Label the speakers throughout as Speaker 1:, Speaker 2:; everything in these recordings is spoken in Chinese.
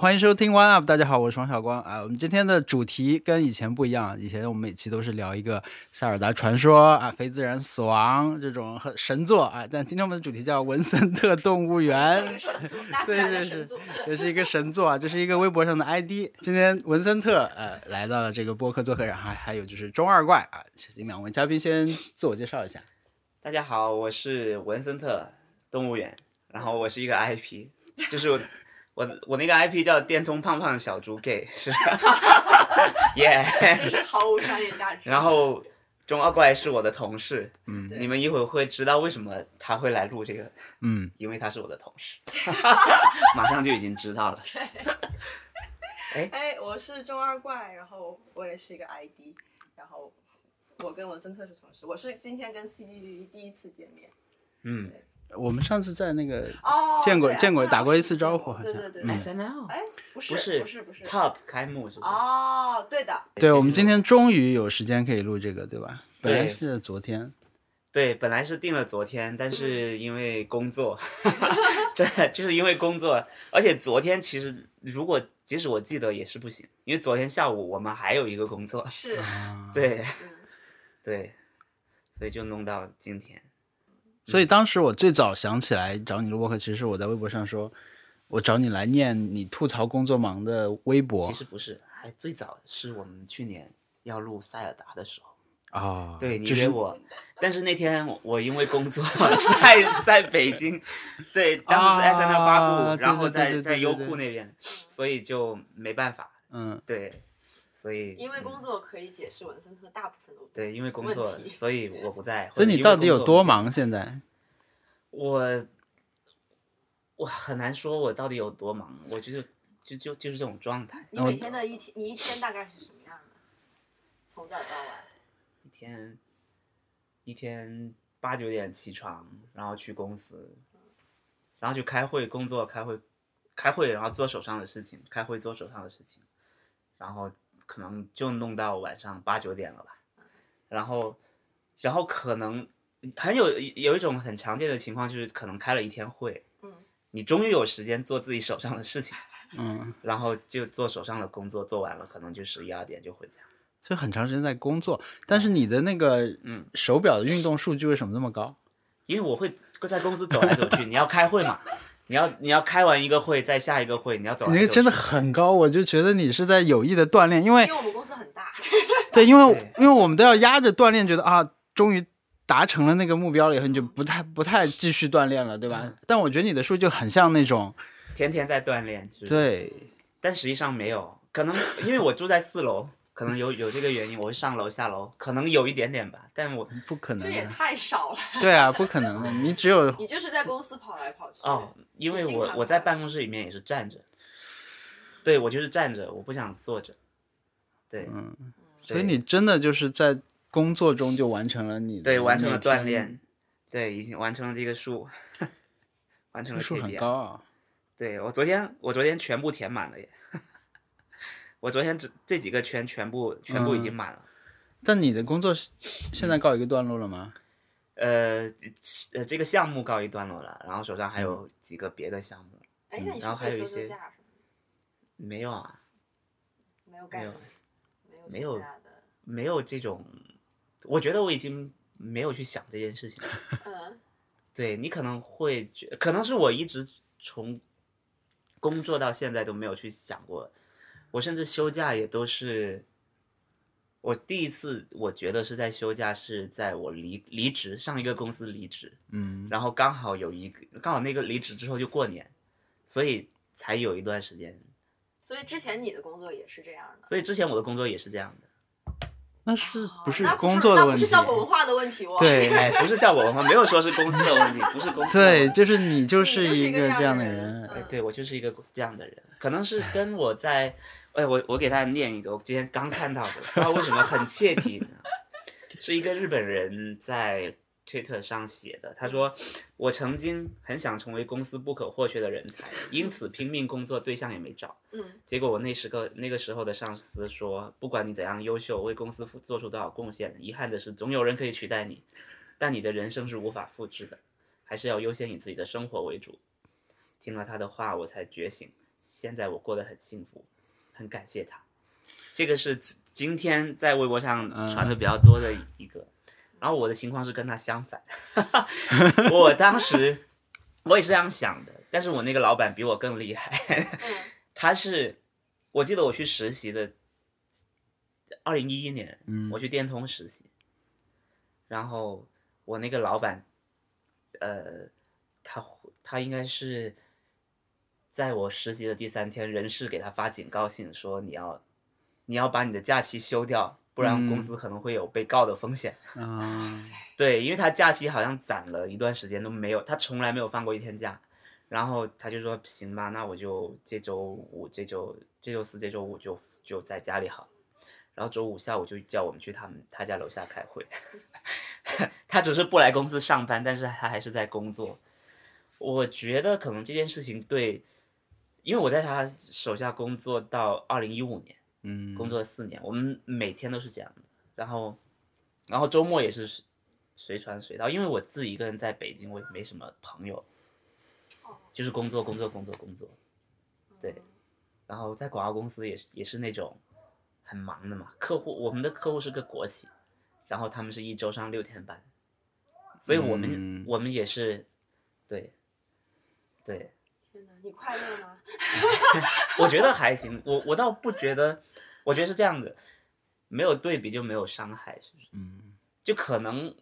Speaker 1: 欢迎收听 One Up，大家好，我是王小光啊。我们今天的主题跟以前不一样，以前我们每期都是聊一个塞尔达传说啊、非自然死亡这种很神作啊，但今天我们的主题叫文森特动物园，
Speaker 2: 神作，大自
Speaker 1: 对
Speaker 2: 然的
Speaker 1: 是
Speaker 2: 神
Speaker 1: 是
Speaker 2: 作。，
Speaker 1: 这是一个神作啊，这是一个微博上的 ID。今天文森特呃来到了这个播客做客，然后还还有就是中二怪啊，请两位嘉宾先自我介绍一下。
Speaker 3: 大家好，我是文森特动物园，然后我是一个 IP，就 是我我我那个 IP 叫电通胖胖小猪 gay，是吧？耶、
Speaker 2: 这是毫无商业价值。
Speaker 3: 然后中二怪是我的同事，
Speaker 1: 嗯
Speaker 3: 你们一会儿会知道为什么他会来录这个，
Speaker 1: 嗯，
Speaker 3: 因为他是我的同 事，马上就已经知道了。
Speaker 2: 哎，我是中二怪，然后我也是一个 ID，然后我跟文森特是同事，我是今天跟 C D B 第一次见面。
Speaker 3: 嗯，
Speaker 1: 我们上次在那个
Speaker 2: 哦，
Speaker 1: 见过
Speaker 2: 对
Speaker 1: 见过
Speaker 2: SNL
Speaker 1: 打过一次招呼好
Speaker 2: 对
Speaker 1: 像
Speaker 2: 对对
Speaker 1: 嗯
Speaker 2: 对。
Speaker 3: S N L
Speaker 2: 哎，不是
Speaker 3: 不是
Speaker 2: 不是不是。
Speaker 3: Pub 开幕是吧？
Speaker 2: 哦，对的，
Speaker 1: 对，我们今天终于有时间可以录这个，对吧？本来
Speaker 3: 对
Speaker 1: 是昨天，
Speaker 3: 对，本来是定了昨天，但是因为工作，真的就是因为工作，而且昨天其实如果即使我记得也是不行，因为昨天下午我们还有一个工
Speaker 1: 啊
Speaker 3: 作，
Speaker 2: 是，
Speaker 3: 对
Speaker 2: 嗯，
Speaker 3: 对，所以就弄到今天。
Speaker 1: 所以当时我最早想起来找你录播客，其实是我在微博上说，我找你来念你吐槽工作忙的微博
Speaker 3: 其实不是，还最早是我们去年要录塞尔达的时候，
Speaker 1: 啊、
Speaker 3: 对你
Speaker 1: 就
Speaker 3: 约
Speaker 1: 是
Speaker 3: 我，但是那天我我因为工作 在在北京，对，当时是
Speaker 1: 啊
Speaker 3: S N L 发布，
Speaker 1: 对
Speaker 3: 然后
Speaker 1: 对对
Speaker 3: 在
Speaker 1: 对
Speaker 3: 在
Speaker 1: 对
Speaker 3: 优
Speaker 1: 对
Speaker 3: 酷那边，所以就没办法。
Speaker 1: 嗯，
Speaker 3: 对，所以
Speaker 2: 因为
Speaker 3: 嗯
Speaker 2: 工作可以解释文森特大部分的问题。
Speaker 3: 对，因为工
Speaker 2: 问
Speaker 3: 作
Speaker 2: 题，
Speaker 3: 所以我不在。
Speaker 1: 所以
Speaker 3: 或者
Speaker 1: 你
Speaker 3: 因为
Speaker 1: 到底有
Speaker 3: 工作
Speaker 1: 多
Speaker 3: 不在？
Speaker 1: 忙？现在
Speaker 3: 我我很难说我到底有多忙，我就是就就就是这种状态，
Speaker 2: 你每
Speaker 1: 嗯
Speaker 2: 天的一天，你一天大概是什么样的？从早到晚。
Speaker 3: 一天一天八九点起床，然后去公司，然后去开会，工作开会，开会，然后做手上的事情，开会做手上的事情，然后可能就弄到晚上八九点了吧，然后，然后可能很有有一种很常见的情况就是可能开了一天会，
Speaker 2: 嗯，
Speaker 3: 你终于有时间做自己手上的事情，
Speaker 1: 嗯，
Speaker 3: 然后就做手上的工作，做完了可能就十一二点就回家。
Speaker 1: 所以很长时间在工作，但是你的那个
Speaker 3: 嗯
Speaker 1: 手表的运动数据为什么那么高？
Speaker 3: 因为我会在公司走来走去，你要开会 嘛，你要你要开完一个会，再下一个会，你要走来
Speaker 1: 你
Speaker 3: 走
Speaker 1: 那
Speaker 3: 去。
Speaker 1: 个真的很高，我就觉得你是在有意的锻炼，因为
Speaker 2: 因为我们公司很 大。
Speaker 1: 对，因为
Speaker 3: 对
Speaker 1: 因为我们都要压着锻炼，觉得啊，终于达成了那个目标了以后，
Speaker 3: 嗯
Speaker 1: 你就不太不太继续锻炼了，对吧？但我觉得你的书就很像那种，
Speaker 3: 天天在锻炼，是不是，
Speaker 1: 对，
Speaker 3: 但实际上没有，可能因为我住在四楼，可能有有这个原因，我会上楼下楼，可能有一点点吧，但我
Speaker 1: 不可
Speaker 2: 这
Speaker 1: 能
Speaker 2: 也
Speaker 1: 的，
Speaker 2: 太少了，
Speaker 1: 对啊，不可能的，你只有
Speaker 2: 你就是在公司跑来跑去。
Speaker 3: 哦，，因为
Speaker 2: 你经
Speaker 3: 我
Speaker 2: 常
Speaker 3: 我在办公室里面也是站着，对我就是站着，我不想坐着，对，
Speaker 1: 嗯，
Speaker 3: 对
Speaker 1: 所以你真的就是在工作中就完成了你的
Speaker 3: 对完成了
Speaker 1: 每天
Speaker 3: 锻炼，，对，已经完成了这个数， 完成
Speaker 1: 分
Speaker 3: 了
Speaker 1: 数很
Speaker 3: KPI
Speaker 1: 高啊，
Speaker 3: 对我昨天，我昨天全部填满了耶！ 我昨天这这几个圈全部全部已经满了。
Speaker 1: 但你的工作是现在告一个段落了吗？
Speaker 3: 呃呃，这个项目告一段落了，然后手上还有几个别的项目。
Speaker 2: 哎，那你
Speaker 3: 嗯然后还有
Speaker 2: 休
Speaker 3: 一
Speaker 2: 休
Speaker 3: 些
Speaker 2: 假什么
Speaker 3: 没有啊，
Speaker 2: 的，没有干
Speaker 3: 没有
Speaker 2: 吗没
Speaker 3: 没
Speaker 2: 有
Speaker 3: 有
Speaker 2: 休假的，
Speaker 3: 没有这种，我觉得我已经没有去想这件事情了。
Speaker 2: 嗯，
Speaker 3: 对你可能会觉，可能是我一直从工作到现在都没有去想过，我甚至休假也都是，我第一次我觉得是在休假是在我离离职上一个公司离职，
Speaker 1: 嗯，
Speaker 3: 然后刚好有一个刚好那个离职之后就过年，所以才有一段时间，
Speaker 2: 所以之前你的工作也是这样的。
Speaker 3: 所以之前我的工作也是这样的，
Speaker 1: 那是
Speaker 2: 哦
Speaker 1: 不是
Speaker 2: 那
Speaker 1: 工作的
Speaker 2: 那
Speaker 1: 问
Speaker 2: 不
Speaker 1: 题
Speaker 2: 是？效果文化的问题哦。
Speaker 1: 对，
Speaker 3: 哎，不是效果文化，没有说是公司的问题，不是公司的问
Speaker 1: 对，
Speaker 3: 题
Speaker 1: 就是你就
Speaker 2: 你
Speaker 1: 是
Speaker 2: 就是
Speaker 1: 一
Speaker 2: 一个
Speaker 1: 个
Speaker 2: 这
Speaker 1: 这样
Speaker 2: 样
Speaker 1: 的
Speaker 2: 的
Speaker 1: 人，
Speaker 2: 人
Speaker 1: 哎
Speaker 2: 嗯
Speaker 3: 对我就是一个这样的人，可能是跟我在，哎，我我给大家念一个，我今天刚看到的，不知道为什么很切题呢？是一个日本人在推特上写的，他说：“我曾经很想成为公司不可或缺的人才，因此拼命工作，对象也没找。
Speaker 2: 嗯，
Speaker 3: 结果我那时刻那个时候的上司说，不管你怎样优秀，为公司付做出多少贡献，遗憾的是总有人可以取代你，但你的人生是无法复制的，还是要优先以自己的生活为主。听了他的话，我才觉醒，现在我过得很幸福，很感谢他。这个是今天在微博上传的比较多的一个。然后我的情况是跟他相反， 我当时我也是这样想的，但是我那个老板比我更厉害，
Speaker 2: 嗯
Speaker 3: 他是我记得我去实习的，二零一一年
Speaker 1: 嗯
Speaker 3: 我去电通实习，然后我那个老板，呃，他他应该是在我实习的第三天，人事给他发警告信说你要你要把你的假期休掉，不然
Speaker 1: 嗯
Speaker 3: 公司可能会有被告的风险。
Speaker 1: 啊，
Speaker 3: 对，因为他假期好像攒了一段时间都没有，他从来没有放过一天假。然后他就说：“行吧，那我就这周五、这周这周四、这周五就就在家里好了。”然后周五下午就叫我们去他们他家楼下开会。 他只是不来公司上班，但是他还是在工作。我觉得可能这件事情对，因为我在他手下工作到二零一五年。
Speaker 1: 嗯，
Speaker 3: 工作四年，我们每天都是这样的。然后，然后周末也是随随传随到，因为我自己一个人在北京，我也没什么朋友，就是工作工作工作工作。 对，
Speaker 2: 嗯
Speaker 3: 然后在广告公司也是也是那种很忙的嘛，客户我们的客户是个国企，然后他们是一周上六天班，所以我们、
Speaker 1: 嗯
Speaker 3: 我们也是，对，对，
Speaker 2: 天哪，你快乐吗？
Speaker 3: 我觉得还行，我我倒不觉得，我觉得是这样的，没有对比就没有伤害，是不是？
Speaker 1: 嗯
Speaker 3: 就可能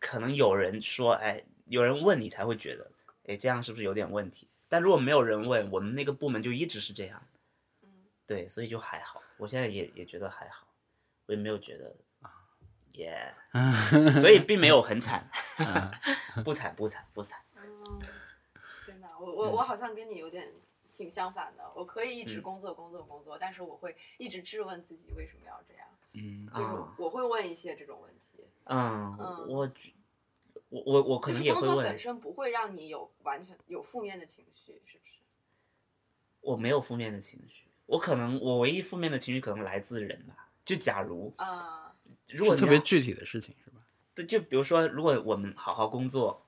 Speaker 3: 可能有人说，哎，有人问你才会觉得，哎，这样是不是有点问题？但如果没有人问，我们那个部门就一直是这样，
Speaker 2: 嗯
Speaker 3: 对，所以就还好。我现在也也觉得还好，我也没有觉得
Speaker 2: 啊
Speaker 3: 耶所以并没有很惨，
Speaker 1: 啊
Speaker 3: 不惨不惨不惨，
Speaker 2: 嗯，天哪，我我我好像跟你有点挺相反的，我可以一直
Speaker 3: 嗯
Speaker 2: 工作工作工作，但是我会一直质问自己为什么要这样，
Speaker 1: 嗯
Speaker 2: 就是
Speaker 3: 啊
Speaker 2: 我会问一些这种问题。
Speaker 3: 嗯，
Speaker 2: 嗯
Speaker 3: 我我我我可
Speaker 2: 就
Speaker 3: 能
Speaker 2: 是
Speaker 3: 也
Speaker 2: 工
Speaker 3: 会
Speaker 2: 作
Speaker 3: 问
Speaker 2: 本，身不会让你有完全有负面的情绪，是不是？
Speaker 3: 我没有负面的情绪，我可能我唯一负面的情绪可能来自人吧。就假如
Speaker 2: 啊、
Speaker 3: 如果
Speaker 1: 是特
Speaker 3: 你
Speaker 1: 别
Speaker 3: 要
Speaker 1: 具体的事情是吧？
Speaker 3: 对就比如说，如果我们好好工作，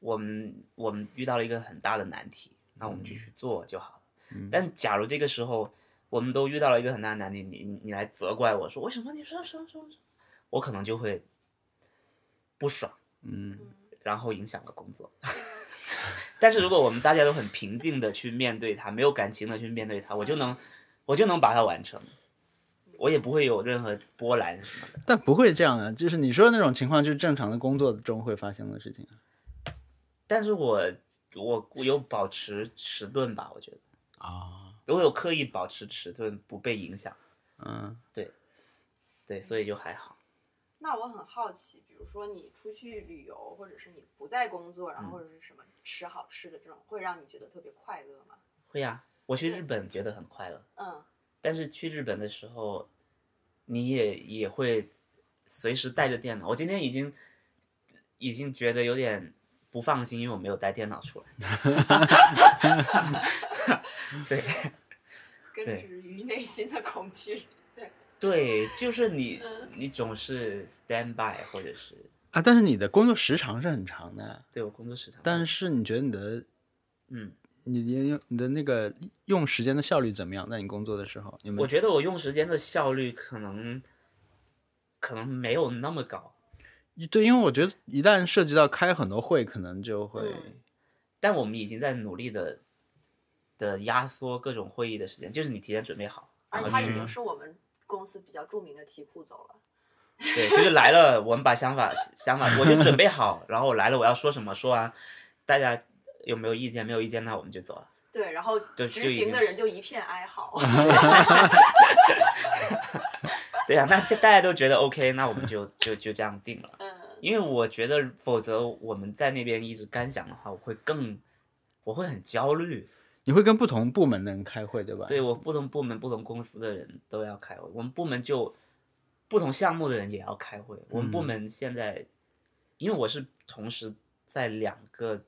Speaker 3: 我们我们遇到了一个很大的难题，那我们就去做就好了。但假如这个时候我们都遇到了一个很大的难题，你你你来责怪我说为什么你说说说说，我可能就会不爽，
Speaker 1: 嗯
Speaker 2: 嗯，
Speaker 3: 然后影响了工作。 但是如果我们大家都很平静的去面对它，没有感情的去面对它，我就能我就能把它完成，我也不会有任何波澜什么的。
Speaker 1: 但不会这样啊，就是你说的那种情况，就是正常的工作中会发生的事情啊
Speaker 3: 但是我我我有保持迟钝吧，我觉得
Speaker 1: 啊。
Speaker 3: 我有刻意保持迟钝，不被影响，
Speaker 1: 嗯
Speaker 3: 对，所以就还好。
Speaker 2: 那我很好奇，比如说你出去旅游，或者是你不在工作，
Speaker 3: 嗯
Speaker 2: 然后或者是什么吃好吃的这种，会让你觉得特别快乐吗？
Speaker 3: 会呀、我去日本觉得很快乐，
Speaker 2: 嗯
Speaker 3: 但是去日本的时候，你也也会随时带着电脑。我今天已经已经觉得有点不放心，因为我没有带电脑出来。对，
Speaker 2: 根
Speaker 3: 对
Speaker 2: 植于内心的恐惧。
Speaker 3: 对，就是你
Speaker 2: 嗯，
Speaker 3: 你总是 stand by，或者是
Speaker 1: 啊，但是你的工作时长是很长的，
Speaker 3: 对我工作时长。
Speaker 1: 但是你觉得你的
Speaker 3: 嗯，
Speaker 1: 你你你的那个用时间的效率怎么样？在你工作的时候，你们
Speaker 3: 我觉得我用时间的效率可能可能没有那么高，
Speaker 1: 对，因为我觉得一旦涉及到开很多会，可能就会
Speaker 2: 嗯
Speaker 3: 但我们已经在努力的的压缩各种会议的时间，就是你提前准备好，
Speaker 2: 而
Speaker 3: 然
Speaker 2: 且
Speaker 3: 后
Speaker 2: 他
Speaker 3: 去
Speaker 2: 已经是我们公司比较著名的题库走了。
Speaker 3: 对，就是来了，我们把想法想法，我就准备好，然后来了我要说什么，说完大家有没有意见？没有意见，那我们就走了。
Speaker 2: 对，然后
Speaker 3: 就
Speaker 2: 执
Speaker 3: 就已
Speaker 2: 行的
Speaker 3: 经
Speaker 2: 人就一片哀嚎。 嗯
Speaker 3: 对呀、那大家都觉得 OK，那我们就就就这样定了。
Speaker 2: 嗯
Speaker 3: 因为我觉得，否则我们在那边一直干想的话，我会更，我会很焦虑。
Speaker 1: 你会跟不同部门的人开会，对吧？
Speaker 3: 对我不同部门、不同公司的人都要开会，我们部门就不同项目的人也要开会。我们部门现在，因为我是同时在两个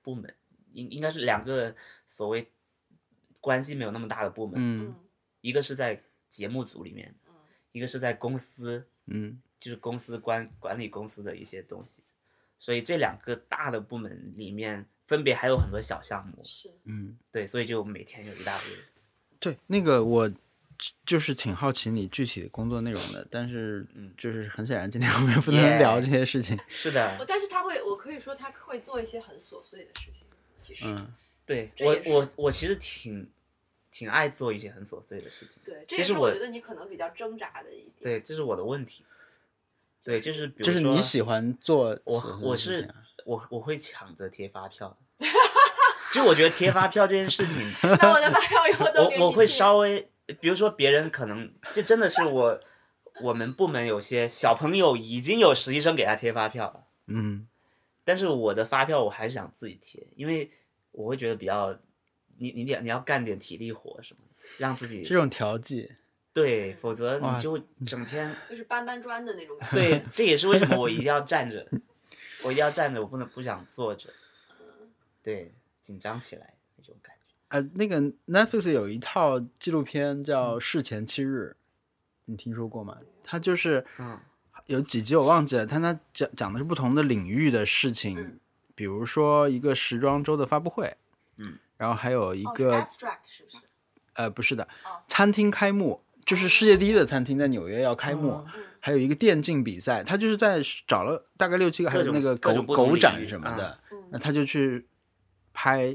Speaker 3: 部门，应应该是两个所谓关系没有那么大的部门，
Speaker 1: 嗯
Speaker 2: 嗯
Speaker 3: 一个是在节目组里面，
Speaker 2: 嗯
Speaker 3: 一个是在公司，
Speaker 1: 嗯
Speaker 3: 就是公司管管理公司的一些东西，所以这两个大的部门里面，分别还有很多小项目，
Speaker 2: 是
Speaker 1: 嗯，
Speaker 3: 对，所以就每天有一大堆。
Speaker 1: 对，那个我就是挺好奇你具体工作内容的，但是
Speaker 3: 嗯
Speaker 1: 就是很显然今天我们也不能
Speaker 3: Yeah
Speaker 1: 聊这些事情。
Speaker 3: 是
Speaker 2: 我，
Speaker 3: 的，
Speaker 2: 但是他会，我可以说他会做一些很琐碎的事情，其实。
Speaker 1: 嗯
Speaker 3: 对
Speaker 2: 这
Speaker 3: 我
Speaker 2: 也是
Speaker 3: 我我其实挺挺爱做一些很琐碎的事情，
Speaker 2: 对，这
Speaker 3: 其
Speaker 2: 也
Speaker 3: 实
Speaker 2: 是
Speaker 3: 我
Speaker 2: 觉得你可能比较挣扎的一点。
Speaker 3: 对，这是我的问题。对，就是比如
Speaker 1: 就是
Speaker 3: 说
Speaker 1: 你喜欢做琐碎
Speaker 3: 我
Speaker 1: 的
Speaker 3: 我
Speaker 1: 事
Speaker 3: 是
Speaker 1: 情啊
Speaker 3: 我我会抢着贴发票， 就我觉得贴发票这件事情，
Speaker 2: 那我的发票以后都给你
Speaker 3: 我我会
Speaker 2: 贴
Speaker 3: 稍微，比如说别人可能这真的是我我们部门有些小朋友已经有实习生给他贴发票了，
Speaker 1: 嗯
Speaker 3: 但是我的发票我还是想自己贴，因为我会觉得比较你你得你要干点体力活什么的，让自己
Speaker 1: 这种调剂，
Speaker 3: 对，否则
Speaker 1: 哇
Speaker 3: 你就 整天
Speaker 2: 就是搬搬砖的那种感觉。哦
Speaker 3: 对，这也是为什么我一定要站着，我一定要站着，我不能不想坐着，对，紧张起来那种感觉。
Speaker 1: 呃，那个 Netflix 有一套纪录片
Speaker 3: 嗯
Speaker 1: 叫《事前七日》，你听说过吗？它就是
Speaker 3: 嗯
Speaker 1: 有几集我忘记了，但它讲讲的是不同的领域的事情
Speaker 2: 嗯，
Speaker 1: 比如说一个时装周的发布会，
Speaker 3: 嗯，
Speaker 1: 然后还有一
Speaker 2: 哦是
Speaker 1: 个
Speaker 2: abstract 是不是？
Speaker 1: 呃不是的
Speaker 2: 哦，
Speaker 1: 餐厅开幕，就是世界第一的餐厅在纽约要开幕
Speaker 3: 哦，
Speaker 2: 嗯
Speaker 1: 还有一个电竞比赛，他就是在找了大概六七个，还
Speaker 3: 各
Speaker 1: 有
Speaker 3: 种
Speaker 1: 那个
Speaker 3: 各
Speaker 1: 狗
Speaker 3: 种不同
Speaker 1: 狗
Speaker 3: 领
Speaker 1: 展
Speaker 3: 域啊
Speaker 1: 什么的，那
Speaker 2: 嗯，
Speaker 1: 他就去拍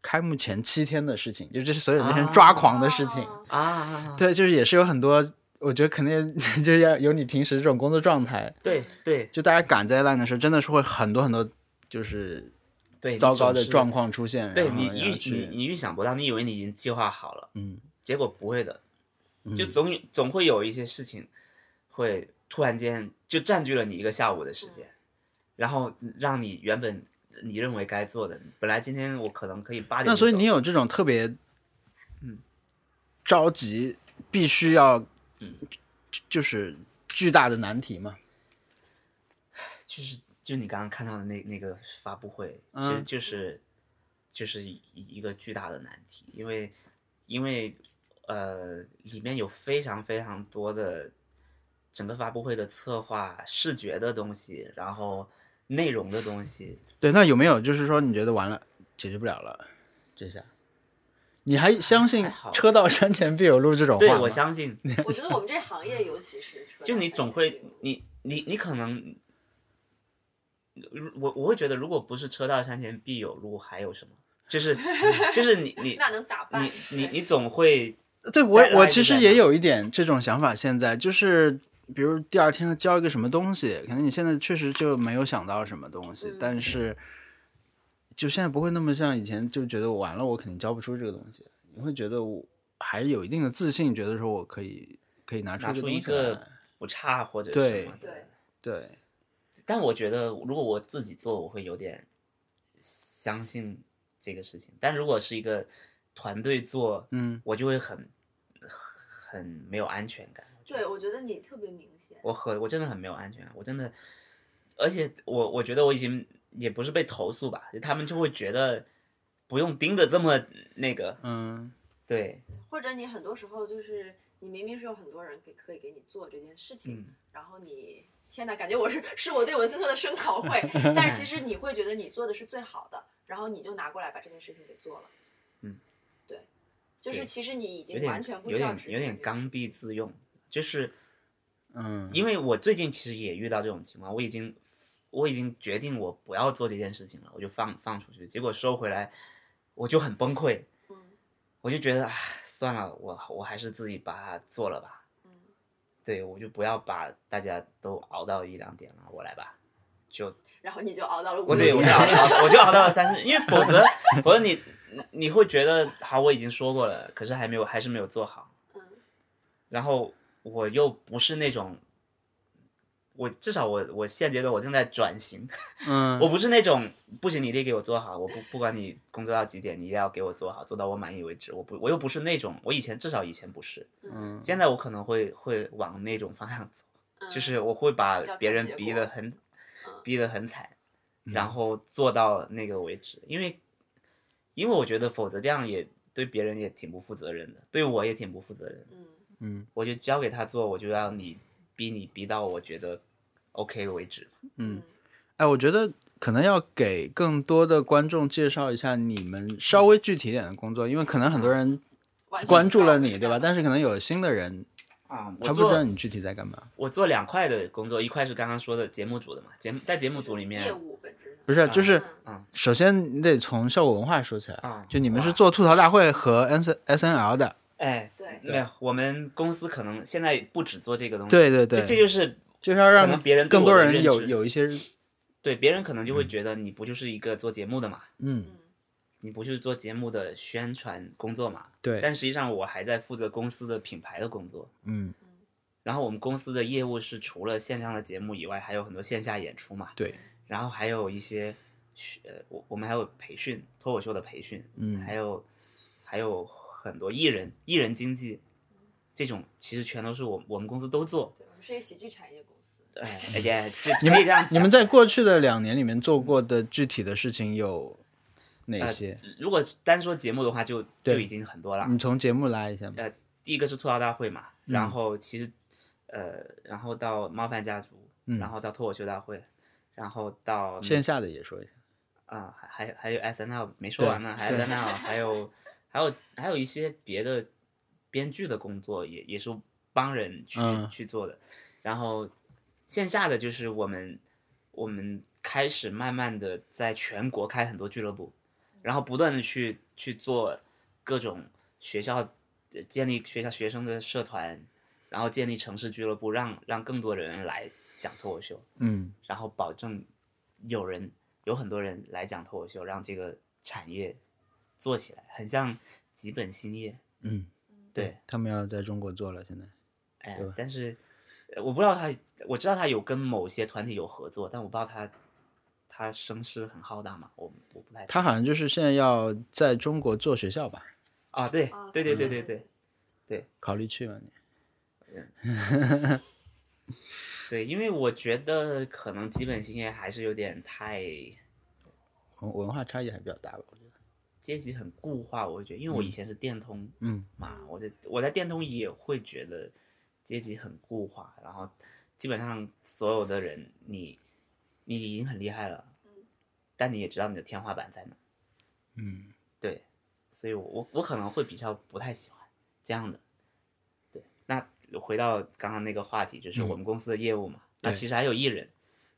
Speaker 1: 开幕前七天的事情，就这是所有那些人
Speaker 3: 啊
Speaker 1: 抓狂的事情。
Speaker 2: 哦
Speaker 3: 啊，
Speaker 1: 对，就是也是有很多，我觉得肯定 就是要有你平时这种工作状态，
Speaker 3: 对对
Speaker 1: 就大家赶灾难的时候，真的是会很多很多就是
Speaker 3: 对，你
Speaker 1: 糟糕
Speaker 3: 总
Speaker 1: 的
Speaker 3: 是
Speaker 1: 状，况出现。
Speaker 3: 对
Speaker 1: 然后
Speaker 3: 你
Speaker 1: 要
Speaker 3: 预你
Speaker 1: 去
Speaker 3: 你预想不到，你以为你已经计划好了，
Speaker 1: 嗯，
Speaker 3: 结果不会的，就
Speaker 1: 嗯
Speaker 3: 总有总会有一些事情会突然间就占据了你一个下午的时间，然后让你原本你认为该做的，本来今天我可能可以八点就走，
Speaker 1: 那所以你有这种特别，
Speaker 3: 嗯，
Speaker 1: 着急必须要，
Speaker 3: 嗯
Speaker 1: 就，就是巨大的难题嘛。
Speaker 3: 就是就你刚刚看到的那那个发布会，其
Speaker 1: 嗯
Speaker 3: 实就是、就是一一个巨大的难题，因为因为呃里面有非常非常多的整个发布会的策划、视觉的东西，然后内容的东西，
Speaker 1: 对，那有没有就是说你觉得完了解决不了了，这下，你还相信
Speaker 3: 还好
Speaker 1: “车到山前必有路”这种话
Speaker 3: 对
Speaker 1: 吗
Speaker 3: 我 相信，
Speaker 2: 我觉得我们这行业尤其是车辆安全这个，
Speaker 3: 就你总会你你你可能。如我我会觉得，如果不是车到山前必有路，还有什么？就是就是你你
Speaker 2: 那能咋办？
Speaker 3: 你你你总会
Speaker 1: 对我
Speaker 3: 带来
Speaker 1: 我
Speaker 3: 就
Speaker 1: 其实
Speaker 3: 在
Speaker 1: 也
Speaker 3: 哪
Speaker 1: 有一点这种想法，现在就是。比如第二天要交一个什么东西，可能你现在确实就没有想到什么东西，
Speaker 2: 嗯
Speaker 1: 但是就现在不会那么像以前，就觉得完了，我肯定交不出这个东西。你会觉得我还有一定的自信，觉得说我可以可以拿出
Speaker 3: 拿
Speaker 1: 这
Speaker 3: 出
Speaker 1: 东
Speaker 3: 一
Speaker 1: 西来
Speaker 3: 个不差或者
Speaker 1: 对
Speaker 3: 什么
Speaker 2: 对
Speaker 3: 的。
Speaker 1: 对，
Speaker 3: 但我觉得，如果我自己做，我会有点相信这个事情。但如果是一个团队做，
Speaker 1: 嗯，
Speaker 3: 我就会很很没有安全感。
Speaker 2: 对，我觉得你特别明显。
Speaker 3: 我很我真的很没有安全感，我真的，而且我我觉得我已经也不是被投诉吧，他们就会觉得不用盯得这么那个，
Speaker 1: 嗯，
Speaker 3: 对，
Speaker 2: 或者你很多时候就是你明明是有很多人给可以给你做这件事情，
Speaker 3: 嗯
Speaker 2: 然后你天哪，感觉我是是我对文斯特的声讨 会，但是其实你会觉得你做的是最好的，然后你就拿过来把这件事情给做了。
Speaker 3: 嗯，
Speaker 2: 对，就是
Speaker 3: 对
Speaker 2: 其实你已
Speaker 3: 有
Speaker 2: 经
Speaker 3: 点
Speaker 2: 完全不
Speaker 3: 有
Speaker 2: 需要
Speaker 3: 点
Speaker 2: 执行
Speaker 3: 有点
Speaker 2: 这个
Speaker 3: 刚愎自用，就是。
Speaker 1: 嗯，
Speaker 3: 因为我最近其实也遇到这种情况，我已经我已经决定我不要做这件事情了，我就放放出去，结果收回来，我就很崩溃，
Speaker 2: 嗯
Speaker 3: 我就觉得啊，算了，我我还是自己把它做了吧，
Speaker 2: 嗯
Speaker 3: 对我就不要把大家都熬到一两点了，我来吧，就
Speaker 2: 然后你就熬到了五
Speaker 3: 我对我就熬到我就熬到了三十，因为否则否则你你你会觉得好，我已经说过了，可是还没有还是没有做好，
Speaker 2: 嗯
Speaker 3: 然后我又不是那种，我至少我我现阶段我正在转型，
Speaker 1: 嗯，
Speaker 3: 我不是那种不行你得给我做好，我不不管你工作到几点，你一定要给我做好，做到我满意为止。我不我又不是那种，我以前至少以前不是，
Speaker 2: 嗯
Speaker 1: 嗯，
Speaker 3: 现在我可能会会往那种方向走，
Speaker 2: 嗯，
Speaker 3: 就是我会把
Speaker 2: 要看
Speaker 3: 别人
Speaker 2: 结
Speaker 3: 逼
Speaker 2: 果
Speaker 3: 得很
Speaker 2: 嗯
Speaker 3: 逼得很惨，
Speaker 1: 嗯
Speaker 3: 然后做到那个为止，因为因为我觉得否则这样也对别人也挺不负责任的，对我也挺不负责任的。
Speaker 2: 嗯
Speaker 1: 嗯
Speaker 3: 我就交给他做，我就让你逼你逼到我觉得 OK 为止。
Speaker 1: 嗯，哎，我觉得可能要给更多的观众介绍一下你们稍微具体一点的工作，因为可能很多人
Speaker 2: 完全
Speaker 1: 关注
Speaker 2: 不知道
Speaker 1: 了
Speaker 2: 我
Speaker 1: 你，
Speaker 2: 在
Speaker 1: 对吧？
Speaker 2: 干嘛
Speaker 1: 但是可能有新的人
Speaker 3: 啊、
Speaker 1: 他
Speaker 3: 我
Speaker 1: 不知道
Speaker 3: 做啊
Speaker 1: 你具体在干嘛。
Speaker 3: 我做两块的工作，一块是刚刚说的节目组的嘛，节目在节目组里
Speaker 2: 业
Speaker 3: 面
Speaker 2: 务本质上
Speaker 1: 不是，就是
Speaker 2: 嗯
Speaker 1: 首先你得从效果文化说起来，
Speaker 3: 啊，
Speaker 1: 就你们是
Speaker 3: 哇
Speaker 1: 做吐槽大会和 S S N L 的，
Speaker 3: 哎，
Speaker 2: 对
Speaker 3: 没有，我们公司可能现在不只做这个东西，
Speaker 1: 对对
Speaker 3: 这这
Speaker 1: 对，
Speaker 3: 就是
Speaker 1: 就是要
Speaker 3: 可能
Speaker 1: 让
Speaker 3: 别人对
Speaker 1: 更
Speaker 3: 我
Speaker 1: 多
Speaker 3: 的
Speaker 1: 人
Speaker 3: 认
Speaker 1: 有
Speaker 3: 知
Speaker 1: 有一些，
Speaker 3: 对别人可能就会觉得你不就是一个做节目的嘛，
Speaker 1: 嗯，
Speaker 2: 嗯，
Speaker 3: 你不就是做节目的宣传工作嘛？
Speaker 1: 对，
Speaker 3: 但实际上我还在负责公司的品牌的工作。
Speaker 1: 嗯，
Speaker 3: 然后我们公司的业务是除了线上的节目以外，还有很多线下演出嘛，
Speaker 1: 对，
Speaker 3: 然后还有一些学，呃，我我们还有培训，脱口秀的培训，
Speaker 1: 嗯
Speaker 3: 还有还有很多艺人、艺人经济这种，其实全都是我我们公司都 做。
Speaker 2: 对，我们是一个喜剧产业公司，
Speaker 3: 哎，哎呀，这
Speaker 1: 你
Speaker 3: 可以这样
Speaker 1: 们
Speaker 3: 讲
Speaker 1: 你们在过去的两年里面做过的具体的事情有哪
Speaker 3: 呃
Speaker 1: 些？
Speaker 3: 如果单说节目的话就，就
Speaker 1: 对
Speaker 3: 已经很多了。
Speaker 1: 你从节目拉一下吧。
Speaker 3: 第一个是吐槽大会嘛，然后其实呃，然后到猫饭家族，
Speaker 1: 嗯
Speaker 3: 然后到脱口秀大会，然后到
Speaker 1: 线下的也说一下。
Speaker 3: 啊、还还还有 S N L 没说完呢，还有
Speaker 1: 对
Speaker 3: S N L，还有还有还有一些别的编剧的工作也也是帮人去、
Speaker 1: 嗯
Speaker 3: 去做的。然后线下的就是我们我们开始慢慢的在全国开很多俱乐部，然后不断的去去做各种学校呃建立学校学生的社团，然后建立城市俱乐部，让让更多人来讲脱口秀。
Speaker 1: 嗯
Speaker 3: 然后保证有人有很多人来讲脱口秀，让这个产业做起来，很像几本兴业。
Speaker 1: 嗯，
Speaker 3: 对，
Speaker 1: 他们要在中国做了，现在。
Speaker 3: 哎
Speaker 1: 对吧，
Speaker 3: 但是呃我不知道他，我知道他有跟某些团体有合作，但我不知道他他声势很浩大嘛，我我不太
Speaker 1: 他好像就是现在要在中国做学校吧？
Speaker 3: 啊，对
Speaker 2: 啊
Speaker 3: 对对对
Speaker 2: 嗯
Speaker 3: 对对
Speaker 1: 考虑去吗你？
Speaker 3: 对，因为我觉得可能几本兴业还是有点太
Speaker 1: 文文化差异还比较大吧？我觉得。
Speaker 3: 阶级很固化，我觉得，因为我以前是电通。
Speaker 1: 嗯
Speaker 3: 嘛，我在我在电通也会觉得阶级很固化，然后基本上所有的人，你你已经很厉害了，但你也知道你的天花板在哪，
Speaker 1: 嗯，
Speaker 3: 对，所以我我我可能会比较不太喜欢这样的，对。那回到刚刚那个话题，就是
Speaker 1: 嗯
Speaker 3: 我们公司的业务嘛，那
Speaker 1: 对
Speaker 3: 其实还有艺人，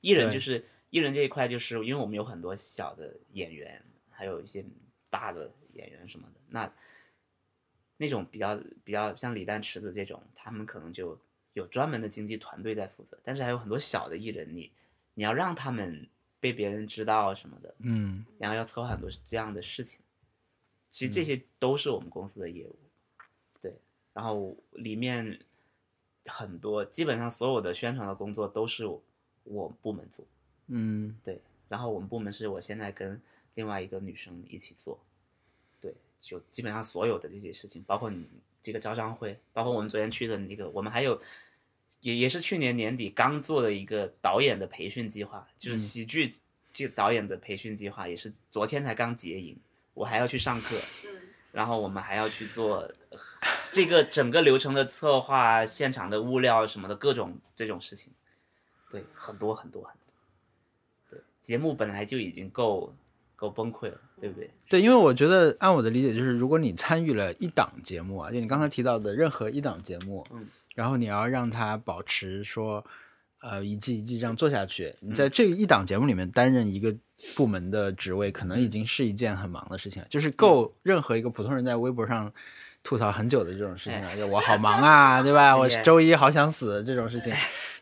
Speaker 3: 艺人
Speaker 1: 对
Speaker 3: 就是艺人这一块，就是因为我们有很多小的演员，还有一些大的演员什么的，那那种比较比较像李诞、池子这种，他们可能就有专门的经纪团队在负责，但是还有很多小的艺人，你你要让他们被别人知道什么的，
Speaker 1: 嗯，
Speaker 3: 然后要策划很多这样的事情。其实这些都是我们公司的业务，对。然后里面很多，基本上所有的宣传的工作都是我我部门做，
Speaker 1: 嗯，
Speaker 3: 对。然后我们部门是我现在跟另外一个女生一起做，对，就基本上所有的这些事情，包括你这个招商会，包括我们昨天去的那个，我们还有。也也是去年年底刚做的一个导演的培训计划，就是喜剧这个导演的培训计划，也是昨天才刚结营，我还要去上课，
Speaker 2: 嗯，
Speaker 3: 然后我们还要去做 呃这个整个流程的策划、现场的物料什么的各种这种事情，对，很多很多很多。对，节目本来就已经够够崩溃了，对不对？
Speaker 1: 对，因为我觉得按我的理解，就是如果你参与了一档节目啊，就你刚才提到的任何一档节目，
Speaker 3: 嗯，
Speaker 1: 然后你要让它保持说，呃，一季一季这样做下去，你
Speaker 3: 嗯
Speaker 1: 在这一档节目里面担任一个部门的职位，可能
Speaker 3: 嗯
Speaker 1: 已经是一件很忙的事情了，就是够任何一个普通人在微博上。吐槽很久的这种事情了，就我好忙啊，对 吧？我
Speaker 3: 哎
Speaker 1: 周一好想死这种事情，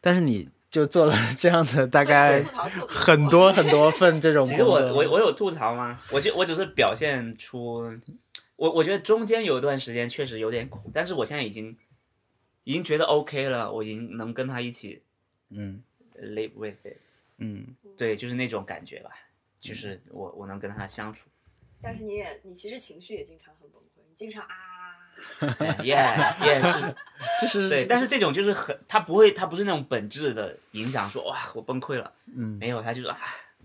Speaker 1: 但是你就做了这样的大概
Speaker 2: 吐槽特别多
Speaker 1: 很多很多份这种工
Speaker 3: 其实我
Speaker 1: 作。
Speaker 3: 我我有吐槽吗？我就我只是表现出，我我觉得中间有一段时间确实有点苦，但是我现在已经已经觉得 OK 了，我已经能跟他一起
Speaker 1: 嗯
Speaker 3: live with it，
Speaker 1: 嗯，
Speaker 3: 对，就是那种感觉吧，就是我我能跟他相处。
Speaker 2: 但是你也，你其实情绪也经常很崩溃，你经常啊，
Speaker 3: 耶耶是，
Speaker 1: 就是
Speaker 3: 对，但是这种就是很，他不会，他不是那种本质的影响，说哇我崩溃了，
Speaker 1: 嗯
Speaker 3: 没有，他就是啊，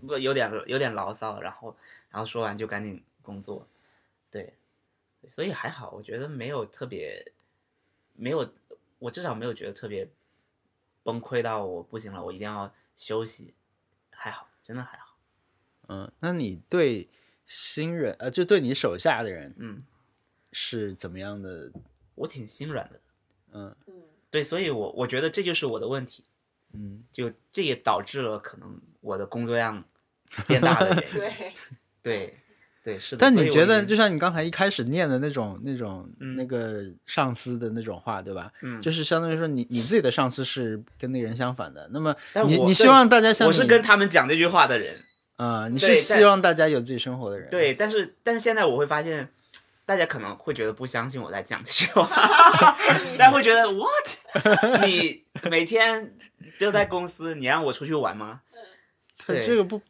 Speaker 3: 不有点有点牢骚，然后然后说完就赶紧工作，对，所以还好，我觉得没有特别，没有，我至少没有觉得特别崩溃到我不行了，我一定要休息，还好，真的还好。
Speaker 1: 嗯，那你对新人，呃，就对你手下的人
Speaker 3: 嗯，
Speaker 1: 是怎么样的？
Speaker 3: 我挺心软的，
Speaker 1: 嗯
Speaker 2: 嗯
Speaker 3: 对，所以我我觉得这就是我的问题，
Speaker 1: 嗯，
Speaker 3: 就这也导致了可能我的工作量变大了一点。
Speaker 2: 对，
Speaker 3: 对对是的。
Speaker 1: 但
Speaker 3: 所
Speaker 1: 你
Speaker 3: 以我
Speaker 1: 觉得，
Speaker 3: 已
Speaker 1: 就
Speaker 3: 经
Speaker 1: 像你刚才一开始念的那种、那种、
Speaker 3: 嗯
Speaker 1: 那个上司的那种话，对吧？
Speaker 3: 嗯，
Speaker 1: 就是相当于说你，你自己的上司是跟那个人相反的。那么
Speaker 3: 但
Speaker 1: 你，
Speaker 3: 我
Speaker 1: 你希
Speaker 3: 对
Speaker 1: 望大家像
Speaker 3: 我是
Speaker 1: 你
Speaker 3: 跟他们讲这句话的人。
Speaker 1: 啊、你是
Speaker 3: 对但
Speaker 1: 希望大家有自己生活的人。
Speaker 3: 对，但是但是现在我会发现，大家可能会觉得不相信我在讲这句话，
Speaker 2: 你
Speaker 3: 大家会觉得 what？你 每天就在公司，你让我出去玩吗？
Speaker 1: 对，
Speaker 3: 对
Speaker 1: 这个不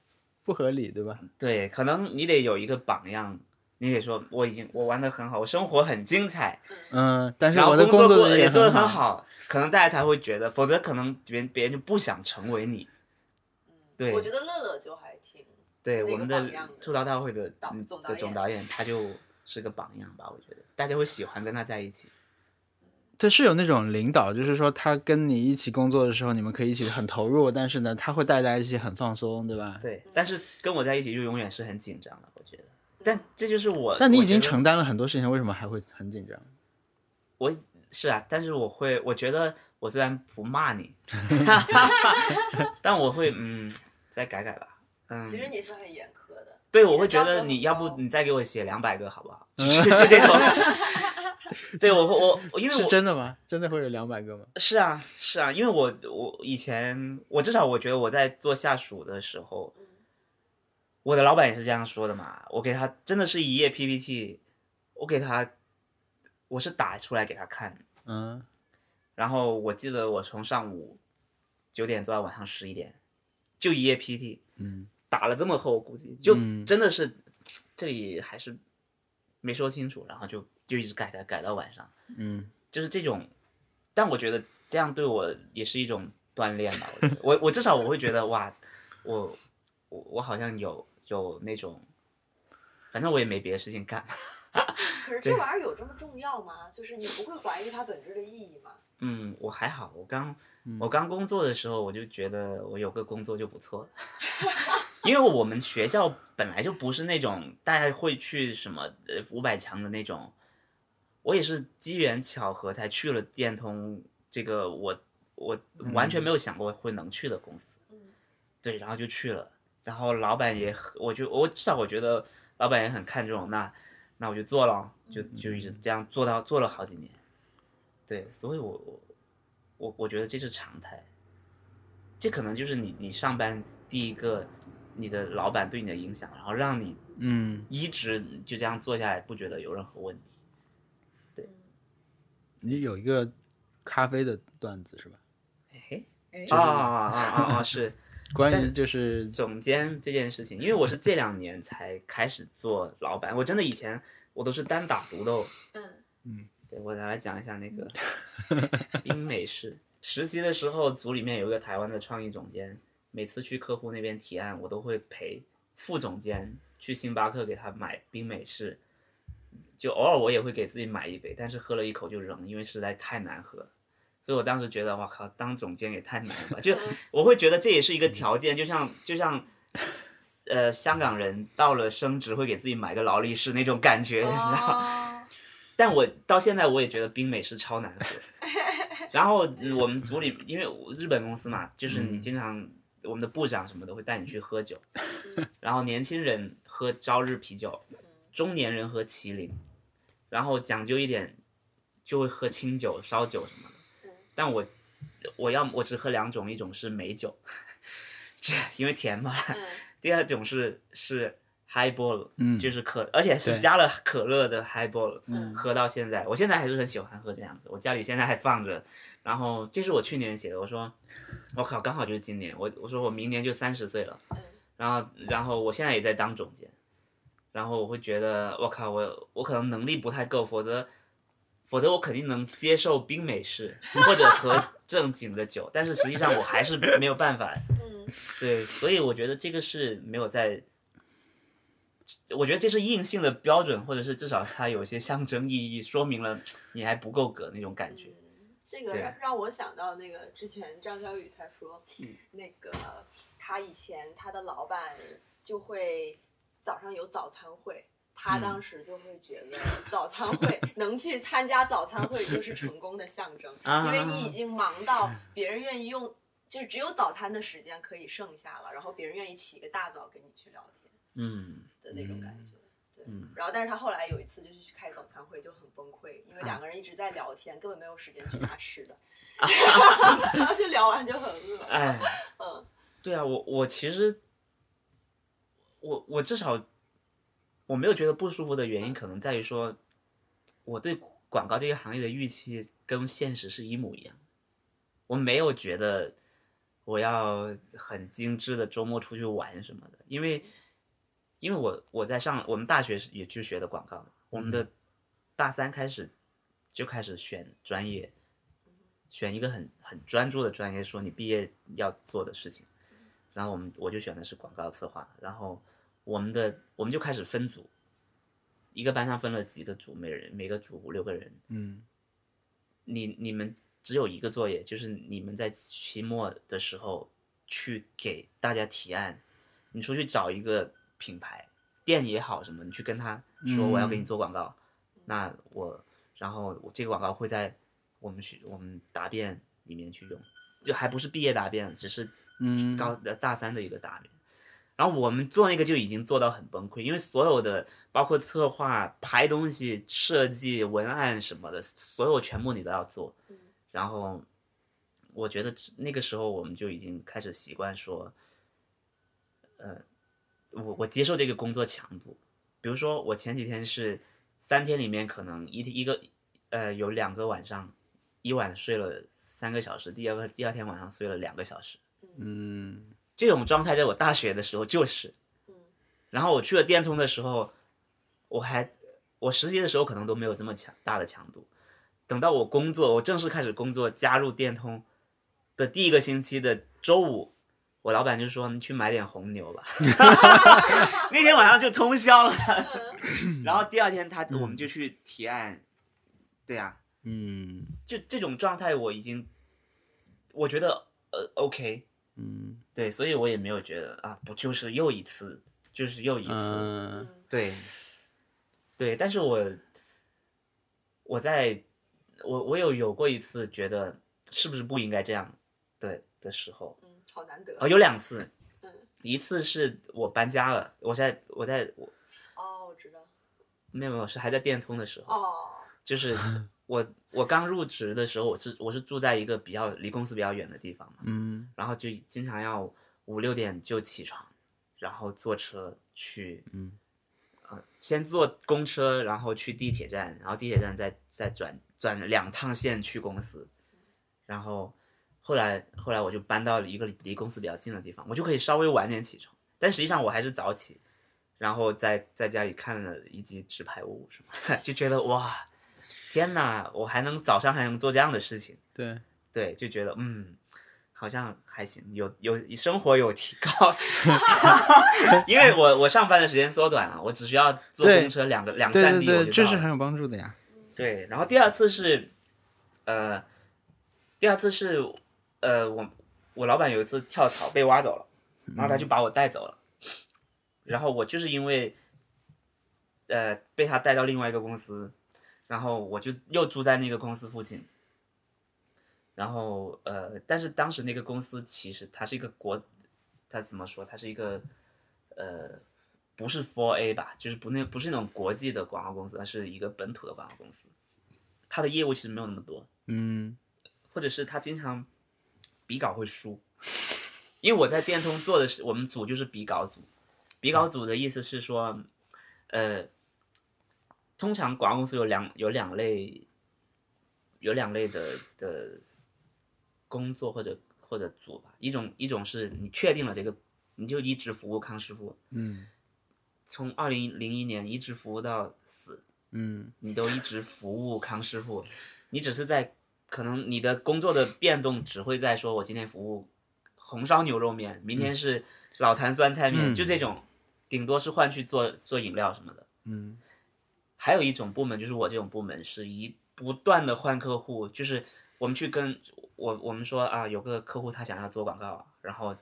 Speaker 1: 不合理，对吧？
Speaker 3: 对，可能你得有一个榜样，你得说我已经我玩的很好，我生活很精彩，
Speaker 1: 嗯，但是
Speaker 3: 然后
Speaker 1: 我的
Speaker 3: 工
Speaker 1: 作
Speaker 3: 过
Speaker 1: 得
Speaker 3: 也做得
Speaker 1: 很
Speaker 3: 很。好，可能大家才会觉得，否则可能别人别人就不想成为你。对
Speaker 2: 嗯我觉得乐乐就还挺，
Speaker 3: 对，
Speaker 2: 那
Speaker 3: 我
Speaker 2: 个
Speaker 3: 们
Speaker 2: 榜
Speaker 3: 的
Speaker 2: 样的
Speaker 3: 吐槽大会的
Speaker 2: 导
Speaker 3: 嗯
Speaker 2: 总导
Speaker 3: 的总
Speaker 2: 演
Speaker 3: 导演，他就是个榜样吧，我觉得大家会喜欢跟他在一起。
Speaker 1: 对，是有那种领导，就是说他跟你一起工作的时候，你们可以一起很投入，但是呢，他会带大家一起很放松，对吧？
Speaker 2: 嗯
Speaker 3: 对，但是跟我在一起就永远是很紧张的，我觉得。但这就是我，
Speaker 1: 但你
Speaker 3: 我
Speaker 1: 已经
Speaker 3: 觉得
Speaker 1: 承担了很多事情，为什么还会很紧张？
Speaker 3: 我是啊，但是我会，我觉得我虽然不骂 你，但我会嗯，再改改吧。嗯，
Speaker 2: 其实你是很严苛的，
Speaker 3: 对
Speaker 2: 你
Speaker 3: 我
Speaker 2: 的
Speaker 3: 会觉
Speaker 2: 标
Speaker 3: 得
Speaker 2: 准
Speaker 3: 你
Speaker 2: 很
Speaker 3: 要
Speaker 2: 高
Speaker 3: 不你再给我写两百个好不 好？就 就这种。对我会我我因为
Speaker 1: 是
Speaker 3: 我
Speaker 1: 真的吗？真的会有两百个吗？
Speaker 3: 是啊是啊，因为我我以前我至少我觉得我在做下属的时候，我的老板也是这样说的嘛。我给他真的是一页 PPT，我给他我是打出来给他看，
Speaker 1: 嗯，
Speaker 3: 然后我记得我从上午九点做到晚上十一点，就一页 PPT，
Speaker 1: 嗯，
Speaker 3: 打了这么厚，我估计就
Speaker 1: 嗯
Speaker 3: 真的是、这里还是没说清楚，然后就就一直改改改到晚上，
Speaker 1: 嗯，
Speaker 3: 就是这种。但我觉得这样对我也是一种锻炼吧。我觉得我我至少我会觉得哇，我我我好像有有那种，反正我也没别的事情干。
Speaker 2: 可是这玩意儿有这么重要吗？就是你不会怀疑它本质的意义吗？
Speaker 3: 嗯，我还好，我刚我刚工作的时候，我就觉得我有个工作就不错了， 因为我们学校本来就不是那种大家会去什么呃五百强的那种，我也是机缘巧合才去了电通这个我我完全没有想过会能去的公司，
Speaker 2: 嗯
Speaker 3: 对，然后就去了，然后老板也很，我就我至少我觉得老板也很看重，那那我就做了，就就一直这样做到做了好几年，对，所以我我我我觉得这是常态，这可能就是你你上班第一个你的老板对你的影响，然后让你
Speaker 1: 嗯，
Speaker 3: 一直就这样做下来，不觉得有任何问题。
Speaker 2: 嗯
Speaker 1: 你有一个咖啡的段子是吧？
Speaker 3: 嘿
Speaker 2: 哎
Speaker 3: 啊啊啊啊啊！是
Speaker 1: 关于就是
Speaker 3: 总监这件事情，因为我是这两年才开始做老板，我真的以前我都是单打独斗。
Speaker 2: 嗯
Speaker 3: 对我来讲一下那个冰美式。实习的时候，组里面有一个台湾的创意总监，每次去客户那边提案，我都会陪副总监去星巴克给他买冰美式，就偶尔我也会给自己买一杯，但是喝了一口就扔，因为实在太难喝了。所以我当时觉得，哇靠，当总监也太难了吧！就我会觉得这也是一个条件，就像就像，呃，香港人到了升职会给自己买个劳力士那种感觉，你知道吗？
Speaker 2: 哦，
Speaker 3: 但我到现在我也觉得冰美式超难喝。然后嗯我们组里，因为我日本公司嘛，就是你经常、我们的部长什么的会带你去喝酒，然后年轻人喝朝日啤酒，中年人喝麒麟，然后讲究一点就会喝清酒、烧酒什么的
Speaker 2: 嗯。
Speaker 3: 但我我要我只喝两种，一种是美酒， 这因为甜嘛，
Speaker 2: 嗯
Speaker 3: 第二种是是 highball，
Speaker 1: 嗯
Speaker 3: 就是可，而且是
Speaker 1: 对
Speaker 3: 加了可乐的 highball，
Speaker 2: 嗯
Speaker 3: 喝到现在，我现在还是很喜欢喝这样子，我家里现在还放着。然后这是我去年写的，我说我靠，刚好就是今年，我我说我明年就三十岁了，
Speaker 2: 嗯
Speaker 3: 然后然后我现在也在当总监，然后我会觉得我靠，我我可能能力不太够，否则否则我肯定能接受冰美式或者喝正经的酒，但是实际上我还是没有办法。
Speaker 2: 嗯
Speaker 3: 对，所以我觉得这个是没有在，我觉得这是硬性的标准，或者是至少它有一些象征意义，说明了你还不够格那种感觉。
Speaker 2: 这个
Speaker 3: 对
Speaker 2: 让让我想到那个之前张小雨他说，那个他以前他的老板就会早上有早餐会，他
Speaker 1: 嗯
Speaker 2: 当时就会觉得早餐会能去参加早餐会就是成功的象征，因为你已经忙到别人愿意用，就是只有早餐的时间可以剩下了，然后别人愿意起一个大早跟你去聊天
Speaker 3: 嗯
Speaker 2: 的那种感觉。对
Speaker 3: 嗯
Speaker 2: 然后，但是他后来有一次就是去开早餐会，就很崩溃，因为
Speaker 3: 啊
Speaker 2: 两个人一直在聊天，根本没有时间去拿吃 的，然后就聊完就很饿。
Speaker 3: 哎，
Speaker 2: 嗯
Speaker 3: 对啊，我我其实，我我至少我没有觉得不舒服的原因，可能在于说，我对广告这个行业的预期跟现实是一模一样，我没有觉得我要很精致的周末出去玩什么的，因为因为我我在上我们大学是也去学的广告嘛，我们的大三开始就开始选专业，选一个很很专注的专业，说你毕业要做的事情。然后我们我就选的是广告策划，然后我们的我们就开始分组，一个班上分了几个组，每人每个组五六个人，
Speaker 1: 嗯
Speaker 3: 你你们只有一个作业，就是你们在期末的时候去给大家提案，你出去找一个品牌店也好什么，你去跟他说
Speaker 1: 嗯
Speaker 3: 我要给你做广告，那我然后我这个广告会在我们去我们答辩里面去用，就还不是毕业答辩，只是
Speaker 1: 嗯，
Speaker 3: 高呃大三的一个答辩。然后我们做那个就已经做到很崩溃，因为所有的包括策划、拍东西、设计、文案什么的，所有全部你都要做。
Speaker 2: 嗯
Speaker 3: 然后我觉得那个时候我们就已经开始习惯说，呃，我我接受这个工作强度。比如说我前几天是三天里面可能一一个呃有两个晚上，一晚睡了三个小时，第二个第二天晚上睡了两个小时。
Speaker 1: 嗯
Speaker 3: 这种状态在我大学的时候就是，
Speaker 2: 嗯
Speaker 3: 然后我去了电通的时候，我还我实习的时候可能都没有这么强大的强度。等到我工作，我正式开始工作，加入电通的第一个星期的周五，我老板就说：“你去买点红牛吧。” 那天晚上就通宵了。然后第二天他我们就去提案，对啊呀、
Speaker 1: 嗯
Speaker 3: 就这种状态我已经，我觉得呃 OK，
Speaker 1: 嗯
Speaker 3: 对，所以我也没有觉得啊，不就是又一次，就是又一次，
Speaker 1: 嗯
Speaker 2: 嗯
Speaker 3: 对，对。但是我我在我我有有过一次觉得是不是不应该这样的的时候，
Speaker 2: 嗯，好难得
Speaker 3: 哦，有两次
Speaker 2: 嗯，
Speaker 3: 一次是我搬家了，我在我在我
Speaker 2: 哦，我知道
Speaker 3: 没有没有是还在电通的时候，
Speaker 2: 哦，
Speaker 3: 就是我我刚入职的时候，我是我是住在一个比较离公司比较远的地方嘛，
Speaker 1: 嗯
Speaker 3: 然后就经常要五六点就起床，然后坐车去，
Speaker 1: 嗯
Speaker 3: 呃，先坐公车，然后去地铁站，然后地铁站再再转转两趟线去公司，然后后来后来我就搬到了一个离离公司比较近的地方，我就可以稍微晚点起床，但实际上我还是早起，然后在在家里看了一集《纸牌屋》什么的， 就觉得哇，天哪，我还能早上还能做这样的事情。
Speaker 1: 对，
Speaker 3: 对，就觉得嗯，好像还行，有有生活有提高， 因为我我上班的时间缩短了，我只需要坐
Speaker 1: 对
Speaker 3: 公车两个两
Speaker 1: 对
Speaker 3: 站
Speaker 1: 对
Speaker 3: 地
Speaker 1: 对，
Speaker 3: 我就
Speaker 1: 这
Speaker 3: 到
Speaker 1: 是
Speaker 3: 了
Speaker 1: 很有帮助的呀。
Speaker 3: 对，然后第二次是，呃，第二次是，呃，我我老板有一次跳槽被挖走了，然后他就把我带走了，然后我就是因为，呃，被他带到另外一个公司，然后我就又住在那个公司附近，然后呃，但是当时那个公司其实它是一个国，它怎么说？它是一个，呃，不是 Four A 吧，就是不那不是那种国际的广告公司，而是一个本土的广告公司。它的业务其实没有那么多，
Speaker 1: 嗯
Speaker 3: 或者是他经常比稿会输，因为我在电通做的是我们组就是比稿组，比稿组的意思是说，呃，通常广告公司有两有两类，有两类的的工作或者或者组吧，一种一种是你确定了这个，你就一直服务康师傅，
Speaker 1: 嗯
Speaker 3: 从二零零一年一直服务到死，
Speaker 1: 嗯
Speaker 3: 你都一直服务康师傅，你只是在可能你的工作的变动只会在说，我今天服务红烧牛肉面，明天是老坛酸菜面，
Speaker 1: 嗯
Speaker 3: 就这种，顶多是换去做做饮料什么的。
Speaker 1: 嗯
Speaker 3: 还有一种部门就是我这种部门是一不断的换客户，就是我们去跟我我们说啊，有个客户他想要做广告，然后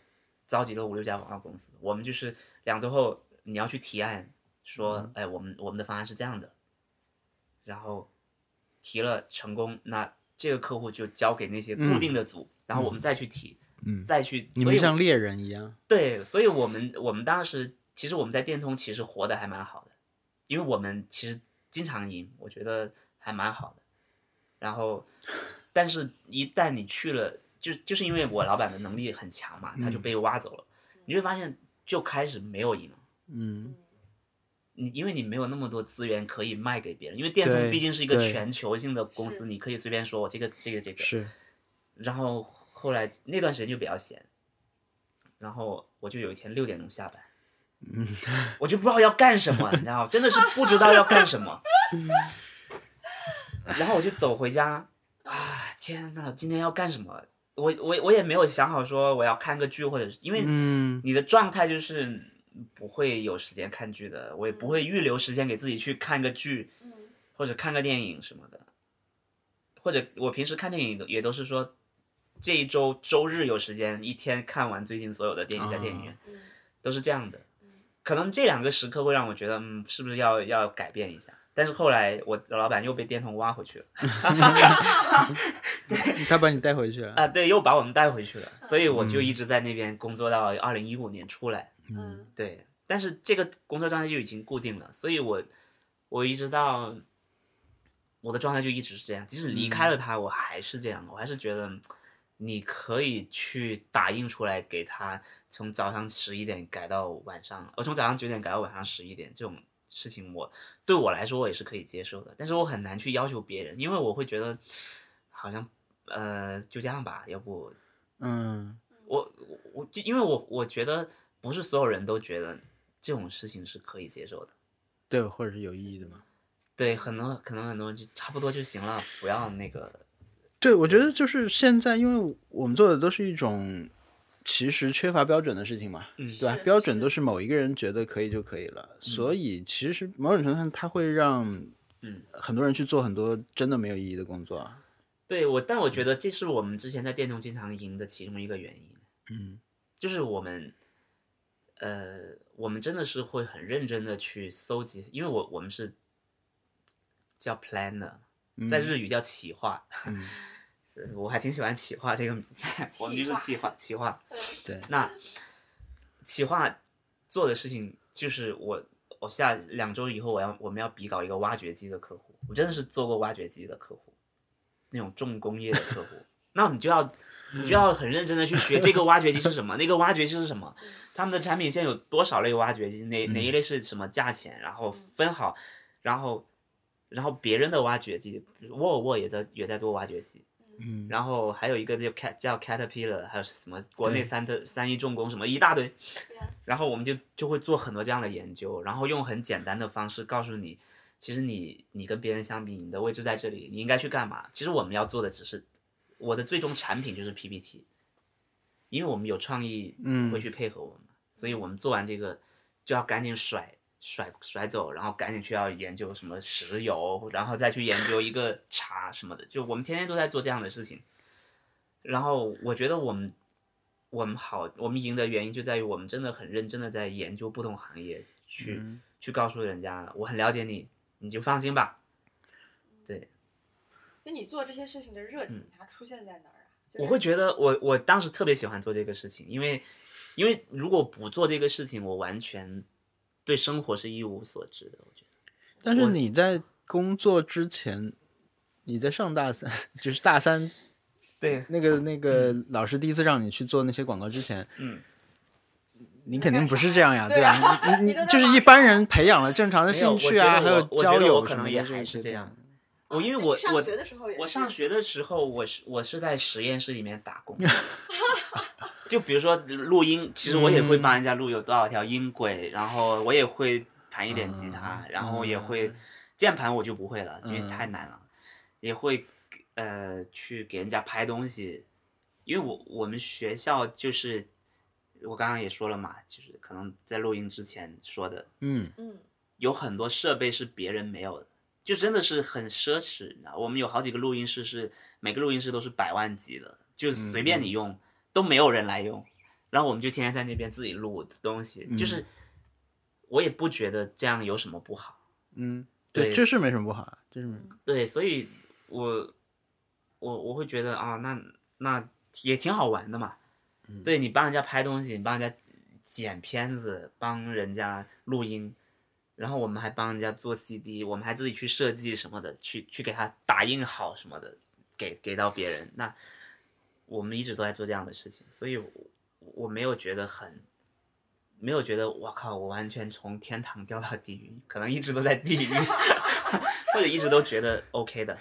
Speaker 3: 召集了五六家广告公司，我们就是两周后你要去提案，说，
Speaker 1: 嗯
Speaker 3: 哎，我们我们的方案是这样的，然后提了成功，那这个客户就交给那些固定的组，然后我们再去提，
Speaker 1: 嗯，
Speaker 3: 再去，
Speaker 1: 你
Speaker 3: 所
Speaker 1: 们
Speaker 3: 以
Speaker 1: 像猎人一样，
Speaker 3: 对，所以我们我们当时其实我们在电通其实活得还蛮好的，因为我们其实经常赢，我觉得还蛮好的。然 后，但是一旦你去了，就就是因为我老板的能力很强嘛，他就
Speaker 1: 嗯
Speaker 3: 被挖走了，你会发现就开始没有赢了。
Speaker 1: 嗯，
Speaker 3: 你因为你没有那么多资源可以卖给别人，因为电
Speaker 1: 对
Speaker 3: 通毕竟是一个
Speaker 1: 对
Speaker 3: 全球性的公
Speaker 2: 是
Speaker 3: 司，你可以随便说我这个这个这个，
Speaker 1: 是，
Speaker 3: 然后后来那段时间就比较闲，然后我就有一天六点钟下班，嗯，我就不知道要干什么，你知道吗？真的是不知道要干什么。然后我就走回家，啊，天呐，今天要干什么？我我我也没有想好说我要看个剧，或者是因为
Speaker 1: 嗯，
Speaker 3: 你的状态就是不会有时间看剧的，我也不会预留时间给自己去看个剧，
Speaker 2: 嗯
Speaker 3: 或者看个电影什么的，或者我平时看电影也都是说，这一周周日有时间，一天看完最近所有的电影在电影院，
Speaker 2: 嗯
Speaker 3: 都是这样的。可能这两个时刻会让我觉得，嗯，是不是要要改变一下？但是后来我的老板又被电筒挖回去了
Speaker 1: 嗯他把你带回去了，
Speaker 3: 啊，对，又把我们带回去了，所以我就一直在那边工作到二零一五年出来。
Speaker 2: 嗯
Speaker 3: 对，但是这个工作状态就已经固定了，所以我我一直到我的状态就一直是这样，即使离开了他，我还是这样，我还是觉得你可以去打印出来给他，从早上十一点改到晚上，哦我从早上九点改到晚上十一点这种事情我，对我来说我也是可以接受的，但是我很难去要求别人，因为我会觉得好像呃就这样吧，要不
Speaker 1: 嗯，
Speaker 3: 我我我就因为我我觉得不是所有人都觉得这种事情是可以接受的，
Speaker 1: 对，或者是有意义的嘛。
Speaker 3: 对，很多可能很多人就差不多就行了，不要那个，
Speaker 1: 对，我觉得就是现在，因为我们做的都是一种其实缺乏标准的事情嘛，
Speaker 3: 嗯
Speaker 1: 对吧
Speaker 2: 是？
Speaker 1: 标准
Speaker 2: 是
Speaker 1: 都是嗯某一个人觉得可以就可以了，所以其实某种程度上，它会让
Speaker 3: 嗯
Speaker 1: 很多人去做很多真的没有意义的工作。啊
Speaker 3: 对我，但我觉得这是我们之前在电动经常赢的其中一个原因，
Speaker 1: 嗯，
Speaker 3: 就是我们，呃，我们真的是会很认真的去搜集，因为我我们是叫 planner，
Speaker 1: 嗯
Speaker 3: 在日语叫企划，
Speaker 1: 嗯，
Speaker 3: 我还挺喜欢企划这个名字，我们就是企
Speaker 2: 企
Speaker 3: 划企划，
Speaker 1: 对，
Speaker 3: 那企划做的事情就是我，我下两周以后我要我们要比稿一个挖掘机的客户，我真的是做过挖掘机的客户，那种重工业的客户，那你就要你就要很认真的去学这个挖掘机是什么，那个挖掘机是什么，他们的产品线有多少类挖掘机，哪哪一类是什么价钱，然后分好，然后然后别人的挖掘机，比如沃尔沃也在也在做挖掘机，
Speaker 1: 嗯，
Speaker 3: 然后还有一个就 cat 叫 Caterpillar，还有什么国内
Speaker 1: 对
Speaker 3: 三的三一重工什么一大堆
Speaker 2: Yeah，
Speaker 3: 然后我们就就会做很多这样的研究，然后用很简单的方式告诉你，其实你你跟别人相比，你的位置在这里，你应该去干嘛？其实我们要做的只是我的最终产品就是 PPT，因为我们有创意
Speaker 1: 嗯
Speaker 3: 会去配合我们，所以我们做完这个就要赶紧甩甩甩走，然后赶紧去要研究什么石油，然后再去研究一个茶什么的，就我们天天都在做这样的事情。然后我觉得我们我们好，我们赢的原因就在于我们真的很认真的在研究不同行业，去、去告诉人家我很了解你，你就放心吧。对，
Speaker 2: 就你做这些事情的热情，它出现在哪儿啊？就是
Speaker 3: 嗯我会觉得我我当时特别喜欢做这个事情，因为因为如果不做这个事情，我完全对生活是一无所知的。我觉得
Speaker 1: 但是你在工作之前，你在上大三， 就是大三
Speaker 3: 对，
Speaker 1: 那个那个老师第一次让你去做那些广告之前，
Speaker 3: 嗯，
Speaker 1: 你肯定不是这样 呀，
Speaker 2: 对啊
Speaker 1: 对吧？你你
Speaker 2: 你都在
Speaker 1: 就是一般人培养了正常的
Speaker 3: 没有
Speaker 1: 兴
Speaker 3: 我
Speaker 1: 趣
Speaker 3: 觉
Speaker 1: 啊，还
Speaker 3: 得我
Speaker 1: 有
Speaker 3: 我觉
Speaker 1: 交
Speaker 3: 得
Speaker 1: 友
Speaker 3: 我可
Speaker 1: 什么
Speaker 3: 能
Speaker 1: 的
Speaker 3: 也
Speaker 1: 这些
Speaker 3: 还是这样。
Speaker 2: 啊
Speaker 3: 我因为
Speaker 2: 就
Speaker 3: 我
Speaker 2: 你上
Speaker 3: 我
Speaker 2: 学的时候也
Speaker 3: 我
Speaker 2: 是
Speaker 3: 上学的时候，我是我是在实验室里面打工，就比如说录音，其实我也会帮人家录有多少条音轨，然后我也会弹一点吉他，
Speaker 1: 嗯
Speaker 3: 然后也会键盘我就不会了，因为太难了，也会呃去给人家拍东西，因为我我们学校就是我刚刚也说了嘛，就是可能在录音之前说的，
Speaker 1: 嗯
Speaker 2: 嗯
Speaker 3: 有很多设备是别人没有的，就真的是很奢侈。你知道，我们有好几个录音室是每个录音室都是百万级的，就随便你用、都没有人来用。然后我们就天天在那边自己录东西，就是我也不觉得这样有什么不好。
Speaker 1: 嗯，对，
Speaker 3: 对
Speaker 1: 这是没什么不好啊，这是没什么
Speaker 3: 对，所以我我我会觉得啊，那那也挺好玩的嘛。对你帮人家拍东西，你帮人家剪片子，帮人家录音，然后我们还帮人家做 CD，我们还自己去设计什么的，去去给他打印好什么的，给给到别人。那我们一直都在做这样的事情，所以我我没有觉得很。没有觉得我靠，我完全从天堂掉到地狱，可能一直都在地狱，或者一直都觉得 OK 的。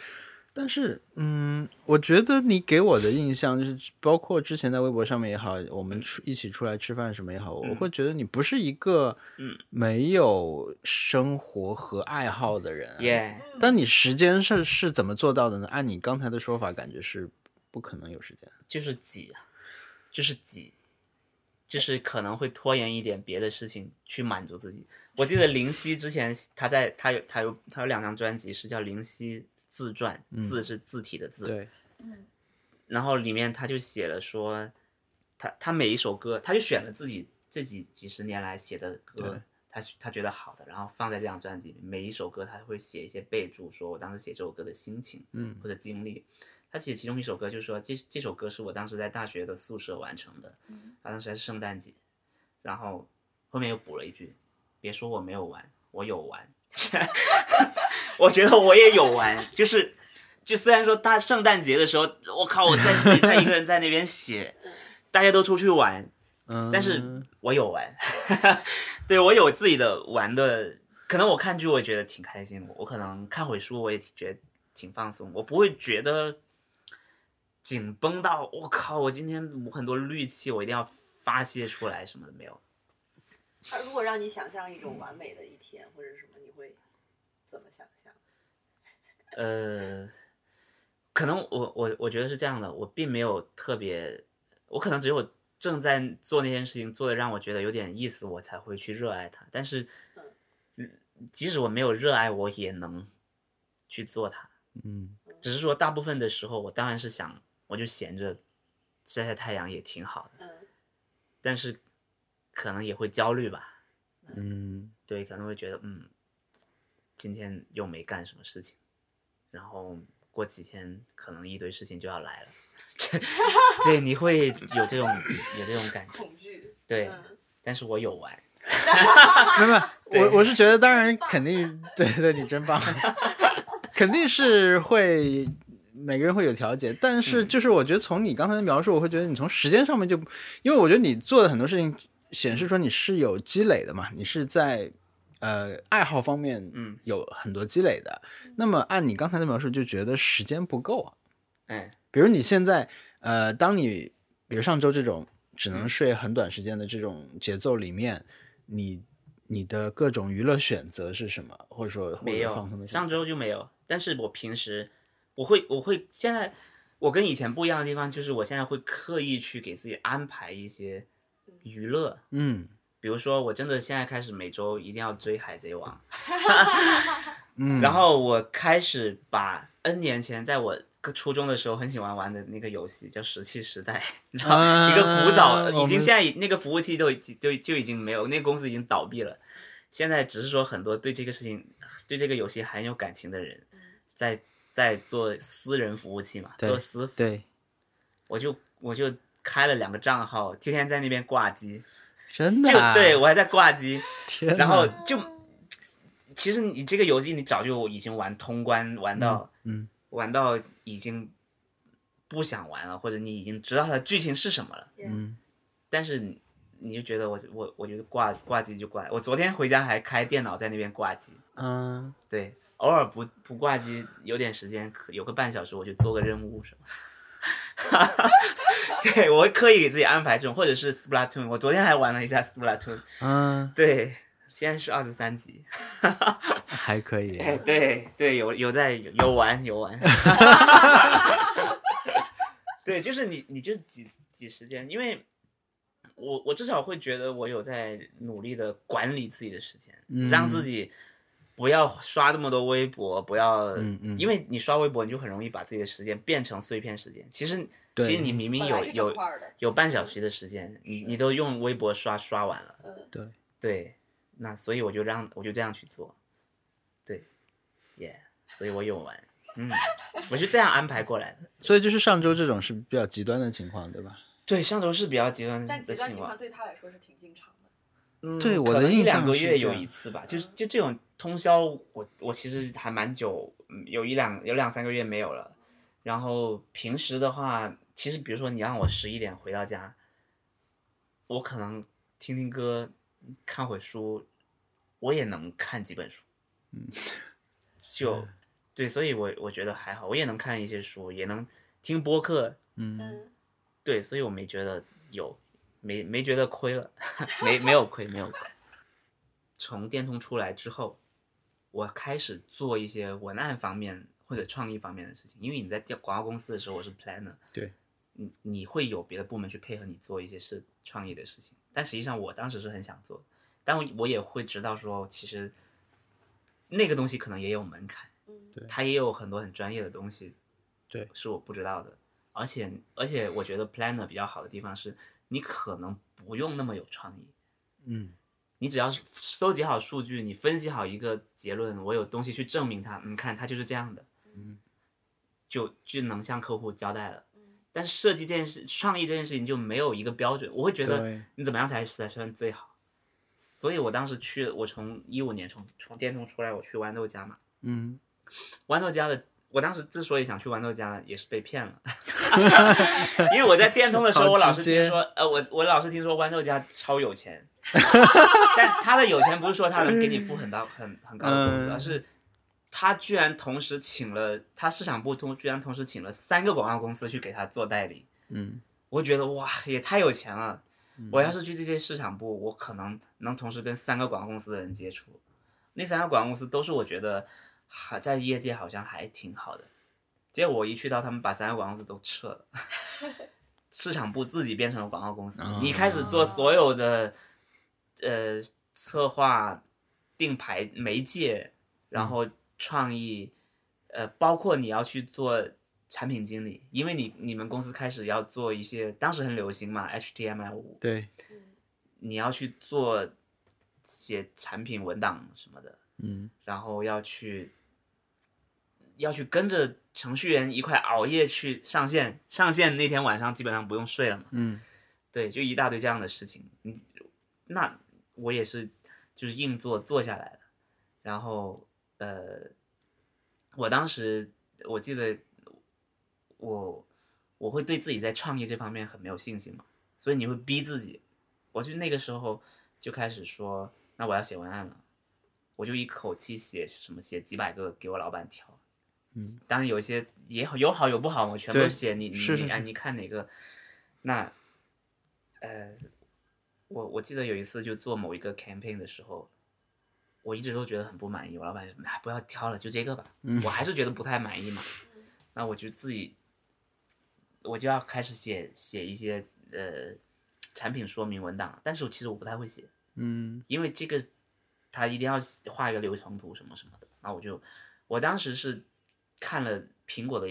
Speaker 1: 但是，嗯，我觉得你给我的印象就是，包括之前在微博上面也好，我们出一起出来吃饭什么也好，我会觉得你不是一个
Speaker 3: 嗯
Speaker 1: 没有生活和爱好的人、啊。
Speaker 3: 耶、
Speaker 1: 但你时间是是怎么做到的呢？按你刚才的说法，感觉是不可能有时间。
Speaker 3: 就是挤，啊就是挤，就是可能会拖延一点别的事情去满足自己。我记得林夕之前他在他有他有他有两张专辑是叫《林夕自传》，字是字体的字，
Speaker 1: 嗯对，
Speaker 2: 嗯
Speaker 3: 然后里面他就写了说，他他每一首歌，他就选了自己这几几十年来写的
Speaker 1: 对
Speaker 3: 歌，他他觉得好的，然后放在这张专辑里。每一首歌他会写一些备注，说我当时写这首歌的心情
Speaker 1: 嗯
Speaker 3: 或者经历。他写其中一首歌就说，这这首歌是我当时在大学的宿舍完成的，
Speaker 2: 嗯
Speaker 3: 他当时还是圣诞节，然后后面又补了一句：“别说我没有玩，我有玩。” 我觉得我也有玩，就是就虽然说大圣诞节的时候，我靠，我在自己在一个人在那边写，大家都出去玩，
Speaker 1: 嗯，
Speaker 3: 但是我有玩， 对我有自己的玩的。可能我看剧我也觉得挺开心，我可能看会书我也挺觉得挺放松，我不会觉得紧绷到我靠，我今天我很多戾气我一定要发泄出来什么的没有。
Speaker 2: 他啊如果让你想象一种完美的一天或者什么，你会怎么想象？
Speaker 3: 呃，可能我我我觉得是这样的，我并没有特别，我可能只有正在做那件事情做的让我觉得有点意思，我才会去热爱它。但是，嗯即使我没有热爱，我也能去做它。
Speaker 1: 嗯，
Speaker 3: 只是说大部分的时候，我当然是想，我就闲着晒晒太阳也挺好的，
Speaker 2: 嗯
Speaker 3: 但是可能也会焦虑吧。
Speaker 1: 嗯
Speaker 3: 对，可能会觉得嗯，今天又没干什么事情，然后过几天可能一堆事情就要来了， 对，你会有这种有这种感觉，
Speaker 2: 恐惧。
Speaker 3: 对，
Speaker 2: 嗯
Speaker 3: 但是我有玩，
Speaker 1: 没有没 有，
Speaker 3: 对
Speaker 1: 我我是觉得，当然肯 定，对对，你真棒， 肯定是会每个人会有调节，但
Speaker 3: 嗯
Speaker 1: 是就是我觉得从你刚才的描述，我会觉得你从时间上面就，因为我觉得你做的很多事情显示说你是有积累的嘛，你是在呃爱好方面
Speaker 3: 嗯
Speaker 1: 有很多积累的，那么按你刚才的描述，就觉得时间不够啊，
Speaker 3: 哎，
Speaker 1: 比如你现在，呃，当你比如上周这种只
Speaker 3: 嗯
Speaker 1: 能睡很短时间的这种节奏里面，你你的各种娱乐选择是什么？或者说或
Speaker 3: 没
Speaker 1: 者放松的
Speaker 3: 有，上周就没有，但是我平时我会我会现在我跟以前不一样的地方就是我现在会刻意去给自己安排一些娱乐，
Speaker 1: 嗯
Speaker 3: 比如说我真的现在开始每周一定要追《海贼王》。
Speaker 1: 嗯，
Speaker 3: 然后我开始把 N 年前在我初中的时候很喜欢玩的那个游戏叫《石器时代》，你知道
Speaker 1: 啊
Speaker 3: 一个古早，
Speaker 1: 我
Speaker 3: 已
Speaker 1: 们
Speaker 3: 经现在已那个服务器都已经就就已经没有，那个公司已经倒闭了。现在只是说很多对这个事情、对这个游戏很有感情的人，在在做私人服务器嘛，
Speaker 1: 对
Speaker 3: 做私服，
Speaker 1: 对，
Speaker 3: 我就我就开了两个账号，天天在那边挂机，
Speaker 1: 真
Speaker 3: 就
Speaker 1: 的、啊、
Speaker 3: 对我还在挂机。
Speaker 1: 天哪，
Speaker 3: 然后就，其实你这个游戏你早就已经玩通关，玩到
Speaker 1: 嗯
Speaker 3: 玩到已经不想玩了，或者你已经知道它的剧情是什么了，
Speaker 1: 嗯
Speaker 3: 但是你你就觉得我我我觉得挂挂机就挂，我昨天回家还开电脑在那边挂机，
Speaker 1: 嗯，
Speaker 3: 对，偶尔不不挂机，有点时间可有个半小时我就做个任务什么的。 对，我会刻意给自己安排这种，或者是 Splatoon，我昨天还玩了一下 Splatoon，
Speaker 1: 嗯，
Speaker 3: 对，现在是二十三级，
Speaker 1: 还可以。
Speaker 3: 哎，对对，有有在有有玩有 玩，对，就是你你就挤挤时间，因为我我至少会觉得我有在努力的管理自己的时间，
Speaker 1: 嗯
Speaker 3: 让自己不要刷这么多微博，不要，
Speaker 1: 嗯嗯
Speaker 3: 因为你刷微博，你就很容易把自己的时间变成碎片时间。其实，
Speaker 1: 对
Speaker 3: 其实你明明
Speaker 2: 本
Speaker 3: 有
Speaker 2: 来是整
Speaker 3: 有
Speaker 2: 块儿的，
Speaker 3: 有半小时的时间，你你都用微博刷刷完了。
Speaker 2: 嗯，
Speaker 1: 对，
Speaker 3: 对，那所以我就让我就这样去做，对，耶、所以我有玩，嗯，我就这样安排过来的。
Speaker 1: 所以就是上周这种是比较极端的情况，对吧？
Speaker 3: 对，上周是比较极端嗯的
Speaker 2: 但极端
Speaker 3: 情
Speaker 2: 情况
Speaker 3: 况，
Speaker 2: 对他来说是挺经常的。
Speaker 3: 嗯，
Speaker 1: 对我
Speaker 3: 可
Speaker 1: 的
Speaker 3: 能一
Speaker 1: 印
Speaker 3: 两
Speaker 1: 象
Speaker 3: 个
Speaker 1: 是
Speaker 3: 月
Speaker 1: 这
Speaker 3: 有
Speaker 1: 样
Speaker 3: 一次吧，就是就这种通宵，我我其实还蛮久，嗯有一两有两三个月没有了。然后平时的话，其实比如说你让我十一点回到家，我可能听听歌，看会书，我也能看几本书。嗯，就对，所以我我觉得还好，我也能看一些书，也能听播客，
Speaker 1: 嗯，
Speaker 2: 嗯，
Speaker 3: 对，所以我没觉得有，没没觉得亏了，没没有亏，没有亏。从电通出来之后，我开始做一些文案方面或者创意方面的事情，因为你在电广告公司的时候，我是 planner，
Speaker 1: 对，
Speaker 3: 你你会有别的部门去配合你做一些事创意的事情，但实际上我当时是很想做的，但我我也会知道说，其实那个东西可能也有门槛，
Speaker 2: 嗯
Speaker 1: 对
Speaker 3: 它也有很多很专业的东西，
Speaker 1: 对，
Speaker 3: 是我不知道的。而且而且，我觉得 Planner 比较好的地方是，你可能不用那么有创意，
Speaker 1: 嗯，
Speaker 3: 你只要是搜集好数据，你分析好一个结论，我有东西去证明它，嗯，看它就是这样的，
Speaker 1: 嗯，
Speaker 3: 就就能向客户交代了。
Speaker 2: 嗯
Speaker 3: 但是设计这件事、创意这件事情就没有一个标准，我会觉得
Speaker 1: 对
Speaker 3: 你怎么样才才算最好。所以我当时去，我从一五年从从电通出来，我去豌豆荚嘛，
Speaker 1: 嗯，
Speaker 3: 豌豆荚的，我当时之所以想去豌豆荚呢，也是被骗 了，因为我在电通的时候，
Speaker 1: 好
Speaker 3: 我老是
Speaker 1: 直接
Speaker 3: 听说，呃，我我老是听说豌豆荚超有 钱，但他的有钱不是说他能给你付很高很很高的工资，
Speaker 1: 嗯
Speaker 3: 而是他居然同时请了他市场部通居然同时请了三个广告公司去给他做代理，
Speaker 1: 嗯，
Speaker 3: 我觉得哇，也太有钱了。我要是去这些市场部，我可能能同时跟三个广告公司的人接触，那三个广告公司都是我觉得还在业界好像还挺好的。结果我一去到，他们把三个广告公司都撤了，市场部自己变成了广告公司
Speaker 1: 啊，
Speaker 3: 你开始做所有的呃策划、定牌、媒介，然后创意，呃，包括你要去做产品经理，因为你你们公司开始要做一些，当时很流行嘛，HTML 五，
Speaker 1: 对，
Speaker 2: 嗯
Speaker 3: 你要去做写产品文档什么的，
Speaker 1: 嗯，
Speaker 3: 然后要去要去跟着程序员一块熬夜去上线，上线那天晚上基本上不用睡了嘛，
Speaker 1: 嗯，
Speaker 3: 对，就一大堆这样的事情。嗯，那我也是，就是硬做做下来了。然后呃，我当时我记得我我会对自己在创业这方面很没有信心嘛，所以你会逼自己。我就那个时候就开始说，那我要写文案了，我就一口气写什么写几百个给我老板挑。
Speaker 1: 嗯，
Speaker 3: 当然有一些也好有好有不好，我全部
Speaker 1: 对
Speaker 3: 写。你你
Speaker 1: 是是
Speaker 3: 你哎，
Speaker 1: 是
Speaker 3: 你看哪个？那呃，我我记得有一次就做某一个 campaign 的时候，我一直都觉得很不满意。我老板说：“哎，不要挑了，就这个吧。”
Speaker 1: 嗯
Speaker 3: 我还是觉得不太满意嘛。那我就自己，我就要开始写写一些呃产品说明文档，但是我其实我不太会写，
Speaker 1: 嗯，
Speaker 3: 因为这个他一定要画一个流程图什么什么的。那我就，我当时是看了苹果的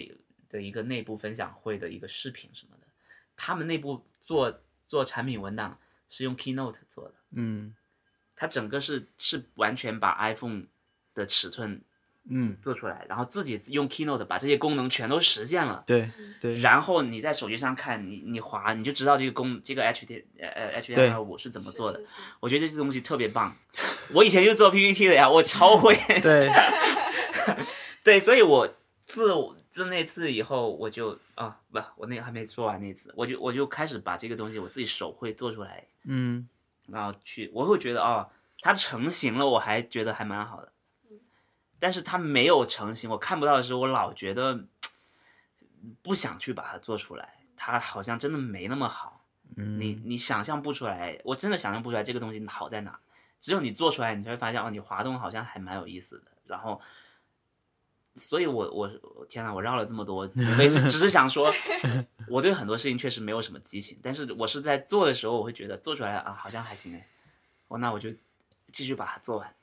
Speaker 3: 的一个内部分享会的一个视频什么的，他们内部做做产品文档是用 Keynote 做的，
Speaker 1: 嗯，
Speaker 3: 它整个是是完全把 iPhone 的尺寸
Speaker 1: 嗯，
Speaker 3: 做出来，然后自己用 Keynote 把这些功能全都实现了。
Speaker 1: 对，对，
Speaker 3: 然后你在手机上看，你你滑，你就知道这个功这个 H T 呃呃 H T
Speaker 1: 对
Speaker 3: M 五是怎么
Speaker 2: 是
Speaker 3: 做的。
Speaker 2: 是是
Speaker 3: 我觉得这东西特别棒。我以前就做 P P T 的呀，我超会。
Speaker 1: 对，
Speaker 3: 对，所以我自我自那次以后，我就啊不，我那还没说完那次，我就我就开始把这个东西我自己手绘做出来，
Speaker 1: 嗯，
Speaker 3: 然后去，我会觉得哦，它成型了，我还觉得还蛮好的。但是它没有成型，我看不到的时候，我老觉得嘖不想去把它做出来，它好像真的没那么好。你
Speaker 1: 嗯，
Speaker 3: 你想象不出来，我真的想象不出来这个东西好在哪。只有你做出来，你才会发现哦，你滑动好像还蛮有意思的。然后，所以我我我天哪，我绕了这么多，我也是只是想说，我对很多事情确实没有什么激情，但是我是在做哦的时候，我会觉得做出来啊，好像还行哎，我那我就继续把它做完。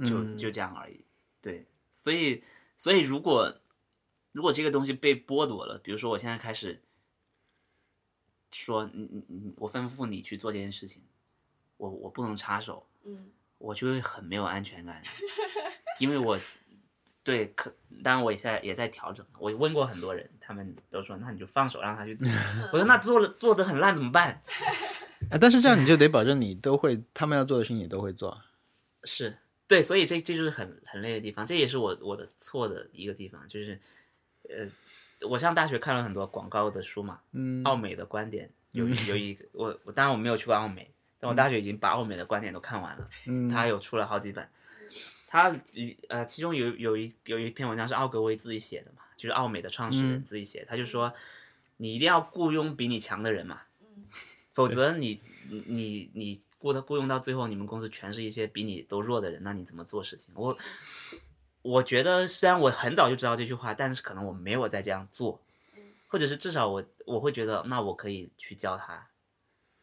Speaker 3: 就
Speaker 1: 嗯
Speaker 3: 就这样而已。对，所以所以如果如果这个东西被剥夺了，比如说我现在开始说，你你你，我吩咐你去做这件事情，我我不能插手，
Speaker 2: 嗯
Speaker 3: 我就会很没有安全感，因为我对可，当然我也在也在调整。我问过很多人，他们都说那你就放手让他去做。我说那做了做的很烂怎么办？
Speaker 1: 啊，但是这样你就得保证你都会，他们要做的事情你都会做。啊
Speaker 3: 是对，所以这这就是很很累的地方，这也是我我的错的一个地方，就是呃，我上大学看了很多广告的书嘛，
Speaker 1: 嗯
Speaker 3: 奥美的观点有一有一个我我当然我没有去过奥美，但我大学已经把奥美的观点都看完了，
Speaker 1: 嗯
Speaker 3: 他有出了好几本，他呃其中有有一有一篇文章是奥格威自己写的嘛，就是奥美的创始人
Speaker 1: 嗯
Speaker 3: 自己写的，他就说你一定要雇佣比你强的人嘛，
Speaker 2: 嗯
Speaker 3: 否则你你你你雇他雇佣到最后，你们公司全是一些比你都弱的人，那你怎么做事情？我我觉得虽然我很早就知道这句话，但是可能我没有再这样做，或者是至少我我会觉得，那我可以去教他，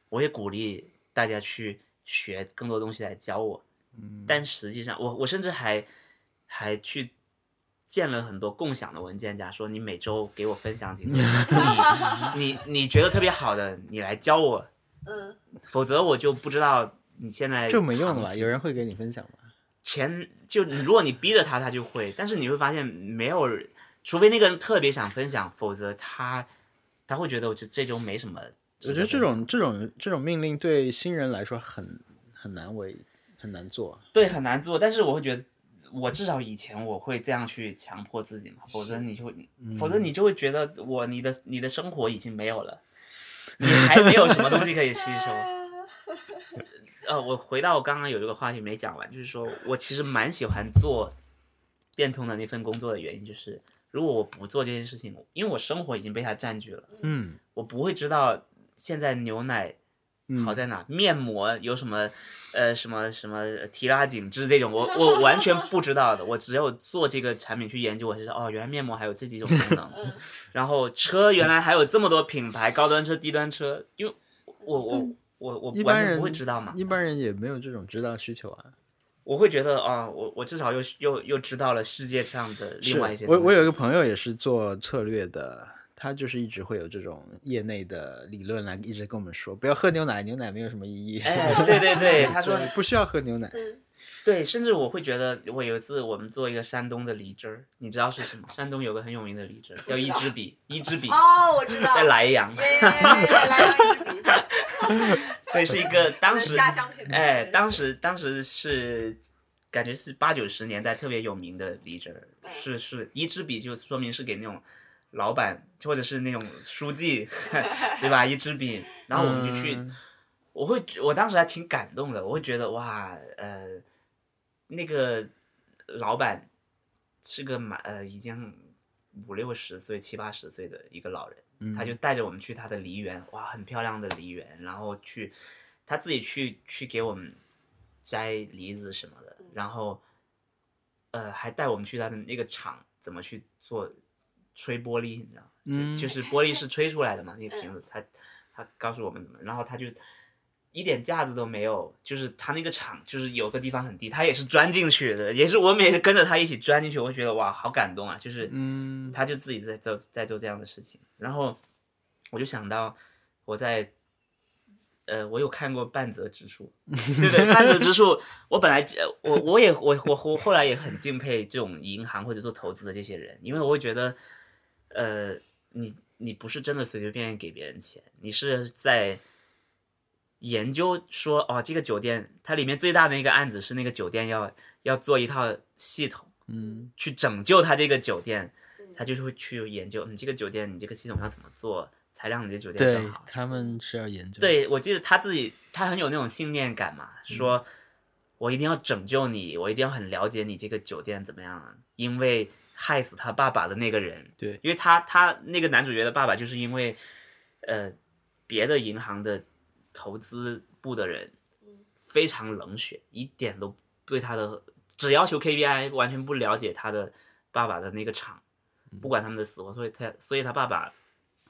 Speaker 3: 我也鼓励大家去学更多东西来教我，
Speaker 1: 嗯
Speaker 3: 但实际上，我我甚至还还去建了很多共享的文件夹，说你每周给我分享几个你你你觉得特别好的，你来教我，
Speaker 2: 嗯
Speaker 3: 否则我就不知道你现在
Speaker 1: 这没用的吧？
Speaker 3: 行
Speaker 1: 有人会给你分享吗？
Speaker 3: 钱就你如果你逼着他，他就会，但是你会发现没有人，除非那个人特别想分享，否则他他会觉得我这这周没什么值
Speaker 1: 我
Speaker 3: 分享。
Speaker 1: 觉得这种这种这种命令对新人来说很很难为，很难做。啊
Speaker 3: 对很难做，但是我会觉得，我至少以前我会这样去强迫自己嘛，否则你就会，否则
Speaker 1: 嗯
Speaker 3: 你就会觉得我你的你的生活已经没有了，你还没有什么东西可以吸收。呃，我回到我刚刚有一个话题没讲完，就是说我其实蛮喜欢做电通的那份工作的原因，就是如果我不做这件事情，因为我生活已经被它占据了，
Speaker 1: 嗯，
Speaker 3: 我不会知道现在牛奶
Speaker 1: 嗯
Speaker 3: 好在哪？面膜有什么，呃，什么什么提拉紧致这种，我我完全不知道的。我只有做这个产品去研究，我才知道哦，原来面膜还有这几种功能。
Speaker 2: 嗯
Speaker 3: 然后车原来还有这么多品牌，高端车、低端车，因为我我我我
Speaker 1: 一般
Speaker 3: 完全
Speaker 1: 人
Speaker 3: 不会知道嘛，
Speaker 1: 一般人也没有这种知道需求啊。
Speaker 3: 我会觉得啊、我我至少又又又知道了世界上的另外一些
Speaker 1: 我
Speaker 3: 东西。
Speaker 1: 我有一个朋友也是做策略的，他就是一直会有这种业内的理论来一直跟我们说，不要喝牛奶，牛奶没有什么意义。
Speaker 3: 哎，对对对，他说
Speaker 1: 对不需要喝牛奶。
Speaker 2: 嗯
Speaker 3: 对，甚至我会觉得，我有一次我们做一个山东的梨汁儿，你知道是什么？山东有个很有名的梨汁儿叫一 支笔，一支笔。
Speaker 2: 哦，我知道
Speaker 3: 在
Speaker 2: 了，
Speaker 3: 莱阳，
Speaker 2: 耶耶耶耶来到一 支笔，
Speaker 3: 这是一个当
Speaker 2: 我
Speaker 3: 时
Speaker 2: 的家乡品牌，
Speaker 3: 哎，当时当时是感觉是八九十年代特别有名的梨汁儿，
Speaker 2: 嗯
Speaker 3: 是是一支笔就说明是给那种老板或者是那种书记， 对吧？一支笔，然后我们就去，
Speaker 1: 嗯
Speaker 3: 我会我当时还挺感动的，我会觉得哇，呃，那个老板是个蛮呃已经五六十岁七八十岁的一个老人。
Speaker 1: 嗯
Speaker 3: 他就带着我们去他的梨园，哇，很漂亮的梨园，然后去他自己去去给我们摘梨子什么的，然后呃还带我们去他的那个厂怎么去做吹玻璃，你知道吗？
Speaker 1: 嗯
Speaker 3: 就是玻璃是吹出来的嘛，那个瓶子，他他告诉我们怎么，然后他就。一点架子都没有，就是他那个厂，就是有个地方很低，他也是钻进去的，也是我们也是跟着他一起钻进去，我就觉得哇，好感动啊！就是，
Speaker 1: 嗯
Speaker 3: 他就自己在做在做这样的事情。然后我就想到我在，呃，我有看过半泽直树，对不对？半泽直树，我本来呃我我也我我我后来也很敬佩这种银行或者做投资的这些人，因为我会觉得，呃，你你不是真的随随便便给别人钱，你是在。研究说，哦，这个酒店它里面最大的一个案子是那个酒店要要做一套系统，
Speaker 1: 嗯
Speaker 3: 去拯救他这个酒店
Speaker 2: 嗯，
Speaker 3: 他就是会去研究嗯你这个酒店，你这个系统要怎么做才让你的酒店
Speaker 1: 对
Speaker 3: 更好。
Speaker 1: 他们是要研究。，
Speaker 3: 对，我记得他自己，他很有那种信念感嘛，
Speaker 1: 嗯
Speaker 3: 说我一定要拯救你，我一定要很了解你这个酒店怎么样，因为害死他爸爸的那个人，
Speaker 1: 对
Speaker 3: 因为他他那个男主角的爸爸就是因为呃别的银行的投资部的人
Speaker 2: 嗯
Speaker 3: 非常冷血，一点都对他的只要求 KPI，完全不了解他的爸爸的那个厂，不管他们的死活，所以他所以他爸爸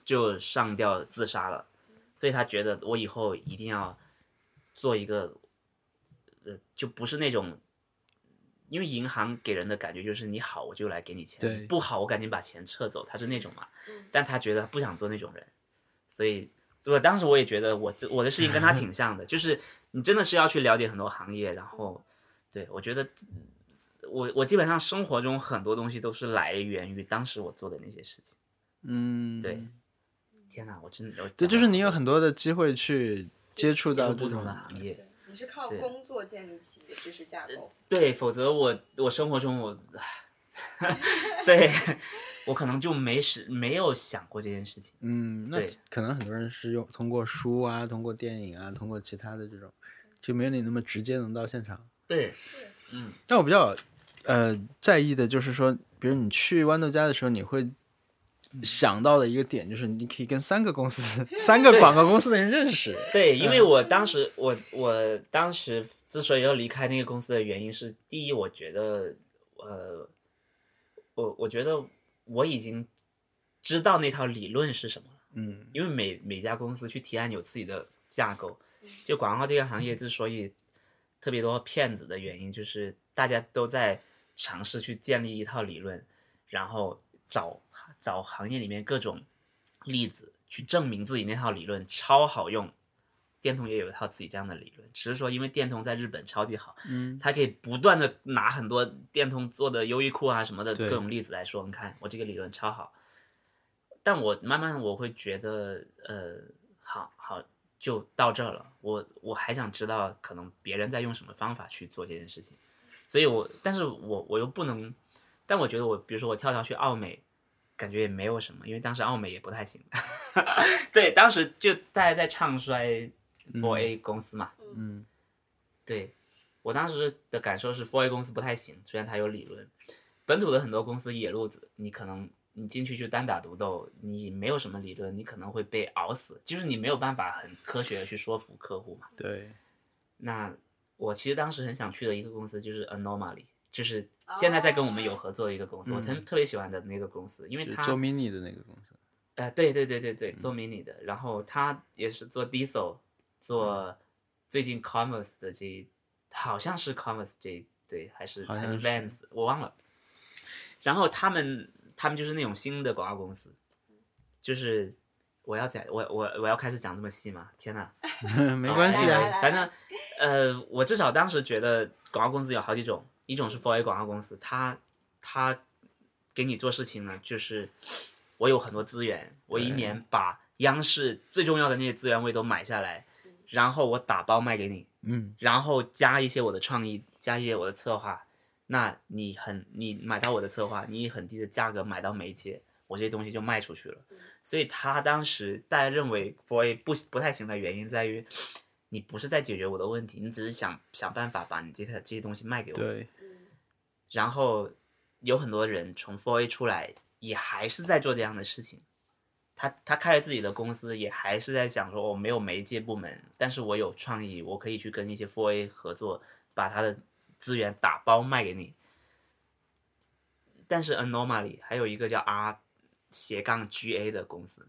Speaker 3: 就上吊自杀了，所以他觉得我以后一定要做一个，呃，就不是那种因为银行给人的感觉就是你好我就来给你钱，
Speaker 1: 对
Speaker 3: 你不好我赶紧把钱撤走，他是那种嘛
Speaker 2: 嗯。
Speaker 3: 但他觉得他不想做那种人，所以我当时我也觉得我这我的事情跟他挺 像的，就是你真的是要去了解很多行业，然后对我觉得我我基本上生活中很多东西都是来源于当时我做的那些事情。
Speaker 1: 嗯，
Speaker 3: 对，天哪，我真的我
Speaker 1: 对，就是你有
Speaker 3: 很。
Speaker 1: 很多的机会去接触
Speaker 3: 接
Speaker 1: 到
Speaker 3: 触
Speaker 1: 这
Speaker 3: 不同
Speaker 1: 种
Speaker 3: 的行业。
Speaker 2: 对，你是靠
Speaker 3: 对
Speaker 2: 工作建立起的知识架构。
Speaker 3: 对，否则我我生活中我， 对 我可能就没时没有想过这件事情。
Speaker 1: 嗯，那
Speaker 3: 对
Speaker 1: 可能很多人是用通过书啊，通过电影啊，通过其他的这种，就没有你那么直接能到现场。
Speaker 3: 对，
Speaker 1: 但我比较呃在意的就是说，比如你去豌豆荚的时候，你会想到的一个点就是，你可以跟三个公 司、三个广告公司的人认识。
Speaker 3: 对，因为我当时我我当时之所以要离开那个公司的原因是，第一，我觉得呃，我我觉得我已经知道那套理论是什么了。
Speaker 1: 嗯
Speaker 3: 因为每每家公司去提案有自己的架构。就广告这个行业之所以特别多骗子的原因，就是大家都在尝试去建立一套理论，然后找找行业里面各种例子去证明自己那套理论超好用。电通也有一套自己这样的理论，只是说因为电通在日本超级好，
Speaker 1: 嗯，
Speaker 3: 它可以不断的拿很多电通做的优衣库啊什么的
Speaker 1: 对
Speaker 3: 各种例子来说，你看我这个理论超好。但我慢慢我会觉得，呃，好好就到这儿了。我我还想知道，可能别人在用什么方法去做这件事情，所以我，但是我我又不能，但我觉得我，比如说我跳槽去奥美，感觉也没有什么，因为当时奥美也不太行。 对，当时就大家在唱衰 Four A 公司嘛，
Speaker 1: 嗯
Speaker 3: 对我当时的感受是 Four A 公司不太行，虽然它有理论，本土的很多公司野路子，你可能你进去就单打独斗，你没有什么理论，你可能会被熬死，就是你没有办法很科学的去说服客户嘛。
Speaker 1: 对，
Speaker 3: 那我其实当时很想去的一个公司就是 Anomaly，就是现在在跟我们有合作的一个公司，我特
Speaker 1: 嗯
Speaker 3: 特别喜欢的那个公司，因为
Speaker 1: 就
Speaker 3: 它
Speaker 1: 做 mini 的那个公司。
Speaker 3: 呃，对对对对对，
Speaker 1: 嗯
Speaker 3: 做 mini 的，然后他也是做 diesel，做最近 commerce 的这一，好像是 commerce 这一对，还是
Speaker 1: 好
Speaker 3: 还
Speaker 1: 像
Speaker 3: 是
Speaker 1: 是
Speaker 3: vans，我忘了。然后他们他们就是那种新的广告公司，就是我要讲我我我要开始讲这么细吗？天呐， 哦
Speaker 1: 没关系
Speaker 2: 来
Speaker 1: 啊
Speaker 2: 来，来
Speaker 3: 反正呃，我至少当时觉得广告公司有好几种，一种是 for A 广告公司，它它给你做事情呢，就是我有很多资源，我一
Speaker 1: 对
Speaker 3: 年把央视最重要的那些资源位都买下来，然后我打包卖给你，
Speaker 1: 嗯
Speaker 3: 然后加一些我的创意，加一些我的策划。那你很，你买到我的策划，你以很低的价格买到媒介，我这些东西就卖出去了。所以他当时大家认为 f A 不不太行的原因在于，你不是在解决我的问题，你只是想想办法把你这些这些东西卖给我。
Speaker 1: 对，
Speaker 2: 嗯
Speaker 3: 然后有很多人从 f o A 出来，也还是在做这样的事情。他他开了自己的公司，也还是在想说，我没有媒介部门，但是我有创意，我可以去跟一些 f o A 合作，把他的资源打包卖给你。但是 Anomaly 还有一个叫 R 斜杠 GA 的公司，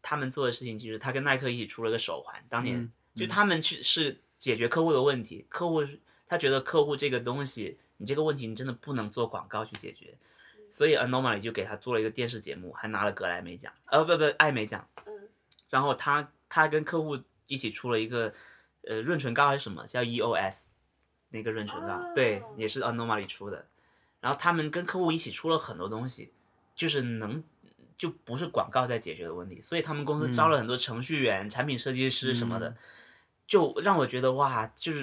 Speaker 3: 他们做的事情就是他跟耐克一起出了个手环，当年、
Speaker 1: 嗯
Speaker 3: 就他们去是解决客户的问题，客户他觉得客户这个东西，你这个问题你真的不能做广告去解决，所以 Anomaly 就给他做了一个电视节目，还拿了格莱美奖，呃不不艾美奖，
Speaker 2: 嗯
Speaker 3: 然后他他跟客户一起出了一个呃润唇膏还是什么叫 EOS 那个润唇膏，
Speaker 2: 哦
Speaker 3: 对，也是 Anomaly 出的。然后他们跟客户一起出了很多东西，就是能就不是广告在解决的问题，所以他们公司招了很多程序员、产品设计师什么的，
Speaker 1: 嗯
Speaker 3: 就让我觉得哇，就是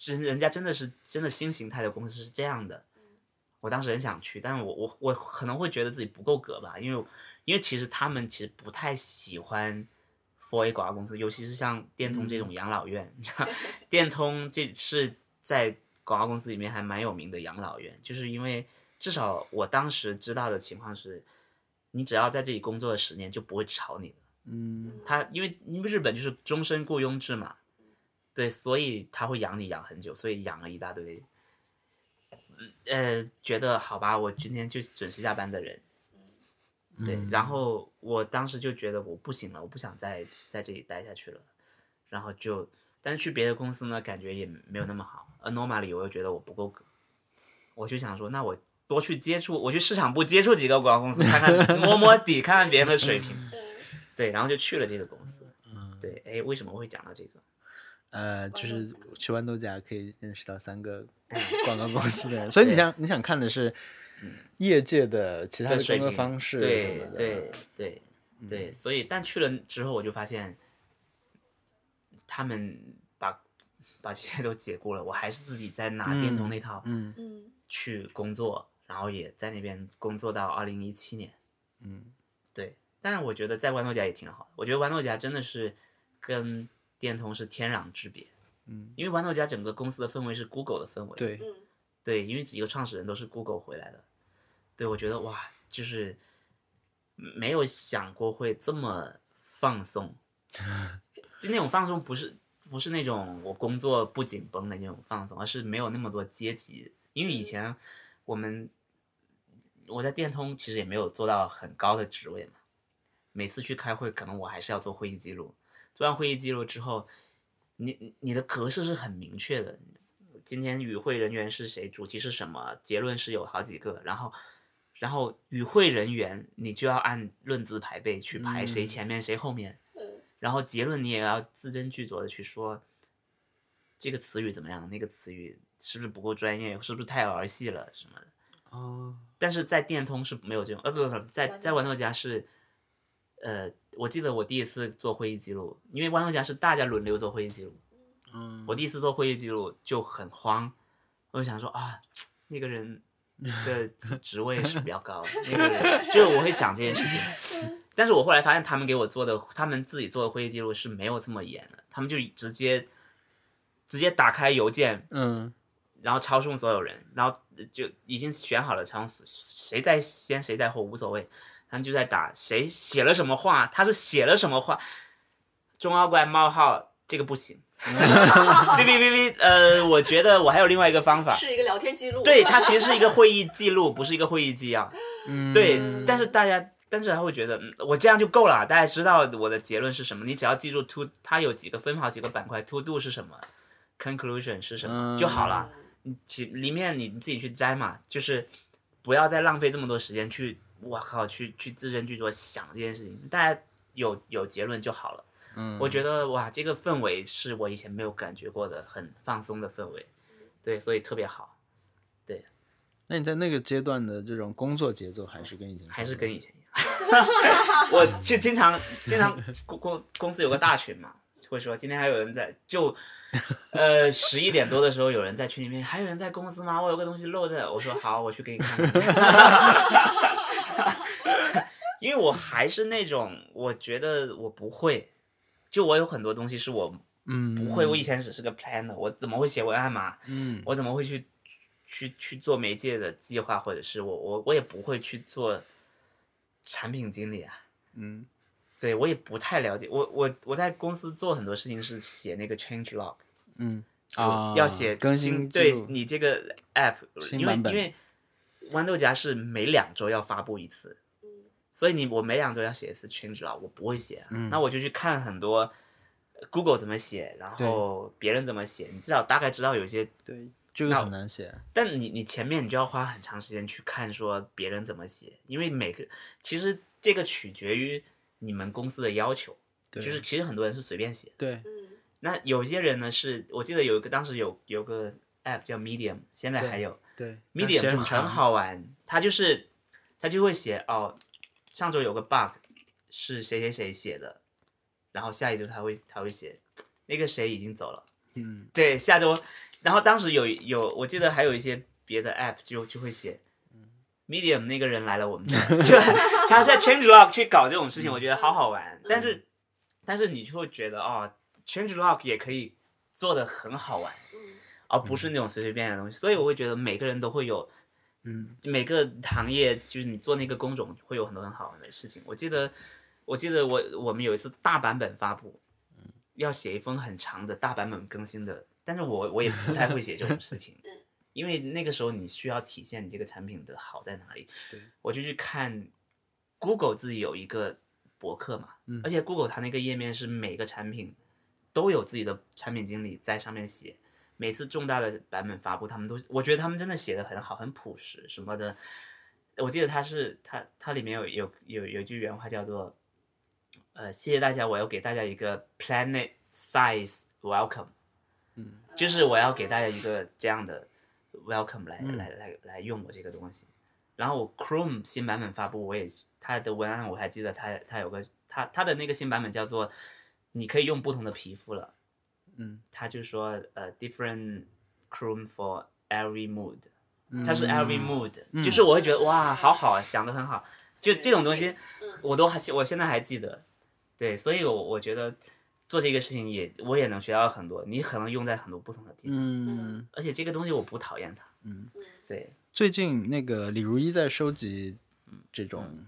Speaker 3: 人人家真的是真的新形态的公司是这样的。我当时很想去，但是我我我可能会觉得自己不够格吧，因为因为其实他们其实不太喜欢 f o A 广告公司，尤其是像电通这种养老院，你知道，电通这是在广告公司里面还蛮有名的养老院，就是因为至少我当时知道的情况是，你只要在这里工作了十年，就不会炒你了。
Speaker 1: 嗯
Speaker 3: 他因为因为日本就是终身雇佣制嘛，对，所以他会养你养很久，所以养了一大堆。嗯呃，觉得好吧，我今天就准时下班的人，对，
Speaker 1: 嗯
Speaker 3: 然后我当时就觉得我不行了，我不想再在这里待下去了，然后就，但是去别的公司呢，感觉也没有那么好。Anomaly 我又觉得我不够格，我就想说，那我多去接触，我去市场部接触几个广告公司，看看 摸摸底，看看别人的水平。
Speaker 2: 嗯
Speaker 3: 对，然后就去了这个公司。
Speaker 4: 嗯
Speaker 3: 对，哎，为什么会讲到这个？
Speaker 4: 呃，就是去豌豆荚可以认识到三 个
Speaker 3: 嗯
Speaker 4: 广告公司 的人，所以你想你想看的是业界的其他
Speaker 3: 对
Speaker 4: 的
Speaker 3: 嗯水
Speaker 4: 工作
Speaker 3: 平
Speaker 4: 方式什
Speaker 3: 对
Speaker 4: 么的，啊嗯
Speaker 3: 对对对，所以但去了之后，我就发现他们把把这些都解雇了，我还是自己在拿电筒那套
Speaker 4: 嗯
Speaker 2: 嗯，
Speaker 3: 去工作，然后也在那边工作到二零一七年。
Speaker 4: 嗯
Speaker 3: 对，但是我觉得在豌豆荚也挺好的。我觉得豌豆荚真的是跟电通是天壤之别，
Speaker 4: 嗯，
Speaker 3: 因为豌豆荚整个公司的氛围是 Google 的氛围，
Speaker 4: 对，
Speaker 2: 嗯，
Speaker 3: 对，因为几个创始人都是 Google 回来的，对我觉得哇，就是没有想过会这么放松，就那种放松不是不是那种我工作不紧绷的那种放松，而是没有那么多阶级，因为以前我们我在电通其实也没有做到很高的职位嘛，每次去开会，可能我还是要做会议记录，做完会议记录之后，你你你的格式是很明确的，今天与会人员是谁，主题是什么，结论是有好几个，然后，然后与会人员你就要按论资排辈去排
Speaker 4: 嗯
Speaker 3: 谁前面谁后面，
Speaker 2: 嗯
Speaker 3: 然后结论你也要字斟句酌的去说，这个词语怎么样，那个词语是不是不够专业，是不是太儿戏了什么的。
Speaker 4: 哦，
Speaker 3: 但是在电通是没有这种，呃，不不不，在在豌豆荚是，呃，我记得我第一次做会议记录，因为豌豆荚是大家轮流做会议记录，
Speaker 4: 嗯，
Speaker 3: 我第一次做会议记录就很慌，我就想说啊，那个人的职职位是比较高，那个人就是我会想这件事情，但是我后来发现他们给我做的，他们自己做的会议记录是没有这么严的，他们就直接直接打开邮件
Speaker 4: 嗯
Speaker 3: 然后抄送所有人，然后就已经选好了抄送谁在先谁在后无所谓，他们就在打谁写了什么话，他是写了什么话，中奥怪冒号这个 不行，C B V V 呃，我觉得我还有另外一个方法，
Speaker 2: 是一个聊天记录，
Speaker 3: 对，它其实是一个会议记录，不是一个会议纪要，
Speaker 4: 嗯，
Speaker 3: 对，但是大家。但是他会觉得，嗯，我这样就够了，大家知道我的结论是什么。你只要记住 to，它有几个分好几个板块，to do 是什么，conclusion 是什么、
Speaker 4: 嗯
Speaker 3: 就好了。其里面你自己去摘嘛，就是不要再浪费这么多时间去，我靠，去去字斟句酌想这件事情，大家有有结论就好了。
Speaker 4: 嗯，
Speaker 3: 我觉得哇，这个氛围是我以前没有感觉过的，很放松的氛围，对，所以特别好，
Speaker 4: 那你在那个阶段的这种工作节奏还是跟以前
Speaker 3: 还是
Speaker 4: 不一
Speaker 3: 跟以前一样。我就经常经常公公公司有个大群嘛，会说今天还有人在就，呃十一点多的时候有人在群里面，还有人在公司吗？我有个东西漏的，我说好，我去给你看看。 因为我还是那种，我觉得我不会，就我有很多东西是我
Speaker 4: 样嗯
Speaker 3: 不会。我以前只是个 planner，我怎么会写文案嘛？
Speaker 4: 嗯
Speaker 3: 我怎么会去去去做媒介的计划，或者是我我我也不会去做产品经理啊。
Speaker 4: 嗯
Speaker 3: 对我也不太了解，我我我在公司做很多事情是写那个 change log，
Speaker 4: 嗯
Speaker 1: 啊
Speaker 3: 要写
Speaker 4: 更
Speaker 3: 新
Speaker 4: 新记
Speaker 3: 对
Speaker 4: 录
Speaker 3: 你这个 app，
Speaker 4: 新
Speaker 3: 因为
Speaker 4: 版本
Speaker 3: 因为豌豆荚是每两周要发布一次，所以你我每两周要写一次 change log，我不会写啊、
Speaker 4: 嗯
Speaker 3: 那我就去看很多 Google 怎么写，然后别人怎么写，你至少大概知道有一些
Speaker 4: 对，这个很难写。
Speaker 3: 但你你前面你就要花很长时间去看说别人怎么写，因为每个其实这个取决于你们公司的要求，
Speaker 4: 对
Speaker 3: 就是其实很多人是随便写，
Speaker 4: 对，
Speaker 2: 嗯
Speaker 3: 那有些人呢是我记得有一个当时有有个 app 叫 Medium，现在
Speaker 4: 对
Speaker 3: 还有
Speaker 4: 对
Speaker 3: Medium 就很，好玩，它就是它就会写哦，上周有个 bug 是谁谁谁写的，然后下一周他会他会写那个谁已经走了。
Speaker 4: 嗯
Speaker 3: 对，下周，然后当时有有，我记得还有一些别的 app 就就会写，Medium 那个人来了，我们这儿就他在 ChangeLog 去搞这种事情，我觉得好好玩。但是但是你就会觉得哦，ChangeLog 也可以做的很好玩，
Speaker 2: 嗯
Speaker 3: 而不是那种随随便便的东西。所以我会觉得每个人都会有
Speaker 4: 嗯
Speaker 3: 每个行业，就是你做那个工种会有很多很好玩的事情。我记得我记得我我们有一次大版本发布，要写一封很长的大版本更新的，但是我我也不太会写这种事情
Speaker 2: 嗯，
Speaker 3: 因为那个时候你需要体现你这个产品的好在哪里
Speaker 4: 对。
Speaker 3: 我就去看 Google 自己有一个博客嘛，
Speaker 4: 嗯
Speaker 3: 而且 Google 它那个页面是每个产品都有自己的产品经理在上面写，每次重大的版本发布，他们都我觉得他们真的写的很好，很朴实什么的。我记得他是他他里面有有有有一句原话叫做，呃，谢谢大家，我要给大家一个 planet size welcome，
Speaker 4: 嗯，
Speaker 3: 就是我要给大家一个这样的 welcome 来来来来用我这个东西。然后 Chrome 新版本发布，我也它的文案我还记得它，它有个它它的那个新版本叫做你可以用不同的皮肤了，
Speaker 4: 嗯，
Speaker 3: 它就说呃 different Chrome for every mood，它
Speaker 4: 嗯
Speaker 3: 是 every mood，、就是我会觉得哇，好好啊，想的很好，就这种东西
Speaker 2: 嗯
Speaker 3: 我都还我现在还记得，对，所以我我觉得做这个事情也我也能学到很多，你可能用在很多不同的地方，
Speaker 4: 嗯，
Speaker 3: 而且这个东西我不讨厌它，
Speaker 2: 嗯
Speaker 3: 对
Speaker 4: 最近那个李如一在收集这种
Speaker 3: 嗯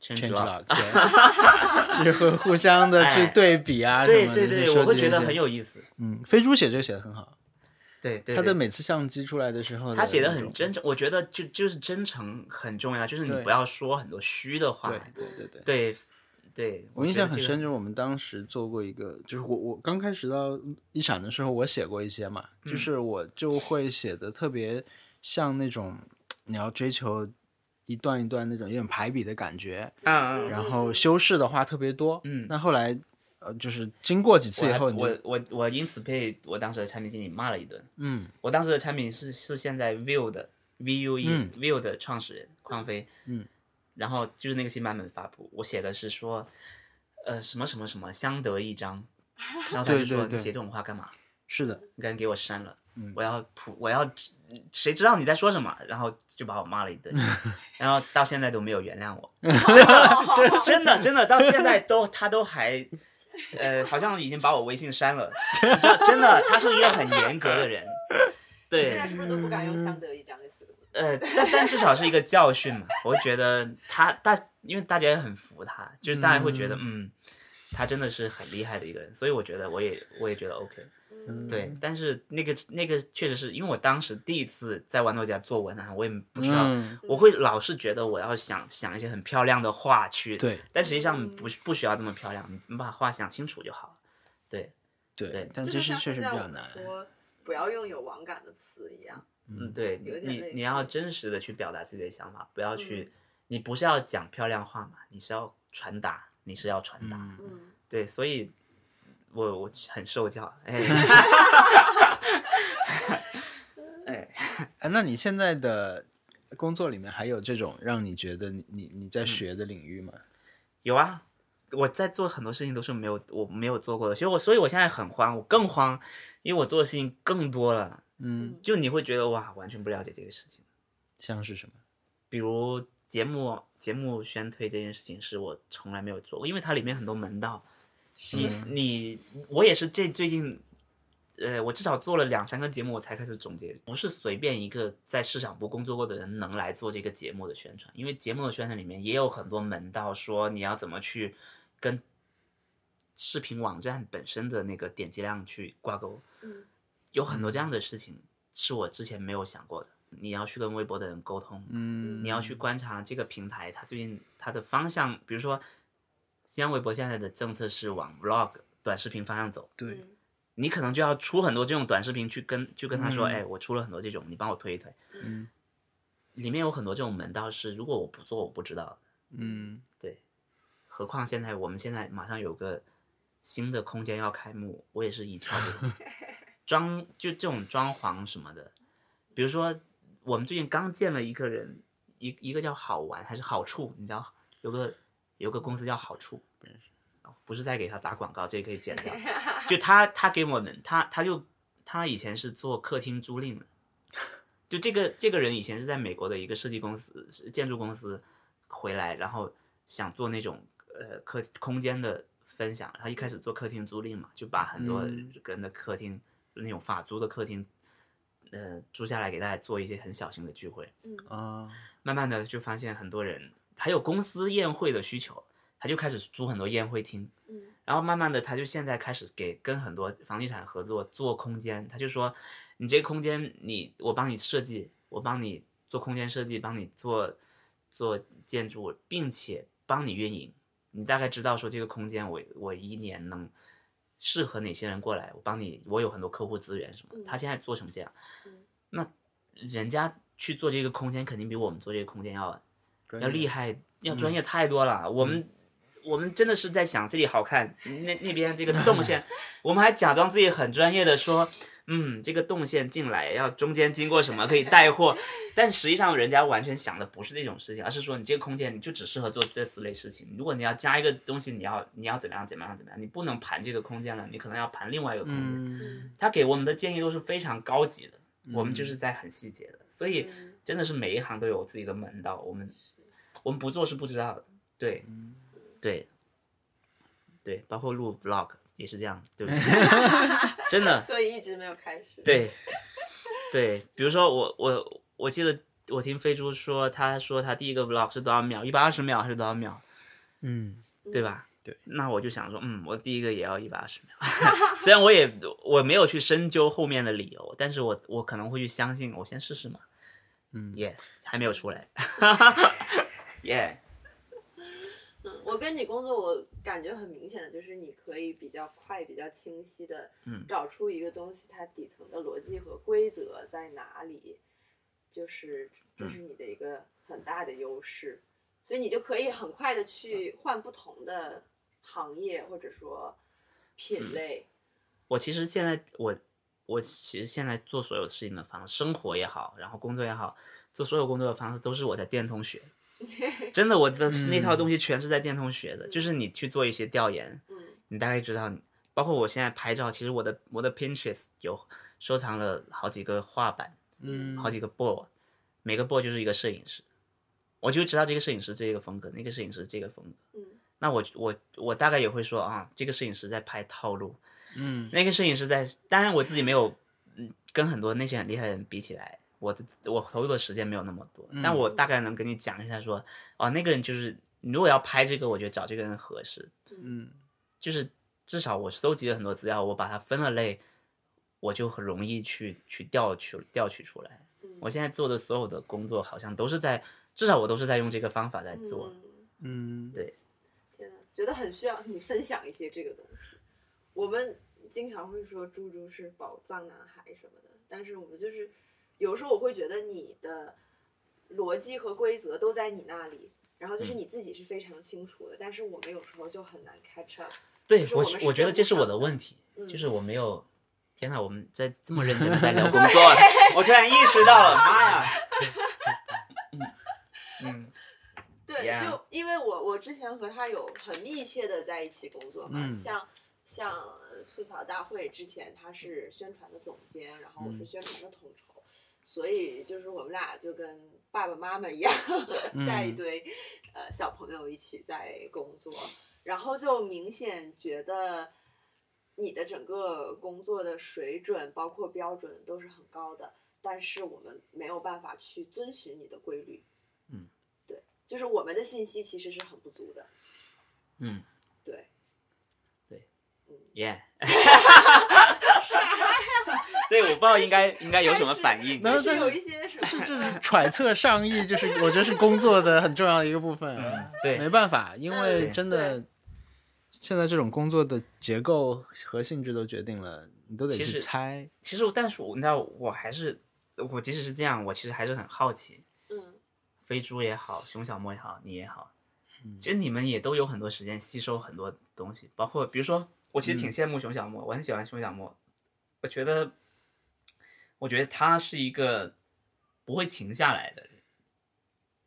Speaker 3: change
Speaker 4: changelog，
Speaker 3: log
Speaker 4: 对， 是会互相的去
Speaker 3: 哎
Speaker 4: 对比啊什
Speaker 3: 对
Speaker 4: 么的，
Speaker 3: 对
Speaker 4: 去
Speaker 3: 对，
Speaker 4: 收
Speaker 3: 我会
Speaker 4: 集
Speaker 3: 觉
Speaker 4: 一
Speaker 3: 得
Speaker 4: 些
Speaker 3: 很有意思。
Speaker 4: 嗯，飞猪写这个写的很好，
Speaker 3: 对对，
Speaker 4: 他
Speaker 3: 对
Speaker 4: 的每次相机出来的时候，
Speaker 3: 他写的很真，诚，我觉得就就是真诚很重要，就是你
Speaker 4: 对
Speaker 3: 不要说很多虚的话
Speaker 4: 对。对对对。
Speaker 3: 对对，
Speaker 4: 我印
Speaker 3: 觉得
Speaker 4: 象很
Speaker 3: 这个
Speaker 4: 深，就是我们当时做过一个，就是我我刚开始到一闪的时候，我写过一些嘛，
Speaker 3: 嗯
Speaker 4: 就是我就会写的特别像那种你要追求一段一段那种有点排比的感觉，
Speaker 3: 嗯嗯
Speaker 4: 然后修饰的话特别多。
Speaker 3: 嗯
Speaker 4: 那后来呃，就是经过几次以
Speaker 3: 我还
Speaker 4: 后，你就
Speaker 3: 我我我因此被我当时的产品经理骂了一顿。
Speaker 4: 嗯
Speaker 3: 我当时的产品是是现在 Vue 的 V U E、
Speaker 4: 嗯
Speaker 3: Vue 的创始人邝飞，
Speaker 4: 嗯，
Speaker 3: 然后就是那个新版本发布，我写的是说，呃，什么什么什么相得益彰，然后他
Speaker 4: 对
Speaker 3: 就说
Speaker 4: 对对
Speaker 3: 你写这种话干嘛？
Speaker 4: 是的，
Speaker 3: 你赶紧给我删了，
Speaker 4: 嗯
Speaker 3: 我要普，我要谁知道你在说什么？然后就把我骂了一顿，然后到现在都没有原谅我，真的真的真的到现在都他都还。呃，好像已经把我微信删了，就真的，他是一个很严格的人，对，
Speaker 2: 现在是不是都不敢用“相得益彰”这四个字？
Speaker 3: 呃，但但至少是一个教训嘛。我觉得他大，因为大家也很服他，就是大家会觉得，嗯他真的是很厉害的一个人，所以我觉得我也我也觉得 OK。
Speaker 2: 嗯，
Speaker 3: 对，但是那个那个确实是因为我当时第一次在豌豆荚做文啊案，我也不知道，
Speaker 4: 嗯
Speaker 3: 我会老是觉得我要想想一些很漂亮的话去，
Speaker 4: 对
Speaker 3: 但实际上
Speaker 2: 嗯
Speaker 3: 不不需要这么漂亮，你把话想清楚就好了。对，
Speaker 4: 对
Speaker 3: 对
Speaker 4: 但
Speaker 2: 就
Speaker 4: 这
Speaker 2: 是
Speaker 4: 是
Speaker 2: 像
Speaker 4: 确实
Speaker 2: 现
Speaker 4: 比
Speaker 2: 在我
Speaker 4: 较
Speaker 2: 们
Speaker 4: 难。
Speaker 2: 说不要用有网感的词一样。
Speaker 3: 嗯，对
Speaker 2: 有点类
Speaker 3: 你，
Speaker 2: 似嗯
Speaker 3: 你要真实的去表达自己的想法，不要去，你不是要讲漂亮话嘛，你是要传达，你是要传达，
Speaker 4: 嗯，
Speaker 2: 嗯，
Speaker 3: 对，所以我我很受教，哎， 哎，
Speaker 4: 哎，那你现在的工作里面还有这种让你觉得你你你
Speaker 3: 嗯
Speaker 4: 在学的领域吗？
Speaker 3: 有啊，我在做很多事情都是没有我没有做过的，所以我所以我现在很慌，我更慌，因为我做的事情更多了，
Speaker 4: 嗯，
Speaker 2: 嗯
Speaker 3: 就你会觉得哇，完全不了解这个事情。
Speaker 4: 像是
Speaker 3: 嗯
Speaker 4: 什么？
Speaker 3: 比如节目节目宣推这件事情，是我从来没有做过，因为它里面很多门道。你你我也是这最近，呃，我至少做了两三个节目，我才开始总结，不是随便一个在市场部工作过的人能来做这个节目的宣传，因为节目的宣传里面也有很多门道，说你要怎么去跟视频网站本身的那个点击量去挂钩。
Speaker 2: 嗯
Speaker 3: 有很多这样的事情是我之前没有想过的。你要去跟微博的人沟通，
Speaker 4: 嗯
Speaker 3: 你要去观察这个平台，它最近它的方向，比如说，新浪微博现在的政策是往 vlog 短视频方向走，
Speaker 4: 对，
Speaker 2: 嗯
Speaker 3: 你可能就要出很多这种短视频去跟去跟他说，
Speaker 4: 嗯
Speaker 3: 哎，我出了很多这种，你帮我推一推。
Speaker 4: 嗯，
Speaker 3: 里面有很多这种门道是，如果我不做，我不知道的。
Speaker 4: 嗯
Speaker 3: 对，何况现在我们现在马上有个新的空间要开幕，我也是一窍不 通。装就这种装潢什么的，比如说我们最近刚见了一个人，一一个叫好玩还是好处，你知道有个有个公司叫好处，不认识，不是在给他打广告，这个可以剪掉。就他他给我们，他他就他以前是做客厅租赁的。就这个这个人以前是在美国的一个设计公司、是建筑公司回来，然后想做那种呃客空间的分享。他一开始做客厅租赁嘛，就把很多
Speaker 4: 嗯
Speaker 3: 人的客厅、那种法租的客厅，呃租下来给大家做一些很小型的聚会。
Speaker 2: 嗯
Speaker 4: 啊，
Speaker 3: 慢慢的就发现很多人还有公司宴会的需求，他就开始租很多宴会厅。
Speaker 2: 嗯
Speaker 3: 然后慢慢的，他就现在开始给跟很多房地产合作做空间，他就说，你这个空间你我帮你设计，我帮你做空间设计，帮你做做建筑，并且帮你运营。你大概知道说这个空间我我一年能适合哪些人过来，我帮你，我有很多客户资源什么的。他现在做成这样，那人家去做这个空间，肯定比我们做这个空间要要厉害，要专业太多了。我们我们真的是在想这里好看，那那边这个动线，我们还假装自己很专业的说。嗯，这个动线进来要中间经过什么可以带货，但实际上人家完全想的不是这种事情，而是说你这个空间你就只适合做这四类事情。如果你要加一个东西，你要你要怎么样怎么样怎么样，你不能盘这个空间了，你可能要盘另外一个空间。
Speaker 4: 嗯
Speaker 3: 他给我们的建议都是非常高级的，我们就是在很细节的，所以
Speaker 2: 嗯
Speaker 3: 真的是每一行都有自己的门道，我们我们不做是不知道的，对，
Speaker 4: 嗯
Speaker 3: 对，对，包括录 vlog 也是这样，对不对？真
Speaker 2: 嗯
Speaker 3: 的，
Speaker 5: 所以一直没有开始。，
Speaker 3: 对，对，比如说我我我记得我听飞猪说，他说他第一个 vlog 是多少秒，一百二十秒还是多少秒，
Speaker 4: 嗯，
Speaker 3: 对吧？
Speaker 4: 对，
Speaker 3: 那我就想说，嗯，我第一个也要一百二十秒。虽然我也我没有去深究后面的理由，但是我我可能会去相信，我先试试嘛。
Speaker 4: 嗯
Speaker 3: 耶、还没有出来，耶、
Speaker 2: 嗯，我跟你工作，我感觉很明显的就是你可以比较快、比较清晰的
Speaker 3: 嗯
Speaker 2: 找出一个东西它底层的逻辑和规则在哪里，就是这
Speaker 4: 嗯
Speaker 2: 是你的一个很大的优势，所以你就可以很快的去换不同的行业或者说
Speaker 4: 嗯
Speaker 2: 品类。
Speaker 3: 我其实现在我我其实现在做所有事情的方式，生活也好，然后工作也好，做所有工作的方式都是我在电通学的。真的，我的那套东西全是在电通学的，就是你去做一些调研，
Speaker 2: 嗯
Speaker 3: 你大概知道你，包括我现在拍照，其实我的我的 Pinterest 有收藏了好几个画板，
Speaker 4: 嗯
Speaker 3: 好几个 board，每个 board 就是一个摄影师，我就知道这个摄影师这个风格，那个摄影师这个风格。
Speaker 2: 嗯
Speaker 3: 那我我我大概也会说啊，这个摄影师在拍套路，
Speaker 4: 嗯
Speaker 3: 那个摄影师在，当然我自己没有，嗯，跟很多那些很厉害的人比起来，我的我投入的时间没有那么多，但我大概能跟你讲一下说，哦，那个人就是，如果要拍这个，我觉得找这个人合适，
Speaker 4: 嗯
Speaker 3: 就是至少我搜集了很多资料，我把它分了类，我就很容易去去调取调取出来。
Speaker 2: 嗯，
Speaker 3: 我现在做的所有的工作，好像都是在，至少我都是在用这个方法在做。
Speaker 2: 嗯
Speaker 4: 嗯
Speaker 2: 天呐，觉得很需要你分享一些这个东西。我们经常会说猪猪是宝藏男孩什么的，但是我们就是有时候我会觉得你的逻辑和规则都在你那里，然后就是
Speaker 3: 嗯
Speaker 2: 你自己是非常清楚的，但是我们有时候就很难 catch up。
Speaker 3: 对
Speaker 2: 就是
Speaker 3: 我
Speaker 2: 我们，是
Speaker 3: 我觉
Speaker 2: 跟
Speaker 3: 得
Speaker 2: 不
Speaker 3: 这是我
Speaker 2: 上
Speaker 3: 的
Speaker 2: 的
Speaker 3: 问题，
Speaker 2: 嗯
Speaker 3: 就是我没有。天呐，我们在这么认真的 在聊工作，啊我突然意识到了，妈呀！嗯
Speaker 2: 对
Speaker 3: Yeah
Speaker 2: 就因为我我之前和他有很密切的在一起工作嘛，
Speaker 4: 嗯
Speaker 2: 像像呃吐槽大会之前他是宣传的总监，然后我是宣传的统筹，所以就是我们俩就跟爸爸妈妈一样，
Speaker 3: 嗯
Speaker 2: 带一堆呃小朋友一起在工作，然后就明显觉得你的整个工作的水准包括标准都是很高的，但是我们没有办法去遵循你的规律。
Speaker 3: 嗯，
Speaker 2: 对，就是我们的信息其实是很不足的。
Speaker 3: 嗯
Speaker 2: 对，
Speaker 3: ，yeah。对，我不知道应该应该有什么反应。
Speaker 4: 没有
Speaker 2: 还是
Speaker 4: 但是
Speaker 2: 有一些什
Speaker 4: 是
Speaker 2: 么？
Speaker 4: 就是揣测上意，就是我觉得是工作的很重要的一个部分。啊
Speaker 3: 嗯，
Speaker 4: 没
Speaker 3: 对，
Speaker 4: 办法，因为
Speaker 3: 嗯
Speaker 4: 真的，现在这种工作的结构和性质都决定了，你都得
Speaker 3: 其
Speaker 4: 去
Speaker 3: 实
Speaker 4: 猜。
Speaker 3: 其实我但是我你知道，我还是我即使是这样，我其实还是很好奇，
Speaker 2: 嗯，
Speaker 3: 飞猪也好，熊小莫也好，你也好，其实你们也都有很多时间吸收很多东西，包括比如说，我其实挺羡慕熊小莫，我很喜欢熊小莫，我觉得，我觉得他是一个不会停下来的人，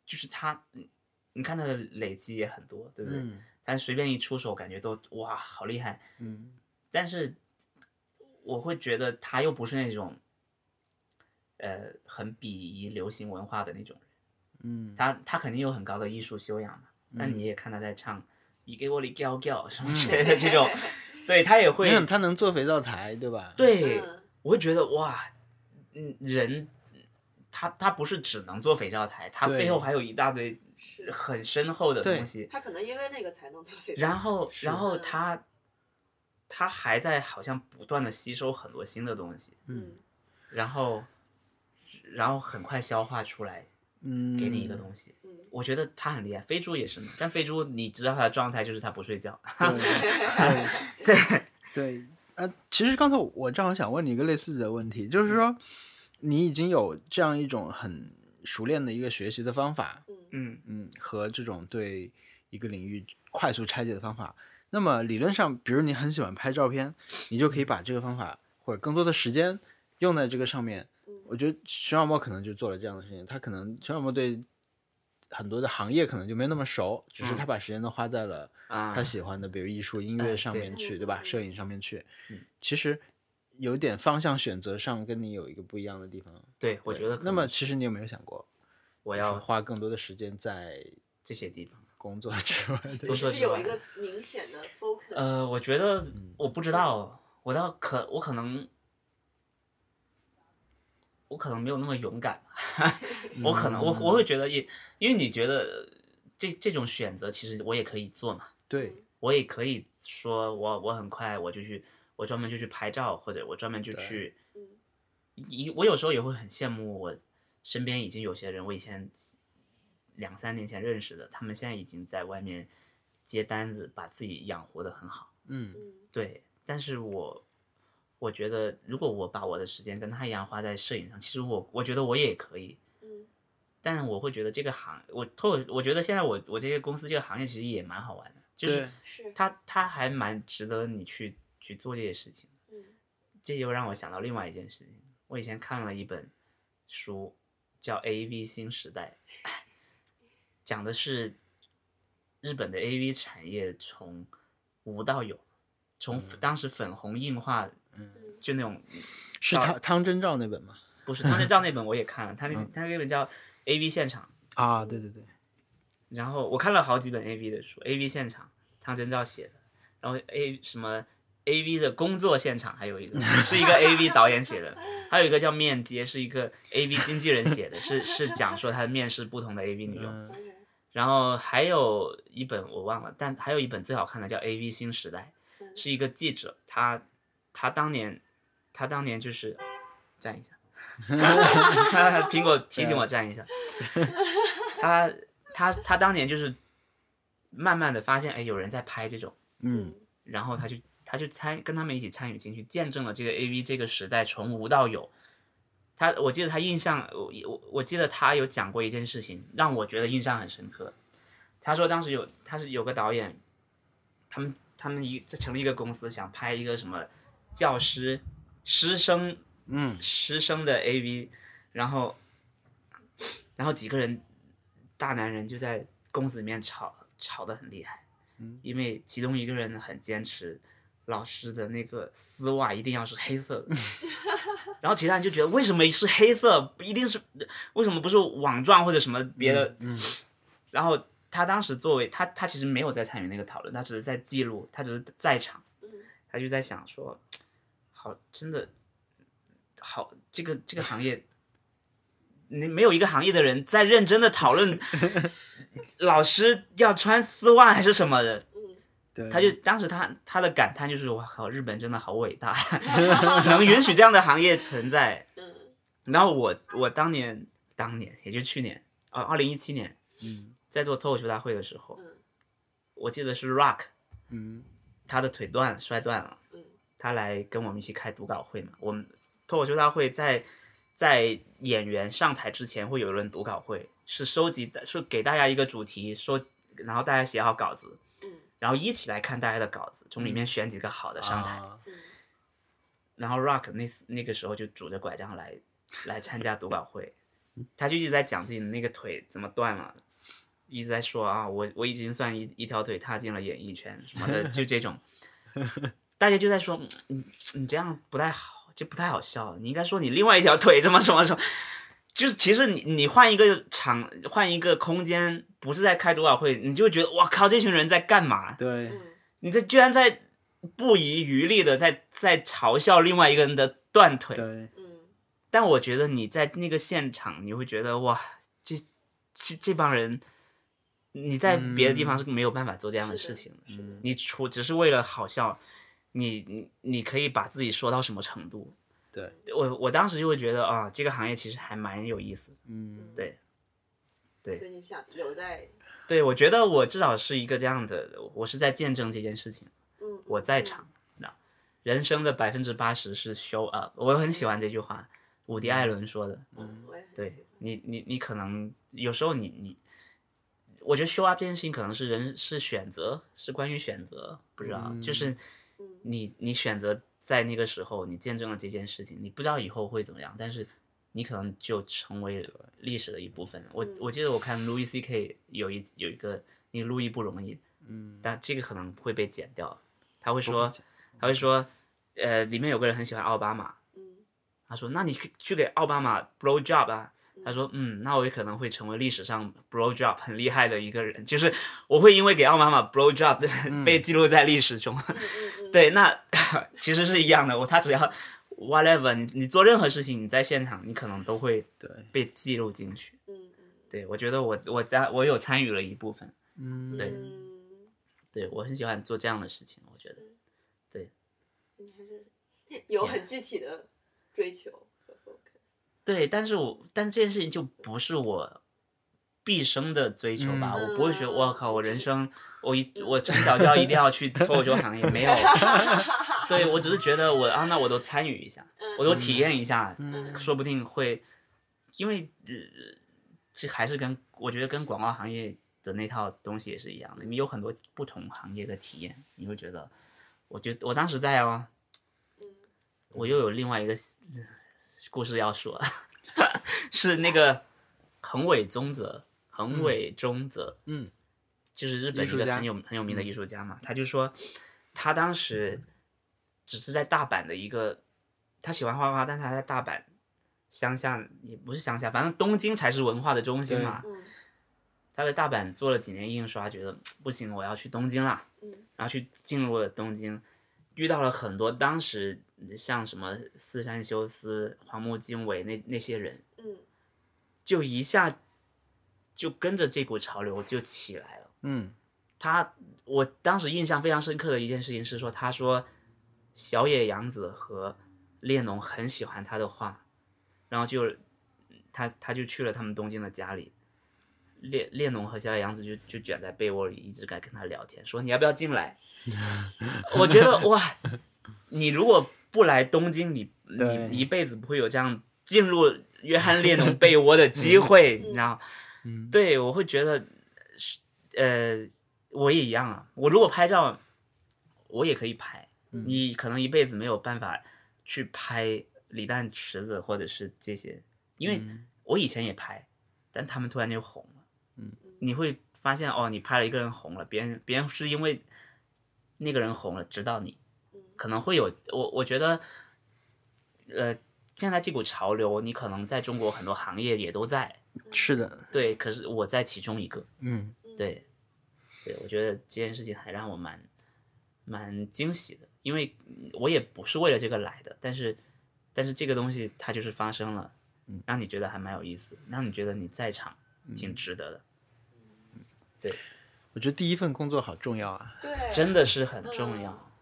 Speaker 3: 就是他，嗯你看他的累积也很多，对不对？
Speaker 4: 嗯
Speaker 3: 但随便一出手，感觉都哇，好厉害，
Speaker 4: 嗯
Speaker 3: 但是我会觉得他又不是那种，呃，很鄙夷流行文化的那种人。
Speaker 4: 嗯，
Speaker 3: 他他肯定有很高的艺术修养嘛。但你也看他在唱《你给我里叫叫》什么之类的这种， 对他也会
Speaker 4: 嗯没有他能做肥皂台，对吧？，
Speaker 3: 对，
Speaker 2: 嗯
Speaker 3: 我会觉得哇，嗯，人他他不是只能做肥皂台，他
Speaker 4: 对
Speaker 3: 背后还有一大堆
Speaker 2: 是
Speaker 3: 很深厚的东西。
Speaker 2: 他可能因为那个才能做非常。
Speaker 3: 然后然后
Speaker 2: 嗯
Speaker 3: 他他还在好像不断的吸收很多新的东西，
Speaker 2: 嗯，
Speaker 3: 然后然后很快消化出来，
Speaker 4: 嗯，
Speaker 3: 给你一个东西。
Speaker 2: 嗯
Speaker 3: 我觉得他很厉害，飞 猪也是嘛。但飞猪你知道他的状态就是他不睡觉，
Speaker 4: 对。对
Speaker 3: 对
Speaker 4: 对，呃，其实刚才我正好想问你一个类似的问题，就是说你已经有这样一种很熟练的一个学习的方法，
Speaker 2: 嗯
Speaker 3: 嗯
Speaker 4: 嗯，和这种对一个领域快速拆解的方法。那么理论上，比如你很喜欢拍照片，你就可以把这个方法或者更多的时间用在这个上面。
Speaker 2: 嗯
Speaker 4: 我觉得徐小沫可能就做了这样的事情，他可能徐小沫对很多的行业可能就没那么熟，只是他把时间都花在了
Speaker 3: 啊
Speaker 4: 他，喜欢的，比如艺术、音
Speaker 3: 嗯哎
Speaker 4: 乐上
Speaker 3: 对
Speaker 4: 面去，
Speaker 2: 嗯
Speaker 4: 对吧
Speaker 2: 嗯？嗯
Speaker 4: 摄影上面去
Speaker 3: 嗯，
Speaker 4: 其实有点方向选择上跟你有一个不一样的地方。
Speaker 3: 对，我觉得
Speaker 4: 对
Speaker 3: 可
Speaker 4: 那
Speaker 3: 能
Speaker 4: 么其实你有没有想过，
Speaker 3: 我
Speaker 4: 就是
Speaker 3: 要
Speaker 4: 花更多的时间在
Speaker 3: 这些地方。
Speaker 4: 工作之外的
Speaker 2: 对，
Speaker 3: 工
Speaker 2: 是
Speaker 3: 作
Speaker 2: 不是
Speaker 3: 之
Speaker 2: 有
Speaker 3: 外
Speaker 2: 一个明显的 focus？
Speaker 4: 嗯
Speaker 3: 呃，我觉得我不知道，我倒可我可能我可能没有那么勇敢，
Speaker 4: 嗯
Speaker 3: 我可能我我会觉得也，因为你觉得这这种选择其实我也可以做嘛，
Speaker 4: 对，
Speaker 3: 我也可以说我我很快我就去我专门就去拍照，或者我专门就
Speaker 4: 对
Speaker 3: 去
Speaker 2: 嗯
Speaker 3: 一我有时候也会很羡慕我身边已经有些人，我以前两三年前认识的，他们现在已经在外面接单子，把自己养活的很好。
Speaker 4: 嗯，
Speaker 2: 嗯
Speaker 3: 对，但是我我觉得，如果我把我的时间跟他一样花在摄影上，其实我我觉得我也可以，
Speaker 2: 嗯
Speaker 3: 但我会觉得这个行，我透，我觉得现在我我这个公司这个行业其实也蛮好玩的，就是
Speaker 4: 对
Speaker 2: 是
Speaker 3: 它它还蛮值得你去去做这些事情。
Speaker 2: 嗯
Speaker 3: 这又让我想到另外一件事情，我以前看了一本书，叫《A V 新时代》，讲的是日本的 A V 产业从无到有，从当时粉红硬化，
Speaker 2: 嗯
Speaker 3: 就那种
Speaker 4: 是
Speaker 3: 到
Speaker 4: 汤汤真照那本吗？
Speaker 3: 不是他那照那本我也看了，他那他那本叫《A V 现场》，
Speaker 4: 啊，对对对，
Speaker 3: 然后我看了好几本 A V 的书，《A V 现场》汤真照写的，然后 A 什么 A V 的工作现场，还有一个是一个 A V 导演写的，还有一个叫面接，是一个 A V 经纪人写的，是是讲说他面试不同的 A V 女优，
Speaker 4: 嗯，
Speaker 2: ，OK，
Speaker 3: 然后还有一本我忘了，但还有一本最好看的叫《A V 新时代》，
Speaker 2: 嗯
Speaker 3: 是一个记者，他他当年他当年就是站一下， 苹果提醒我站一下，他他他当年就是慢慢的发现，哎，有人在拍这种，
Speaker 4: 嗯，
Speaker 3: 然后他就他就参跟他们一起参与进去，见证了这个 A V 这个时代从无到有。他我记得他印象，我我我记得他有讲过一件事情，让我觉得印象很深刻。他说当时有他是有个导演，他们他们一成立一个公司，想拍一个什么教师师生
Speaker 4: 嗯
Speaker 3: 师生的 A V，然后然后几个人大男人就在公司里面吵吵得很厉害，
Speaker 4: 嗯，
Speaker 3: 因为其中一个人很坚持老师的那个丝袜一定要是黑色的， 然后其他人就觉得为什么是黑色，一定是为什么不是网状或者什么别的，
Speaker 4: 嗯嗯
Speaker 3: 然后他当时作为他他其实没有在参与那个讨论，他只是在记录，他只是在场。
Speaker 2: 嗯
Speaker 3: 他就在想说，好，真的好，这个这个行业，你没有一个行业的人在认真的讨论老师要穿丝袜还是什么的。
Speaker 2: 嗯
Speaker 4: 对，
Speaker 3: 他就当时他他的感叹就是，哇靠，日本真的好伟大， 能允许这样的行业存在。
Speaker 2: 嗯
Speaker 3: 然后我我当年当年也就去年啊，二零一七年
Speaker 4: 嗯
Speaker 3: 在做脱口秀大会的时候，
Speaker 2: 嗯
Speaker 3: 我记得是 Rock
Speaker 4: 嗯
Speaker 3: 他的腿断了摔断了。
Speaker 2: 嗯
Speaker 3: 他来跟我们一起开读稿会嘛。我们脱口秀大会在在演员上台之前会有一轮读稿会，是收集是给大家一个主题，说然后大家写好稿子，
Speaker 2: 嗯
Speaker 3: 然后一起来看大家的稿子，从里面选几个好的上台。
Speaker 4: 啊
Speaker 2: 嗯
Speaker 3: 然后 Rock 那次那个时候就拄着拐杖来来参加读稿会，他就一直在讲自己的那个腿怎么断了，一直在说啊，我我已经算一一条腿踏进了演艺圈什么的，就这种，大家就在说嗯你你这样不太好，这不太好笑，你应该说你另外一条腿怎么什么什么。就是其实你你换一个场换一个空间，不是在开读稿会，你就会觉得我靠，这群人在干嘛？
Speaker 4: 对，
Speaker 2: 嗯
Speaker 3: 你这居然在不遗余力的在在嘲笑另外一个人的断腿，
Speaker 4: 对，
Speaker 2: 嗯
Speaker 3: 但我觉得你在那个现场，你会觉得哇，这这这帮人，你在别的地方是没有办法做这样的
Speaker 2: 是
Speaker 3: 事
Speaker 2: 的
Speaker 3: 情的。
Speaker 2: 是
Speaker 4: 嗯
Speaker 2: 的
Speaker 3: 你除只是为了好笑，你你你可以把自己说到什么程度？
Speaker 4: 对，
Speaker 3: 我我当时就会觉得啊，这个行业其实还蛮有意思的。
Speaker 4: 嗯
Speaker 3: 对对
Speaker 2: 所以你想留在
Speaker 3: 对我觉得我至少是一个这样的，我是在见证这件事情。
Speaker 2: 嗯
Speaker 3: 我在场，那人生的百分之八十是 show up。我很喜欢这句话，伍迪·艾伦说的。
Speaker 2: 嗯，我也很
Speaker 3: 对
Speaker 2: 喜欢
Speaker 3: 你，你你可能有时候你你，我觉得 show up 这件事情可能是人是选择，是关于选择，不知道，就是
Speaker 2: 嗯
Speaker 3: 你你选择在那个时候你见证了这件事情，你不知道以后会怎么样，但是你可能就成为历史的一部分。我
Speaker 2: 嗯
Speaker 3: 我记得我看 Louis C K 有一有一个那个路易不容易，嗯，但这个可能会被剪掉，他会说他会说，呃，里面有个人很喜欢奥巴马，
Speaker 2: 嗯
Speaker 3: 他说：“那你去去给奥巴马 blow job 啊？”他说：“嗯，那我也可能会成为历史上 blow job 很厉害的一个人，就是我会因为给奥巴马 blow job 被记录在历史中。
Speaker 2: 嗯嗯嗯，
Speaker 3: 对，那其实是一样的。我他只要 whatever，你你做任何事情，你在现场，你可能都会
Speaker 4: 对
Speaker 3: 被记录进去。
Speaker 2: 嗯嗯
Speaker 3: 对我觉得我我在我有参与了一部分，
Speaker 4: 嗯，
Speaker 3: 对
Speaker 2: 嗯
Speaker 3: 对我很喜欢做这样的事情。我觉得
Speaker 2: 你还是有很具体的追求和 focus。
Speaker 3: 对，但是我但是这件事情就不是我毕生的追求吧，
Speaker 2: 嗯
Speaker 3: 我不会觉得
Speaker 2: 嗯
Speaker 3: 我靠，我
Speaker 2: 你
Speaker 3: 人
Speaker 2: 只
Speaker 3: 生我一我从小就要一定要去脱口秀行业，没 有，对我只是觉得我啊，那我都参与一下，我都体验一下，
Speaker 2: 嗯
Speaker 3: 说不定会，因为、呃、这还是跟我觉得跟广告行业的那套东西也是一样的，你有很多不同行业的体验，你会觉得，我觉得我当时在啊，
Speaker 2: 嗯
Speaker 3: 我又有另外一个呃故事要说， 是那个横尾宗泽，横尾中泽，
Speaker 4: 嗯，
Speaker 3: 就是日本一
Speaker 4: 艺术
Speaker 3: 个
Speaker 4: 家嗯
Speaker 3: 很有很有名的艺术家嘛，他就说他当时只是在大阪的一个，他喜欢画画，但是他在大阪乡下也不是乡下，反正东京才是文化的中心嘛。
Speaker 2: 嗯
Speaker 3: 他在大阪做了几年印刷，觉得不行，我要去东京啦。
Speaker 2: 嗯
Speaker 3: 然后去进入了东京，遇到了很多当时像什么四山修斯、荒木经惟那那些人，
Speaker 2: 嗯
Speaker 3: 就一下就跟着这股潮流就起来了。
Speaker 4: 嗯
Speaker 3: 他我当时印象非常深刻的一件事情是说，他说小野洋子和列侬很喜欢他的画，然后就他他就去了他们东京的家里，列列侬和小野洋子就就卷在被窝里一直在跟他聊天，说你要不要进来？我觉得哇，你如果不来东京，你
Speaker 4: 对
Speaker 3: 你一辈子不会有这样进入约翰列侬被窝的机会，你知道？
Speaker 4: 嗯
Speaker 3: 对，我会觉得是呃，我也一样啊。我如果拍照，我也可以拍。你可能一辈子没有办法去拍李诞、池子或者是这些，因为我以前也拍，但他们突然就红了。
Speaker 4: 嗯，
Speaker 3: 你会发现哦，你拍了一个人红了，别人别人是因为那个人红了知道你，
Speaker 2: 嗯
Speaker 3: 可能会有我，我觉得，呃，现在这股潮流，你可能在中国很多行业也都在，
Speaker 4: 是的，
Speaker 3: 对，可是我在其中一个，
Speaker 4: 嗯
Speaker 2: 嗯，
Speaker 3: 对，对，我觉得这件事情还让我蛮蛮惊喜的，因为我也不是为了这个来的，但是但是这个东西它就是发生了，让你觉得还蛮有意思，让你觉得你在场挺值得的，
Speaker 4: 我觉得第一份工作好重要啊，
Speaker 2: 对，
Speaker 3: 真的是很重要，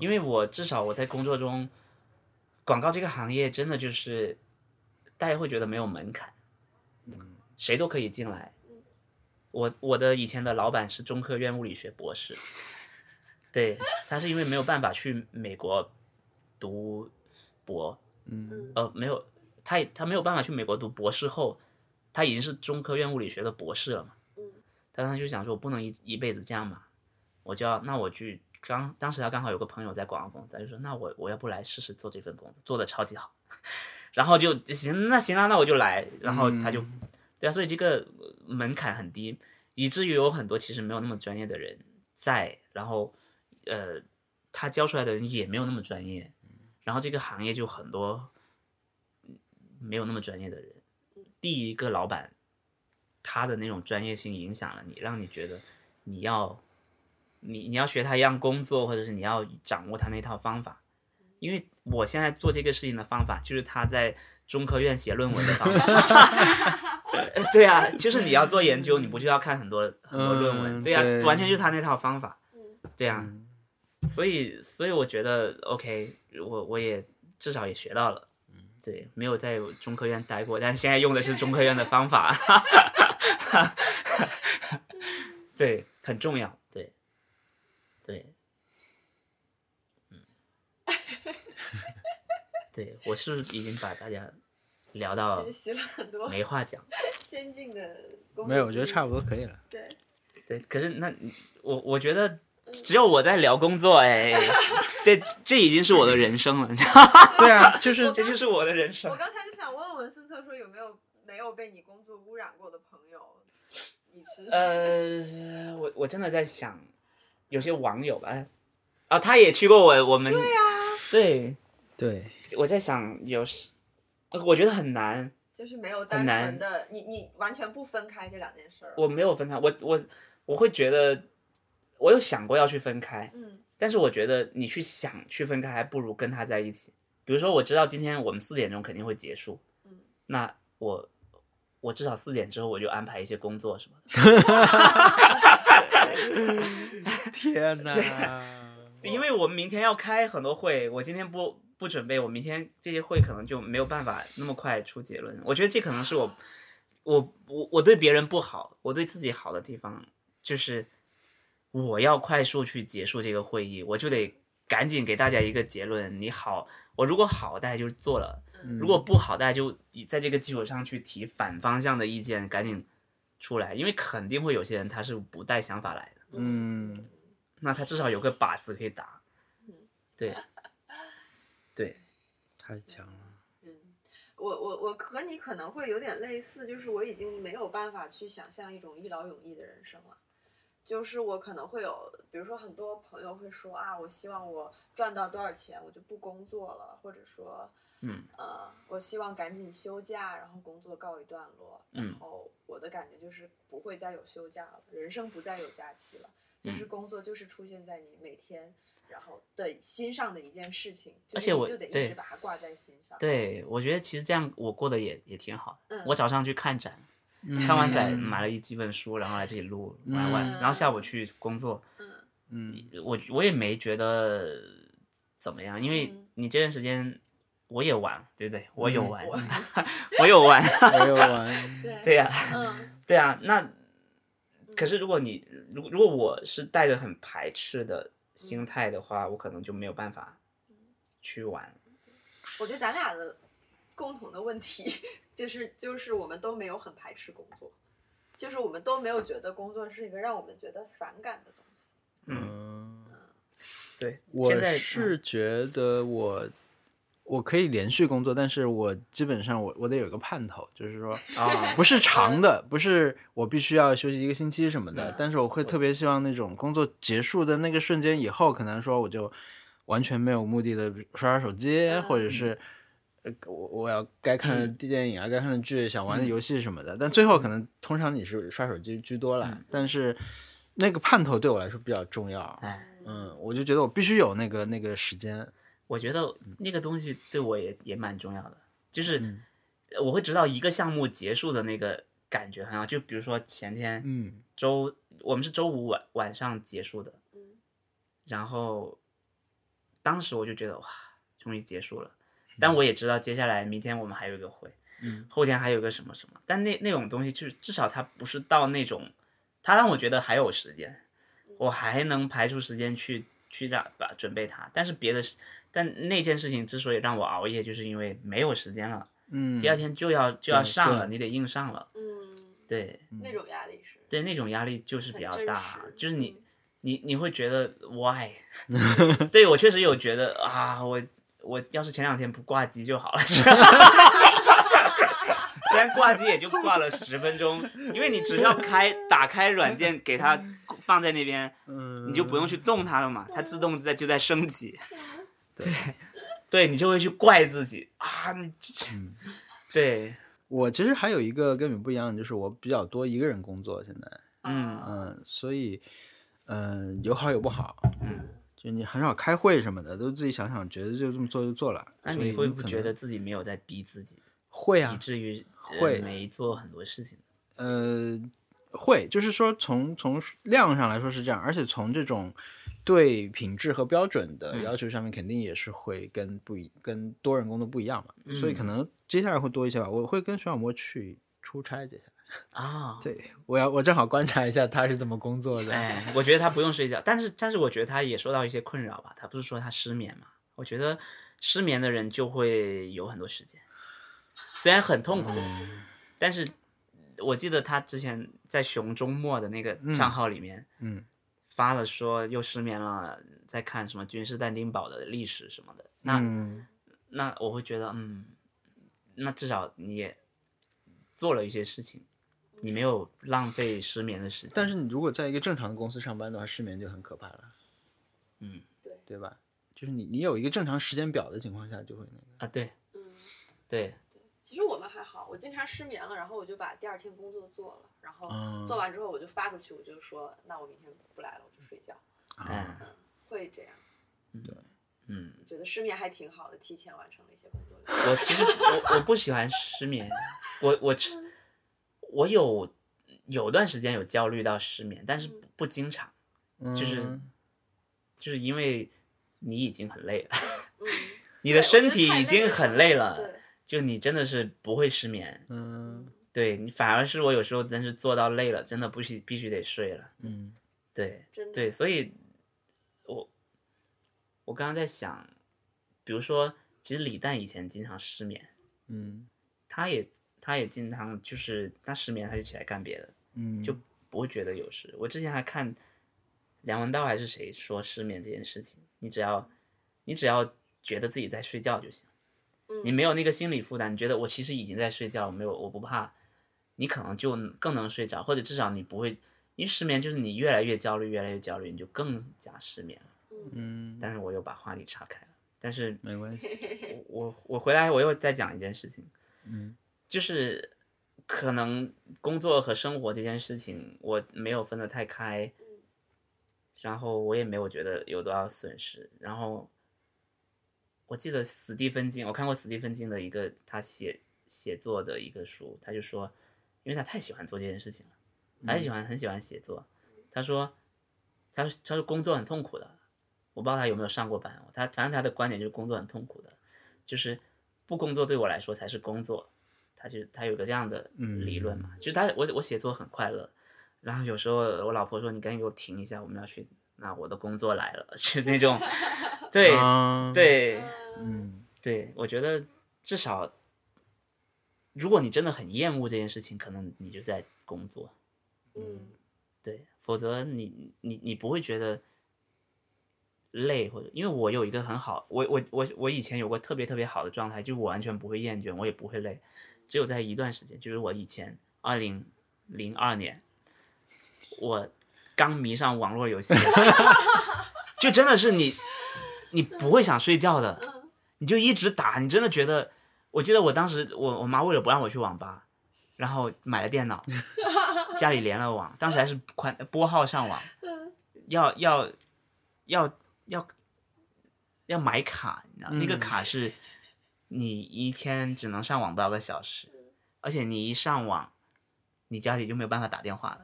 Speaker 3: 因为我至少我在工作中，广告这个行业真的就是大家会觉得没有门槛，谁都可以进来。我我的以前的老板是中科院物理学博士，对他是因为没有办法去美国读博，
Speaker 2: 嗯
Speaker 3: 呃，没有他也他没有办法去美国读博士后，他已经是中科院物理学的博士了嘛。
Speaker 2: 嗯
Speaker 3: 他当时就想说，我不能一一辈子这样嘛，我就要那我去刚当时他刚好有个朋友在广告公司，他就说那我我要不来试试做这份工作，做的超级好， 然后就行那行啊，那我就来，然后他就、
Speaker 1: 嗯
Speaker 4: 嗯
Speaker 3: 对啊，所以这个呃门槛很低，以至于有很多其实没有那么专业的人在，然后呃他教出来的人也没有那么专业，然后这个行业就很多嗯没有那么专业的人，第一个老板他的那种专业性影响了你，让你觉得你要你你要学他一样工作，或者是你要掌握他那套方法。因为我现在做这个事情的方法，就是他在中科院写论文的方法。 呃对啊，就是你要做研究，你不就要看很多很多论文？
Speaker 4: 嗯
Speaker 3: 对啊，
Speaker 4: 对
Speaker 3: 完全就是他那套方法。
Speaker 2: 嗯
Speaker 3: 对啊，所以所以我觉得 OK，我我也至少也学到了。
Speaker 2: 嗯
Speaker 3: 对，没有在中科院待过，但是现在用的是中科院的方法。对，很重要。对，对，嗯 对我是不是已经把大家聊到
Speaker 2: 学习了很多
Speaker 3: 呃没话讲？
Speaker 2: 先进的工
Speaker 1: 没有，我觉得
Speaker 2: 具
Speaker 1: 差不多可以了。
Speaker 2: 对，
Speaker 3: 对，可是那你我我觉得只有我在聊工作 哎，这这已经是我的人生了，你知道吗
Speaker 1: 对啊，就是
Speaker 3: 这就是我的人生
Speaker 2: 我。刚才就想问文森特说有没有没有被你工作污染过的朋友？你是
Speaker 3: 呃，我我真的在想，有些网友吧，啊，他也去过我我们对
Speaker 2: 啊
Speaker 3: 呀、对，
Speaker 1: 对，
Speaker 3: 我在想有时，我觉得很难，
Speaker 2: 就是没有单纯的，你你完全不分开这两件事儿。
Speaker 3: 我没有分开，我我我会觉得，我有想过要去分开，
Speaker 2: 嗯
Speaker 3: 但是我觉得你去想去分开，还不如跟他在一起。比如说，我知道今天我们四点钟肯定会结束，
Speaker 2: 嗯，
Speaker 3: 那我我至少四点之后我就安排一些工作什么的，
Speaker 1: 天哪！
Speaker 3: 因为我们明天要开很多会，我今天不不准备，我明天这些会可能就没有办法那么快出结论。我觉得这可能是我我我我对别人不好，我对自己好的地方就是我要快速去结束这个会议，我就得赶紧给大家一个结论。你好，我如果好，大家就做了。
Speaker 4: 嗯
Speaker 3: 如果不好，大家就以在这个基础上去提反方向的意见，赶紧出来，因为肯定会有些人他是不带想法来的，
Speaker 1: 嗯，
Speaker 3: 那他至少有个靶子可以打。
Speaker 2: 嗯
Speaker 3: 对，对，
Speaker 1: 太强了，
Speaker 2: 嗯，我我我和你可能会有点类似，就是我已经没有办法去想象一种一劳永逸的人生了。就是我可能会有，比如说很多朋友会说啊，我希望我赚到多少钱，我就不工作了，或者说，
Speaker 3: 嗯
Speaker 2: 呃，我希望赶紧休假，然后工作告一段落。
Speaker 3: 嗯
Speaker 2: 然后我的感觉就是不会再有休假了，人生不再有假期了，就
Speaker 3: 嗯
Speaker 2: 是工作就是出现在你每天然后的心上的一件事情，就
Speaker 3: 而
Speaker 2: 是
Speaker 3: 且
Speaker 2: 你
Speaker 3: 我
Speaker 2: 就得一
Speaker 3: 对
Speaker 2: 直把它挂在心上。
Speaker 3: 对，我觉得其实这样我过得也也挺好的
Speaker 2: 嗯。
Speaker 3: 我早上去看展，
Speaker 1: 嗯
Speaker 3: 看完展
Speaker 4: 嗯
Speaker 3: 买了一几本书，然后来这里录玩玩，
Speaker 2: 嗯
Speaker 3: 然后下午去工作，
Speaker 2: 嗯
Speaker 1: 嗯，
Speaker 3: 我我也没觉得怎么样，因为
Speaker 2: 嗯
Speaker 3: 你这段时间我也玩，对不对？我有玩，
Speaker 2: 我
Speaker 3: 我有玩，
Speaker 1: 没有玩，
Speaker 2: 对
Speaker 3: 对呀、
Speaker 2: 嗯
Speaker 3: 对啊，那可
Speaker 1: 嗯
Speaker 3: 是如果你如如果我是带着很排斥的
Speaker 1: 嗯
Speaker 3: 心态的话，我可能就没有办法去玩。，
Speaker 1: 嗯
Speaker 2: 我觉得咱俩的共同的问题就是，就是我们都没有很排斥工作，就是我们都没有觉得工作是一个让我们觉得反感的东西。
Speaker 3: 嗯，
Speaker 1: 嗯，
Speaker 3: 对，
Speaker 1: 我
Speaker 3: 现在嗯
Speaker 1: 是觉得我我可以连续工作，但是我基本上我我得有个盼头，就是说
Speaker 3: 啊，
Speaker 1: 不是长的，不是我必须要休息一个星期什么的
Speaker 2: 嗯，
Speaker 1: 但是我会特别希望那种工作结束的那个瞬间以后，可能说我就完全没有目的的刷刷手机，
Speaker 2: 嗯
Speaker 1: 或者是呃我我要该看的电影啊，该看的剧，想玩的游戏什么的。但最后可能通常你是刷手机居多啦，但是那个盼头对我来说比较重要。
Speaker 3: 哎，
Speaker 1: 嗯，我就觉得我必须有那个那个时间，
Speaker 3: 我觉得
Speaker 1: 嗯
Speaker 3: 那个东西对我也也蛮重要的，就是我会知道一个项目结束的那个感觉很好。就比如说前天，
Speaker 1: 嗯
Speaker 3: 周我们是周五晚晚上结束的，
Speaker 2: 嗯
Speaker 3: 然后当时我就觉得哇，终于结束了。但我也知道接下来明天我们还有一个会，
Speaker 1: 嗯，
Speaker 3: 后天还有一个什么什么。但那那种东西就是至少它不是到那种，它让我觉得还有时间，我还能排出时间去去让把准备它。但是别的事，但那件事情之所以让我熬夜，就是因为没有时间了，
Speaker 1: 嗯，
Speaker 3: 第二天就要就要
Speaker 1: 对
Speaker 3: 上了，
Speaker 1: 对
Speaker 3: 你得硬上了。
Speaker 2: 嗯，
Speaker 3: 对
Speaker 2: 那种压力是
Speaker 3: 对，那种压力就是比
Speaker 2: 很
Speaker 3: 较
Speaker 2: 真
Speaker 3: 大
Speaker 2: 实，嗯
Speaker 3: 就是你。你你会觉 得 why？对我确实有觉得啊，我我要是前两天不挂机就好了。 虽然挂机也就挂了十分钟，因为你只需要开打开软件给它放在那边，
Speaker 1: 嗯
Speaker 3: 你就不用去动它了嘛，它自动在就在升级。对，对你就会去怪自己啊，你这
Speaker 1: 嗯
Speaker 3: 对，
Speaker 1: 我其实还有一个跟你不一样，就是我比较多一个人工作，现在，
Speaker 3: 嗯
Speaker 1: 嗯，所以，嗯、有好有不好，
Speaker 3: 嗯，
Speaker 1: 就你很少开会什么的，都自己想想，觉得就这么做就做了。
Speaker 3: 那
Speaker 1: 所以
Speaker 3: 你会
Speaker 1: 你
Speaker 3: 不
Speaker 1: 可
Speaker 3: 会觉
Speaker 1: 能
Speaker 3: 得自己没有在逼自己，
Speaker 1: 会
Speaker 3: 以
Speaker 1: 啊？
Speaker 3: 至于呃
Speaker 1: 会
Speaker 3: 没做很多事情？
Speaker 1: 呃，会，就是说从从量上来说是这样，而且从这种对品质和标准的
Speaker 3: 嗯
Speaker 1: 要求上面，肯定也是会跟不一跟多人工作不一样嘛，所以可
Speaker 3: 嗯
Speaker 1: 能接下来会多一些吧。我会跟徐小魔去出差接下来，
Speaker 3: 啊，
Speaker 1: 对我要我正好观察一下他是怎么工作的。
Speaker 3: 哎
Speaker 4: 嗯
Speaker 3: 哎，我觉得他不用睡觉，但是但是我觉得他也受到一些困扰吧。他不是说他失眠嘛？我觉得失眠的人就会有很多时间，虽然很痛苦，
Speaker 4: 哦
Speaker 3: 但是我记得他之前在熊周末的那个账号里面，
Speaker 4: 嗯，
Speaker 3: 发了说又失眠了，在看什么君士坦丁堡的历史什么的。那、
Speaker 4: 嗯
Speaker 3: 那我会觉得，嗯，那至少你也做了一些事情，你没有浪费失眠的时间。
Speaker 4: 但是你如果在一个正常的公司上班的话，失眠就很可怕了，
Speaker 3: 嗯
Speaker 4: 对吧？就是你你有一个正常时间表的情况下，就会那个。
Speaker 3: 啊，对
Speaker 2: 嗯，
Speaker 3: 对，
Speaker 2: 其实我们还好，我经常失眠了，然后我就把第二天工作做了，然
Speaker 3: 嗯
Speaker 2: 后做完之后我就发出去，我就说那我明天不来了，我就睡觉，
Speaker 4: 哦
Speaker 3: 嗯
Speaker 2: 会这样。
Speaker 3: 嗯，
Speaker 2: 觉得失眠还挺好的，提前完成了一些工作量。
Speaker 3: 我其实我我不喜欢失眠，我我吃
Speaker 2: 嗯
Speaker 3: 我有有段时间有焦虑到失眠，但是
Speaker 2: 嗯
Speaker 3: 不不经常，
Speaker 1: 啊
Speaker 3: 就是
Speaker 4: 嗯
Speaker 3: 就是因为你已经很 累了，
Speaker 2: 嗯，
Speaker 3: 你
Speaker 2: 对
Speaker 3: 的
Speaker 2: 我
Speaker 3: 身
Speaker 2: 觉得
Speaker 3: 体
Speaker 2: 太
Speaker 3: 已
Speaker 2: 累
Speaker 3: 经
Speaker 2: 了
Speaker 3: 很累了，
Speaker 2: 对，
Speaker 3: 就你真的是不会失眠，
Speaker 4: 嗯
Speaker 3: 对你反而是我有时候真是做到累了，真的不需必须得睡了，
Speaker 4: 嗯
Speaker 3: 对
Speaker 2: 真的
Speaker 3: 对，所以我我刚刚在想，比如说，其实李诞以前经常失眠。
Speaker 4: 嗯
Speaker 3: 他也他也经常就是他失眠，他就起来干别的，
Speaker 4: 嗯，
Speaker 3: 就不会觉得有事。我之前还看梁文道还是谁说失眠这件事情，你只要你只要觉得自己在睡觉就行，
Speaker 2: 嗯
Speaker 3: 你没有那个心理负担，你觉得我其实已经在睡觉，我没有我不怕，你可能就更能睡着，或者至少你不会。因为失眠就是你越来越焦虑，越来越焦虑，你就更加失眠了。
Speaker 2: 嗯
Speaker 4: 嗯，
Speaker 3: 但是我又把话题岔开了，但是
Speaker 4: 没关系。
Speaker 2: 嗯
Speaker 3: 我我我回来我又再讲一件事情，
Speaker 4: 嗯，
Speaker 3: 就是可能工作和生活这件事情我没有分得太开，然后我也没有觉得有多少损失。然后我记得史蒂芬金，我看过史蒂芬金的一个他写写作的一个书，他就说，因为他太喜欢做这件事情了，他很喜欢很喜欢写作，他说，他说他说工作很痛苦的，我不知道他有没有上过班，他反正他的观点就是工作很痛苦的，就是不工作对我来说才是工作。他就他有个这样的理论嘛，就他我我写作很快乐，然后有时候我老婆说你赶紧给我停一下，我们要去，那我的工作来了，是那种，对、
Speaker 4: 啊，
Speaker 3: 对
Speaker 2: 嗯
Speaker 4: 嗯
Speaker 3: 对，我觉得至少，如果你真的很厌恶这件事情，可能你就在工作，
Speaker 2: 嗯
Speaker 3: 对，否则你你你不会觉得累或者，因为我有一个很好，我我我我以前有过特别特别好的状态，就我完全不会厌倦，我也不会累，只有在一段时间，就是我以前二零零二年，我刚迷上网络游戏，就真的是你你不会想睡觉的，你就一直打，你真的觉得，我记得我当时我我妈为了不让我去网吧，然后买了电脑，家里连了网，当时还是宽拨号上网，要要要要要买卡，你知道、那个
Speaker 4: 嗯
Speaker 3: 卡是你一天只能上网多少个小时，而且你一上网，你家里就没有办法打电话了。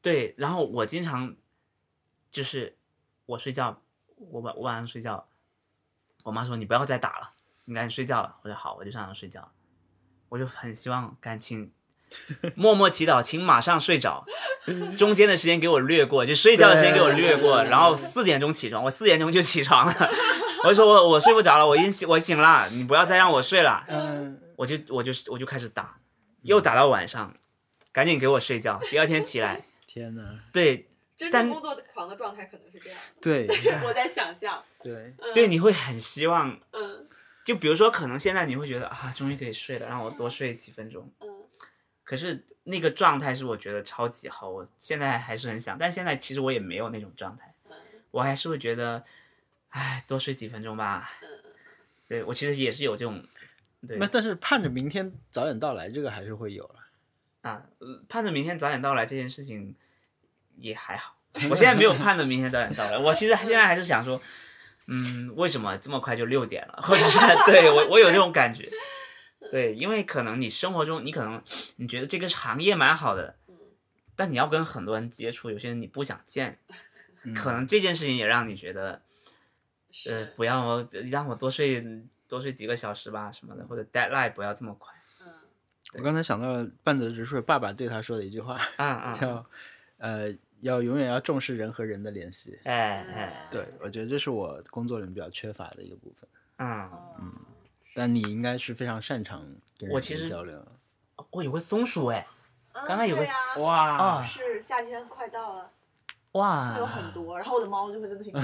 Speaker 3: 对，然后我经常就是我睡觉，我晚我晚上睡觉，我妈说你不要再打了，你赶紧睡觉了。我说好，我就上床睡觉，我就很希望赶紧默默祈祷，请马上睡着，中间的时间给我略过，就睡觉的时间给我略过，然后四点钟起床，我四点钟就起床了。我就说我我睡不着了，我已经醒我醒了，你不要再让我睡了。
Speaker 4: 嗯
Speaker 3: 我就我就我就开始打，又打到晚上，赶紧给我睡觉。第二天起来，
Speaker 4: 天哪，
Speaker 3: 对
Speaker 2: 真
Speaker 3: 但
Speaker 2: 正工作狂的状态可能是这样 的，
Speaker 4: 对
Speaker 2: 我在想象，
Speaker 4: 对，
Speaker 2: 嗯
Speaker 3: 对，你会很希望，
Speaker 2: 嗯
Speaker 3: 就比如说，可能现在你会觉得啊，终于可以睡了，让我多睡几分钟。
Speaker 2: 嗯
Speaker 3: 可是那个状态是我觉得超级好，我现在还是很想，但现在其实我也没有那种状态，我还是会觉得，哎，多睡几分钟吧。对我其实也是有这种，对
Speaker 4: 那但是盼着明天早点到来，这个还是会有了。
Speaker 3: 啊，呃盼着明天早点到来这件事情也还好。我现在没有盼着明天早点到来，我其实现在还是想说，嗯，为什么这么快就六点了？ 或者是对我我有这种感觉，对，因为可能你生活中你可能你觉得这个行业蛮好的，
Speaker 2: 嗯
Speaker 3: 但你要跟很多人接触，有些人你不想见，可能这件事情也让你觉得，呃，
Speaker 2: 是
Speaker 3: 不要呃让我多睡多睡几个小时吧什么的，或者 deadline 不要这么快，
Speaker 2: 嗯
Speaker 3: 嗯
Speaker 4: 我刚才想到了半泽直树爸爸对他说的一句话，
Speaker 3: 啊啊，
Speaker 4: 叫呃，要永远要重视人和人的联系。
Speaker 3: 哎
Speaker 2: 嗯
Speaker 3: 哎，
Speaker 4: 对，我觉得这是我工作里面比较缺乏的一个部分。
Speaker 3: 嗯，
Speaker 2: 嗯，
Speaker 4: 但你应该是非常擅长跟
Speaker 3: 我
Speaker 4: 人
Speaker 3: 其
Speaker 4: 之间
Speaker 3: 实
Speaker 4: 交流。
Speaker 3: 我有个松鼠哎，刚刚有个
Speaker 2: 嗯对呀、
Speaker 4: 啊
Speaker 3: 哇
Speaker 2: 是夏天快到了，会有很
Speaker 3: 哇啊
Speaker 2: 多，然后我的猫就会在 那里面。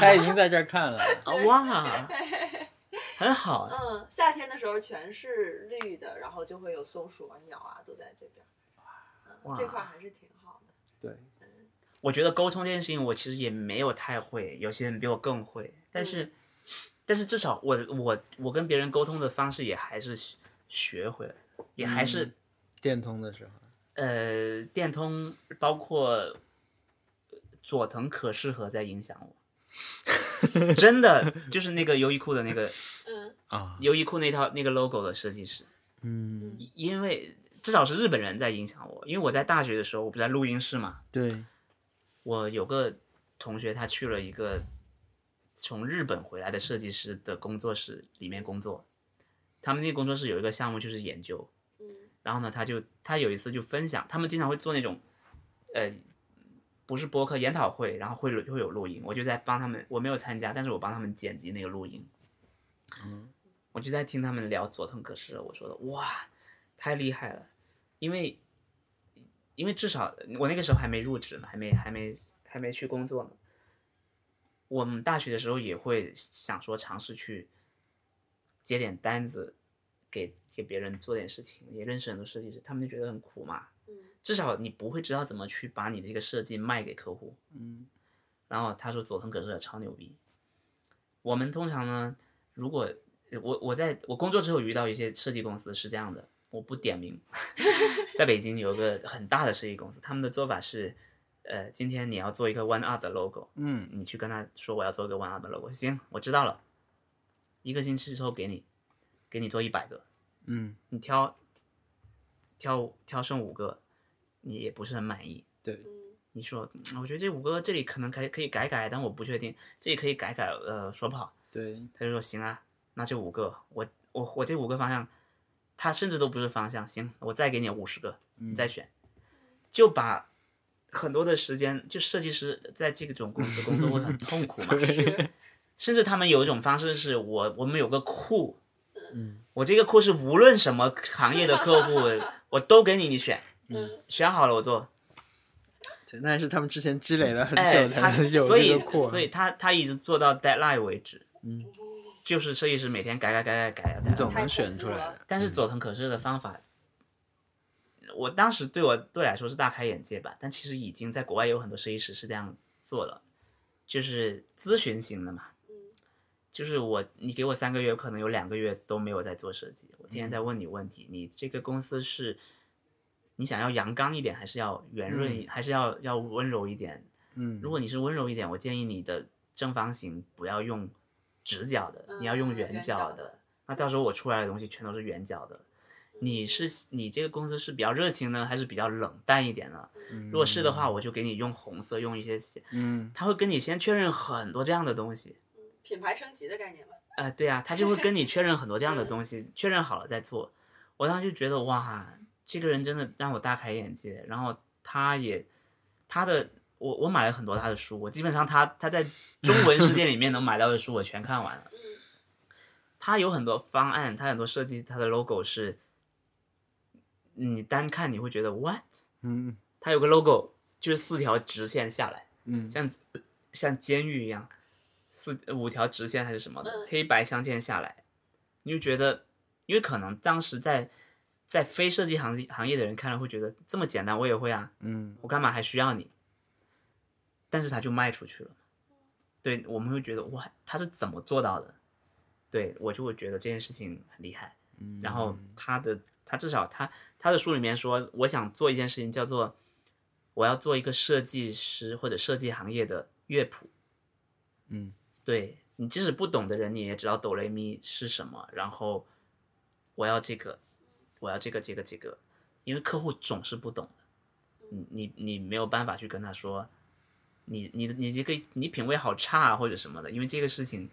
Speaker 4: 他已经在这儿看了，
Speaker 3: 啊哇，很好哎，
Speaker 2: 嗯，夏天的时候全是绿的，然后就会有松鼠啊、鸟啊都在这边。嗯
Speaker 3: 哇
Speaker 2: 这块还是挺好的。
Speaker 4: 对，
Speaker 3: 我觉得沟通这件事情，我其实也没有太会，有些人比我更会，但是，但是至少我我我跟别人沟通的方式也还是学学会了，也还是、
Speaker 4: 电通的时候，
Speaker 3: 呃电通，包括呃佐藤可士和在影响我，真的就是那个优衣库的那个
Speaker 2: 嗯
Speaker 4: 啊，
Speaker 3: 优衣库那套那个 logo 的设计师，
Speaker 4: 嗯，
Speaker 3: 因因为至少是日本人在影响我，因为我在大学的时候我不是在录音室嘛，
Speaker 4: 对，
Speaker 3: 我有个同学，他去了一个从日本回来的设计师的工作室里面工作，他们那个工作室有一个项目就是研究，
Speaker 2: 嗯
Speaker 3: 然后呢，他就他有一次就分享，他们经常会做那种，呃，不是播客研讨会，然后会录会有录音，我就在帮他们，我没有参加，但是我帮他们剪辑那个录音。
Speaker 4: 嗯
Speaker 3: 我就在听他们聊佐藤可士，我说的哇，太厉害了，因为因为至少我那个时候还没入职呢，还没还没还没去工作呢。我们大学的时候也会想说尝试去接点单子，给给别人做点事情，也认识很多设计师，他们就觉得很苦嘛。
Speaker 2: 嗯
Speaker 3: 至少你不会知道怎么去把你的这个设计卖给客户。
Speaker 4: 嗯，
Speaker 3: 然后他说佐藤可士超牛逼。我们通常呢，如果我我在我工作之后遇到一些设计公司是这样的，我不点名， 在北京有个很大的设计公司，他们的做法是，呃，今天你要做一个 One Up 的 logo，
Speaker 4: 嗯，
Speaker 3: 你去跟他说我要做一个 One Up 的 logo，行，我知道了，一个星期之后给你，给你做一百个，
Speaker 4: 嗯，
Speaker 3: 你挑挑挑剩五个，你也不是很满意，
Speaker 4: 对，
Speaker 2: 嗯
Speaker 3: 你说，嗯我觉得这五个这里可能可以可以改改，但我不确定，这里可以改改，呃，说不好。
Speaker 4: 对，
Speaker 3: 他就说行啊，那这五个，我我我这五个方向，他甚至都不是方向，行，我再给你五十个，你再选，就把很多的时间，就设计师在这种公司工作会很痛苦嘛，
Speaker 2: 是
Speaker 3: 甚至他们有一种方式是我我们有个库，
Speaker 4: 嗯，
Speaker 3: 我这个库是无论什么行业的客户，我都给你，你选，
Speaker 2: 嗯
Speaker 3: 选好了我做，
Speaker 4: 对，那是他们之前积累了很
Speaker 3: 哎，
Speaker 4: 久
Speaker 3: 他
Speaker 4: 才能有
Speaker 3: 所
Speaker 4: 这
Speaker 3: 以
Speaker 4: 个库啊，
Speaker 3: 所以他他一直做到 deadline 为止，
Speaker 4: 嗯，
Speaker 3: 就是设计师每天改改改改改啊改啊。
Speaker 4: 总嗯能
Speaker 2: 太恐
Speaker 4: 选
Speaker 2: 怖
Speaker 4: 出来
Speaker 2: 了
Speaker 4: 的，
Speaker 3: 但是佐藤可士的方法，我当时对我对我来说是大开眼界吧，但其实已经在国外有很多设计师是这样做了，就是咨询型的嘛，
Speaker 2: 嗯
Speaker 3: 就是我，你给我三个月，可能有两个月都没有在做设计。我天天在
Speaker 4: 嗯
Speaker 3: 问你问题，你这个公司是，你想要阳刚一点，还是要圆润一，还是要要温柔一点？
Speaker 4: 嗯
Speaker 3: 如果你是温柔一点，我建议你的正方形不要用直角的，
Speaker 2: 嗯
Speaker 3: 你要用
Speaker 2: 圆
Speaker 3: 角
Speaker 2: 角
Speaker 3: 的。
Speaker 2: 的
Speaker 3: 那到时候我出来的东西全都是圆角的。你是你这个公司是比较热情呢，还是比较冷淡一点呢？如果是的话，我就给你用红色，用一些，
Speaker 4: 嗯，
Speaker 3: 他会跟你先确认很多这样的东西。
Speaker 2: 嗯品牌升级的概念吧。
Speaker 3: 呃，对啊，他就会跟你确认很多这样的东西，确认好了再做。我当时就觉得哇，这个人真的让我大开眼界。然后他也，他的我我买了很多他的书，我基本上他他在中文世界里面能买到的书我全看完了。
Speaker 2: 嗯
Speaker 3: 他有很多方案，他很多设计，他的 logo 是，你单看你会觉得 what？
Speaker 4: 嗯，
Speaker 3: 他有个 logo 就是四条直线下来，
Speaker 4: 嗯
Speaker 3: 像像监狱一样，四五条直线还是什么的，
Speaker 2: 嗯
Speaker 3: 黑白相间下来，你就觉得，因为可能当时在在非设计行行业的人看了会觉得这么简单，我也会啊，
Speaker 4: 嗯，
Speaker 3: 我干嘛还需要你？但是他就卖出去了，对我们会觉得哇，他是怎么做到的？对我就会觉得这件事情很厉害。
Speaker 4: 嗯
Speaker 3: 然后他的他至少他他的书里面说，我想做一件事情叫做我要做一个设计师或者设计行业的乐谱。
Speaker 4: 嗯，
Speaker 3: 对你即使不懂的人，你也知道哆来咪是什么。然后我要这个，我要这个这个这个，因为客户总是不懂的，你你你没有办法去跟他说，你你你这个你品味好差啊或者什么的，因为这个事情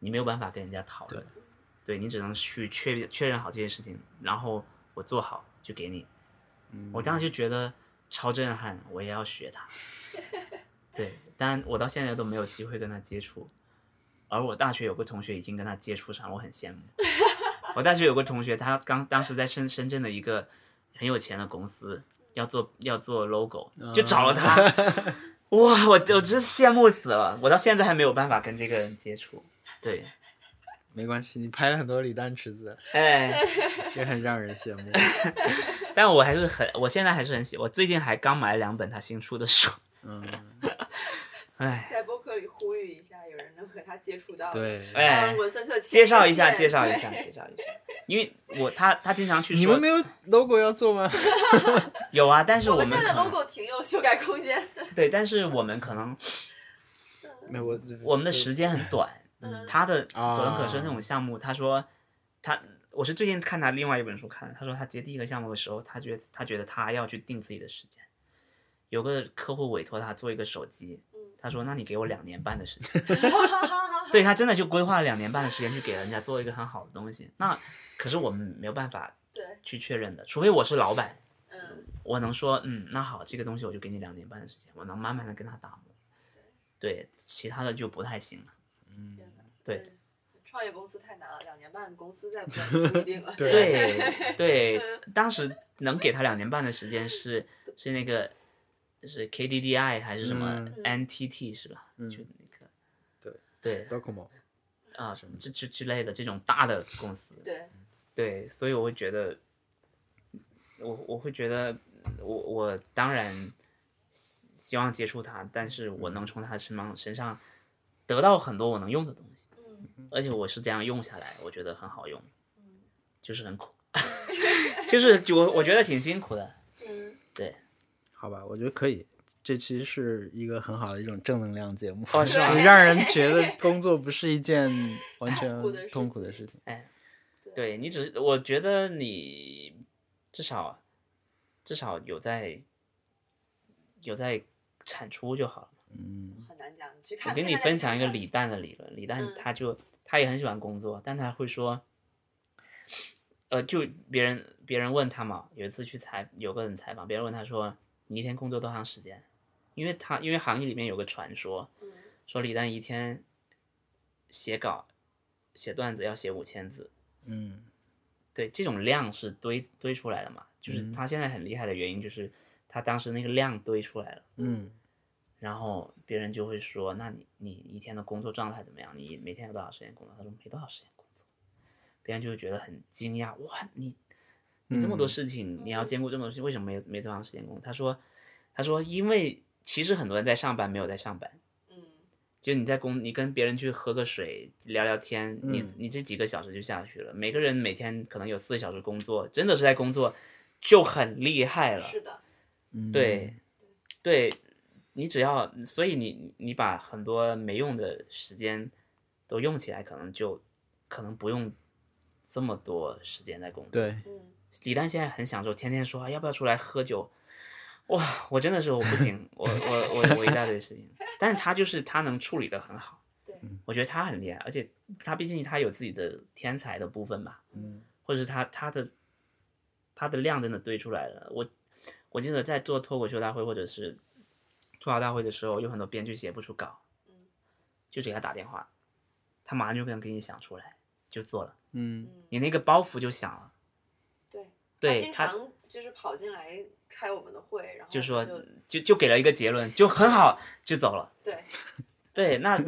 Speaker 3: 你没有办法跟人家讨论，对你只能去确确认好这些事情，然后我做好就给你。我当时就觉得超震撼，我也要学他。对，但我到现在都没有机会跟他接触。而我大学有个同学已经跟他接触上了，我很羡慕。我大学有个同学，他刚当时在深深圳的一个很有钱的公司要做要做 logo，就
Speaker 4: 啊
Speaker 3: 找了他。哇，我我真羡慕死了！我到现在还没有办法跟这个人接触。对，
Speaker 4: 没关系，你拍了很多李诞池子，
Speaker 3: 哎，
Speaker 4: 也很让人羡慕。
Speaker 3: 但我还是很，我现在还是很喜，我最近还刚买了两本他新出的书。
Speaker 4: 嗯，
Speaker 3: 哎，
Speaker 2: 在播客里呼吁一下，有人能和他接触到，
Speaker 4: 对。
Speaker 3: 哎
Speaker 2: 让文森特牵
Speaker 3: 介绍一
Speaker 2: 个
Speaker 3: 下，
Speaker 2: 线
Speaker 3: 介绍一
Speaker 2: 对
Speaker 3: 下，介绍一下。因为我他他经常去说，
Speaker 4: 你们没有 logo 要做吗？
Speaker 3: 有啊，但是
Speaker 2: 我
Speaker 3: 们
Speaker 2: 们现在
Speaker 3: 可
Speaker 2: 的
Speaker 3: 能
Speaker 2: logo 挺有修改空间的。
Speaker 3: 对，但是我们可能
Speaker 4: 没有，我
Speaker 3: 我们的时间很短。
Speaker 2: 嗯
Speaker 3: 他的
Speaker 4: 啊
Speaker 3: 佐藤可生那种项目，他说他我是最近看他另外一本书看，他说他接第一个项目的时候，他觉得他觉得他要去定自己的时间。有个客户委托他做一个手机
Speaker 2: 嗯，
Speaker 3: 他说：“那你给我两年半的时间。对”他真的就规划了两年半的时间去给人家做一个很好的东西。那可是我们没有办法
Speaker 2: 对，
Speaker 3: 去确认的，除非我是老板，
Speaker 2: 嗯，
Speaker 3: 我能说，嗯，那好，这个东西我就给你两年半的时间，我能慢慢的跟他打磨。对，其他的就不太行了。
Speaker 4: 嗯，
Speaker 2: 天哪
Speaker 3: 对，
Speaker 2: 创业公司太难了，两年半公司 再不再不一定了。
Speaker 4: 对
Speaker 3: 对对，当时能给他两年半的时间是是那个是 KDDI 还是什么
Speaker 4: 嗯
Speaker 3: NTT 是吧？
Speaker 4: 嗯
Speaker 3: 就那个
Speaker 4: 对
Speaker 3: 对
Speaker 4: docomo
Speaker 3: 啊
Speaker 4: 什么，
Speaker 3: 这之之类的这种大的公司，
Speaker 2: 对，
Speaker 3: 对，所以我会觉得，我我会觉得，我我当然希希望接触他，但是我能从他身上身上得到很多我能用的东西，
Speaker 2: 嗯
Speaker 3: 而且我是这样用下来，我觉得很好用，
Speaker 2: 嗯
Speaker 3: 就是很苦， 就是就我我觉得挺辛苦的，
Speaker 2: 嗯，
Speaker 3: 对，
Speaker 4: 好吧，我觉得可以。这期是一个很好的一种正能量节目，
Speaker 3: 哦是吗
Speaker 4: 让人觉得工作不是一件完全
Speaker 2: 痛苦的事情
Speaker 4: 痛苦的事情。
Speaker 3: 哎，对你只我觉得你至少至少有在有在产出就好了。
Speaker 4: 嗯，
Speaker 2: 很难讲。你去看。
Speaker 3: 我跟你
Speaker 2: 现在
Speaker 3: 分享一个
Speaker 2: 看
Speaker 3: 李诞的理论，李诞
Speaker 2: 嗯
Speaker 3: 他就、他也很喜欢工作，但他会说，呃，就别人别人问他嘛，有一次去采有个人采访，别人问他说，你一天工作多长时间？因为他因为行业里面有个传说，
Speaker 2: 嗯
Speaker 3: 说李诞一天写稿写段子要写五千字，
Speaker 4: 嗯，
Speaker 3: 对，这种量是堆堆出来的嘛，就是
Speaker 4: 嗯
Speaker 3: 他现在很厉害的原因就是他当时那个量堆出来了。
Speaker 4: 嗯，
Speaker 3: 然后别人就会说：“那你你一天的工作状态怎么样？你每天有多少时间工作？”他说：“没多少时间工作。”别人就会觉得很惊讶：“哇，你你这么多
Speaker 4: 嗯
Speaker 3: 事情，你要
Speaker 2: 嗯
Speaker 3: 兼顾这么多事情，为什么没没多长时间工作？”他说：“他说因为其实很多人在上班，没有在上班。
Speaker 2: 嗯
Speaker 3: 就你在工，你跟别人去喝个水、聊聊天，你
Speaker 4: 嗯
Speaker 3: 你这几个小时就下去了。每个人每天可能有四个小时工作，真的是在工作，就很厉害了。
Speaker 2: 是的，
Speaker 4: 嗯
Speaker 3: 对，，对你只要，所以你你把很多没用的时间都用起来，可能就可能不用这么多时间在工作。，
Speaker 4: 对，
Speaker 2: 嗯，
Speaker 3: 李诞现在很享受，天天说、啊、要不要出来喝酒。哇，我真的是我不行，我我我我一大堆事情，但是他就是他能处理的很好，
Speaker 2: 对，
Speaker 3: 我觉得他很厉害，而且他毕竟他有自己的天才的部分嘛，
Speaker 4: 嗯
Speaker 3: 或者是他他的他的量真的堆出来了。我我记得在做脱口秀大会或者是吐槽大会的时候，有很多编剧写不出稿
Speaker 2: 嗯，
Speaker 3: 就给他打电话，他马上就能给你想出来，就做了，
Speaker 4: 嗯
Speaker 3: 你那个包袱就响了。
Speaker 2: 对。
Speaker 3: 对
Speaker 2: 经
Speaker 3: 他
Speaker 2: 常哦就是跑进来开我们的会，然后
Speaker 3: 就
Speaker 2: 我
Speaker 3: 说
Speaker 2: 们
Speaker 3: 就就给了一个结论，就很好，就走了。
Speaker 2: 对，
Speaker 3: 对，那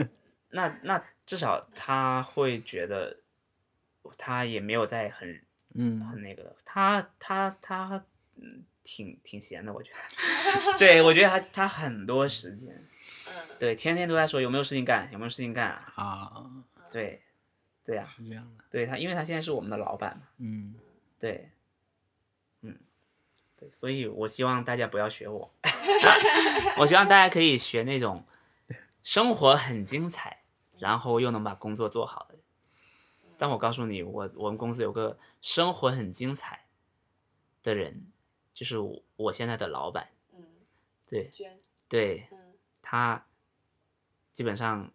Speaker 3: 那那至少他会觉得他也没有在很
Speaker 4: 嗯
Speaker 3: 很那个的，他他他嗯，挺挺闲的，我觉得。 对，我觉得他他很多时间，
Speaker 2: 嗯，
Speaker 3: 对，天天都在说有没有事情干，有没有事情干啊？
Speaker 4: 啊，
Speaker 3: 对，对呀、啊，
Speaker 4: 是这样的，
Speaker 3: 对他，因为他现在是我们的老板嘛，
Speaker 4: 嗯，
Speaker 3: 对，嗯，对，所以我希望大家不要学我， 我希望大家可以学那种生活很精彩，然后又能把工作做好的人。但我告诉你，我我们公司有个生活很精彩的人，就是我我现在的老板，
Speaker 2: 嗯，
Speaker 3: 对
Speaker 2: 娟，
Speaker 3: 对，
Speaker 2: 嗯
Speaker 3: 他基本上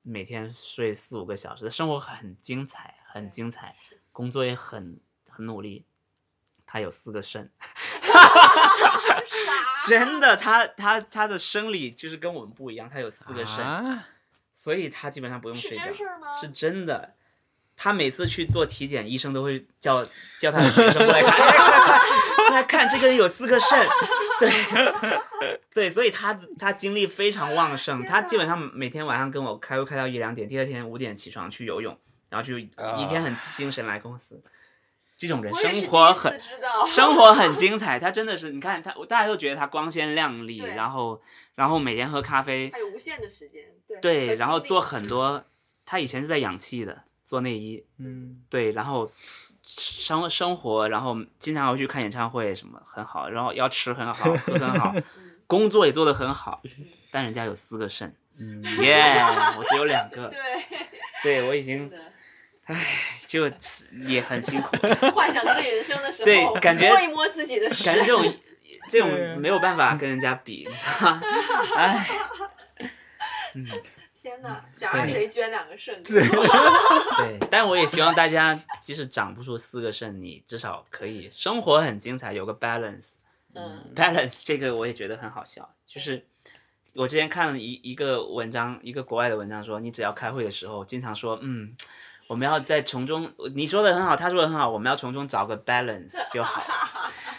Speaker 3: 每天睡四五个小时，生活很精彩，很
Speaker 2: 对啊
Speaker 3: 精彩，工作也很很努力。他有四个肾，真的，他他他的生理就是跟我们不一样，他有四个肾，
Speaker 4: 啊，
Speaker 3: 所以他基本上不用
Speaker 2: 是
Speaker 3: 睡觉。
Speaker 2: 真事儿吗？
Speaker 3: 是真的。他每次去做体检，医生都会叫叫他的学生过来看， 哎快快快来看，这个人有四个肾，对， 对，所以他他精力非常旺盛，他基本上每天晚上跟我开会开到一两点，第二天五点起床去游泳，然后就一天很精神来公司。这种人
Speaker 2: 啊我也是
Speaker 3: 生活
Speaker 2: 第一
Speaker 3: 很
Speaker 2: 次知道，
Speaker 3: 生活很精彩，他真的是，你看他，大家都觉得他光鲜亮丽，
Speaker 2: 对
Speaker 3: 然后然后每天喝咖啡，
Speaker 2: 还有无限的时间，对
Speaker 3: 对，然后做
Speaker 2: 很
Speaker 3: 很多，他以前是在养气的，做内衣，
Speaker 4: 嗯，
Speaker 3: 对，然后生生活，然后经常会去看演唱会什么，很好，然后要吃很好，喝很好，工作也做得很好，但人家有四个肾，耶、我只有 两个，
Speaker 2: 对，
Speaker 3: 对我已
Speaker 2: 真
Speaker 3: 经
Speaker 2: 的
Speaker 3: 就也很辛苦，
Speaker 2: 幻想自己人生的时候，
Speaker 3: 对感觉
Speaker 2: 摸一摸自己的
Speaker 3: 感觉
Speaker 2: 肾，
Speaker 3: 这种这
Speaker 4: 对
Speaker 3: 种没有办法跟人家比，你知道吗？ 哎，
Speaker 2: 天哪，想让谁捐两个肾？
Speaker 3: 对，但我也希望大家即使长不出四个肾，你至少可以生活很精彩，有个 balance。
Speaker 2: 嗯
Speaker 3: balance 这个我也觉得很好笑，就是我之前看了一一个文章，一个国外的文章说，你只要开会的时候经常说，嗯，我们要在从中，你说的很好，他说的很好，我们要从中找个 balance 就好，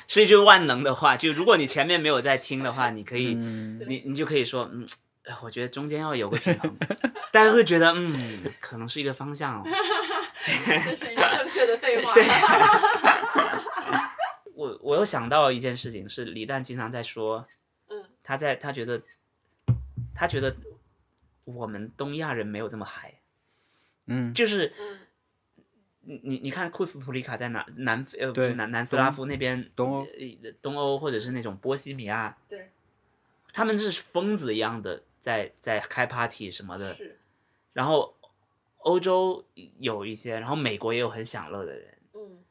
Speaker 3: 是一句万能的话。就如果你前面没有在听的话，你可以，
Speaker 1: 嗯
Speaker 3: 你你就可以说，嗯。哎我觉得中间要有个平衡，大家会觉得嗯，可能是一个方向、哦。
Speaker 2: 这是一个正确的废话。
Speaker 3: 我我又想到一件事情，是李诞经常在说，
Speaker 2: 嗯，
Speaker 3: 他在他觉得，他觉得我们东亚人没有这么嗨，
Speaker 4: 嗯
Speaker 3: 就是
Speaker 2: 嗯
Speaker 3: 你你你看库斯图里卡在哪南非呃不
Speaker 4: 对
Speaker 3: 是南南斯拉夫那边
Speaker 4: 东欧
Speaker 3: 呃东欧或者是那种波西米亚，
Speaker 2: 对，
Speaker 3: 他们是疯子一样的在在开 party 什么的，
Speaker 2: 是，
Speaker 3: 然后欧洲有一些，然后美国也有很享乐的人。
Speaker 2: 嗯，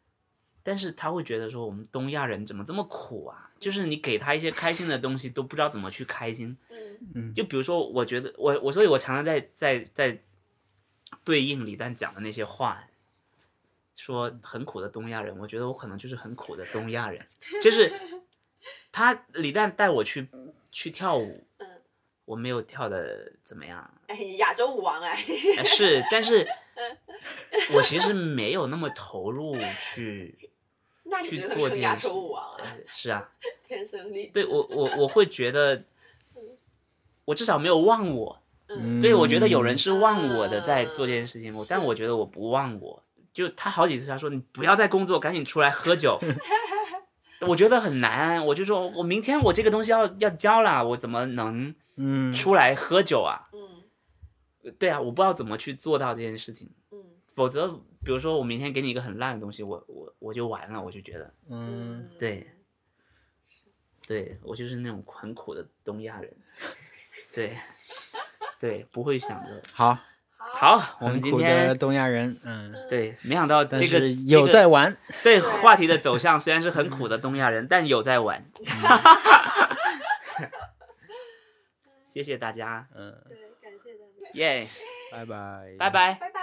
Speaker 3: 但是他会觉得说，我们东亚人怎么这么苦啊？就是你给他一些开心的东西，都不知道怎么去开心。
Speaker 2: 嗯
Speaker 3: 就比如说，我觉得我我，所以我常常在在在对应李诞讲的那些话，说很苦的东亚人，我觉得我可能就是很苦的东亚人，就是他李诞带我去去跳舞
Speaker 2: 嗯，
Speaker 3: 我没有跳的怎么样，
Speaker 2: 哎，亚洲舞王哎，这
Speaker 3: 哎
Speaker 2: 是
Speaker 3: 是，但是我其实没有那么投入去，
Speaker 2: 那你觉得
Speaker 3: 去做
Speaker 2: 成亚
Speaker 3: 这件事
Speaker 2: 洲舞王啊？
Speaker 3: 呃是啊。
Speaker 2: 天生丽质。
Speaker 3: 对我我我会觉得，我至少没有忘我。
Speaker 2: 嗯，
Speaker 3: 对我觉得有人是忘我的在做这件事情，我、但
Speaker 2: 是
Speaker 3: 我觉得我不忘我。就他好几次他说你不要再工作，赶紧出来喝酒。我觉得很难，我就说我明天我这个东西要要交了，我怎么能
Speaker 4: 嗯，
Speaker 3: 出来喝酒啊？
Speaker 2: 嗯
Speaker 3: 对啊，我不知道怎么去做到这件事情。
Speaker 2: 嗯
Speaker 3: 否则，比如说我明天给你一个很烂的东西，我我我就完了，我就觉得，
Speaker 4: 嗯，
Speaker 2: 嗯，
Speaker 3: 对对我就是那种很苦的东亚人，对，对，不会想着。
Speaker 4: 好，
Speaker 3: 好，我
Speaker 4: 很
Speaker 3: 们今
Speaker 4: 苦的
Speaker 3: 天
Speaker 4: 东亚人，嗯，
Speaker 3: 对，没想到
Speaker 4: 但
Speaker 3: 这个
Speaker 4: 是有在玩，
Speaker 3: 这个对话题的走向虽然是很苦的东亚人，但有在玩。谢谢大家，
Speaker 4: 嗯，
Speaker 2: 对，感谢大家，
Speaker 3: 耶，
Speaker 4: 拜拜，
Speaker 3: 嗯拜拜。
Speaker 2: 拜拜。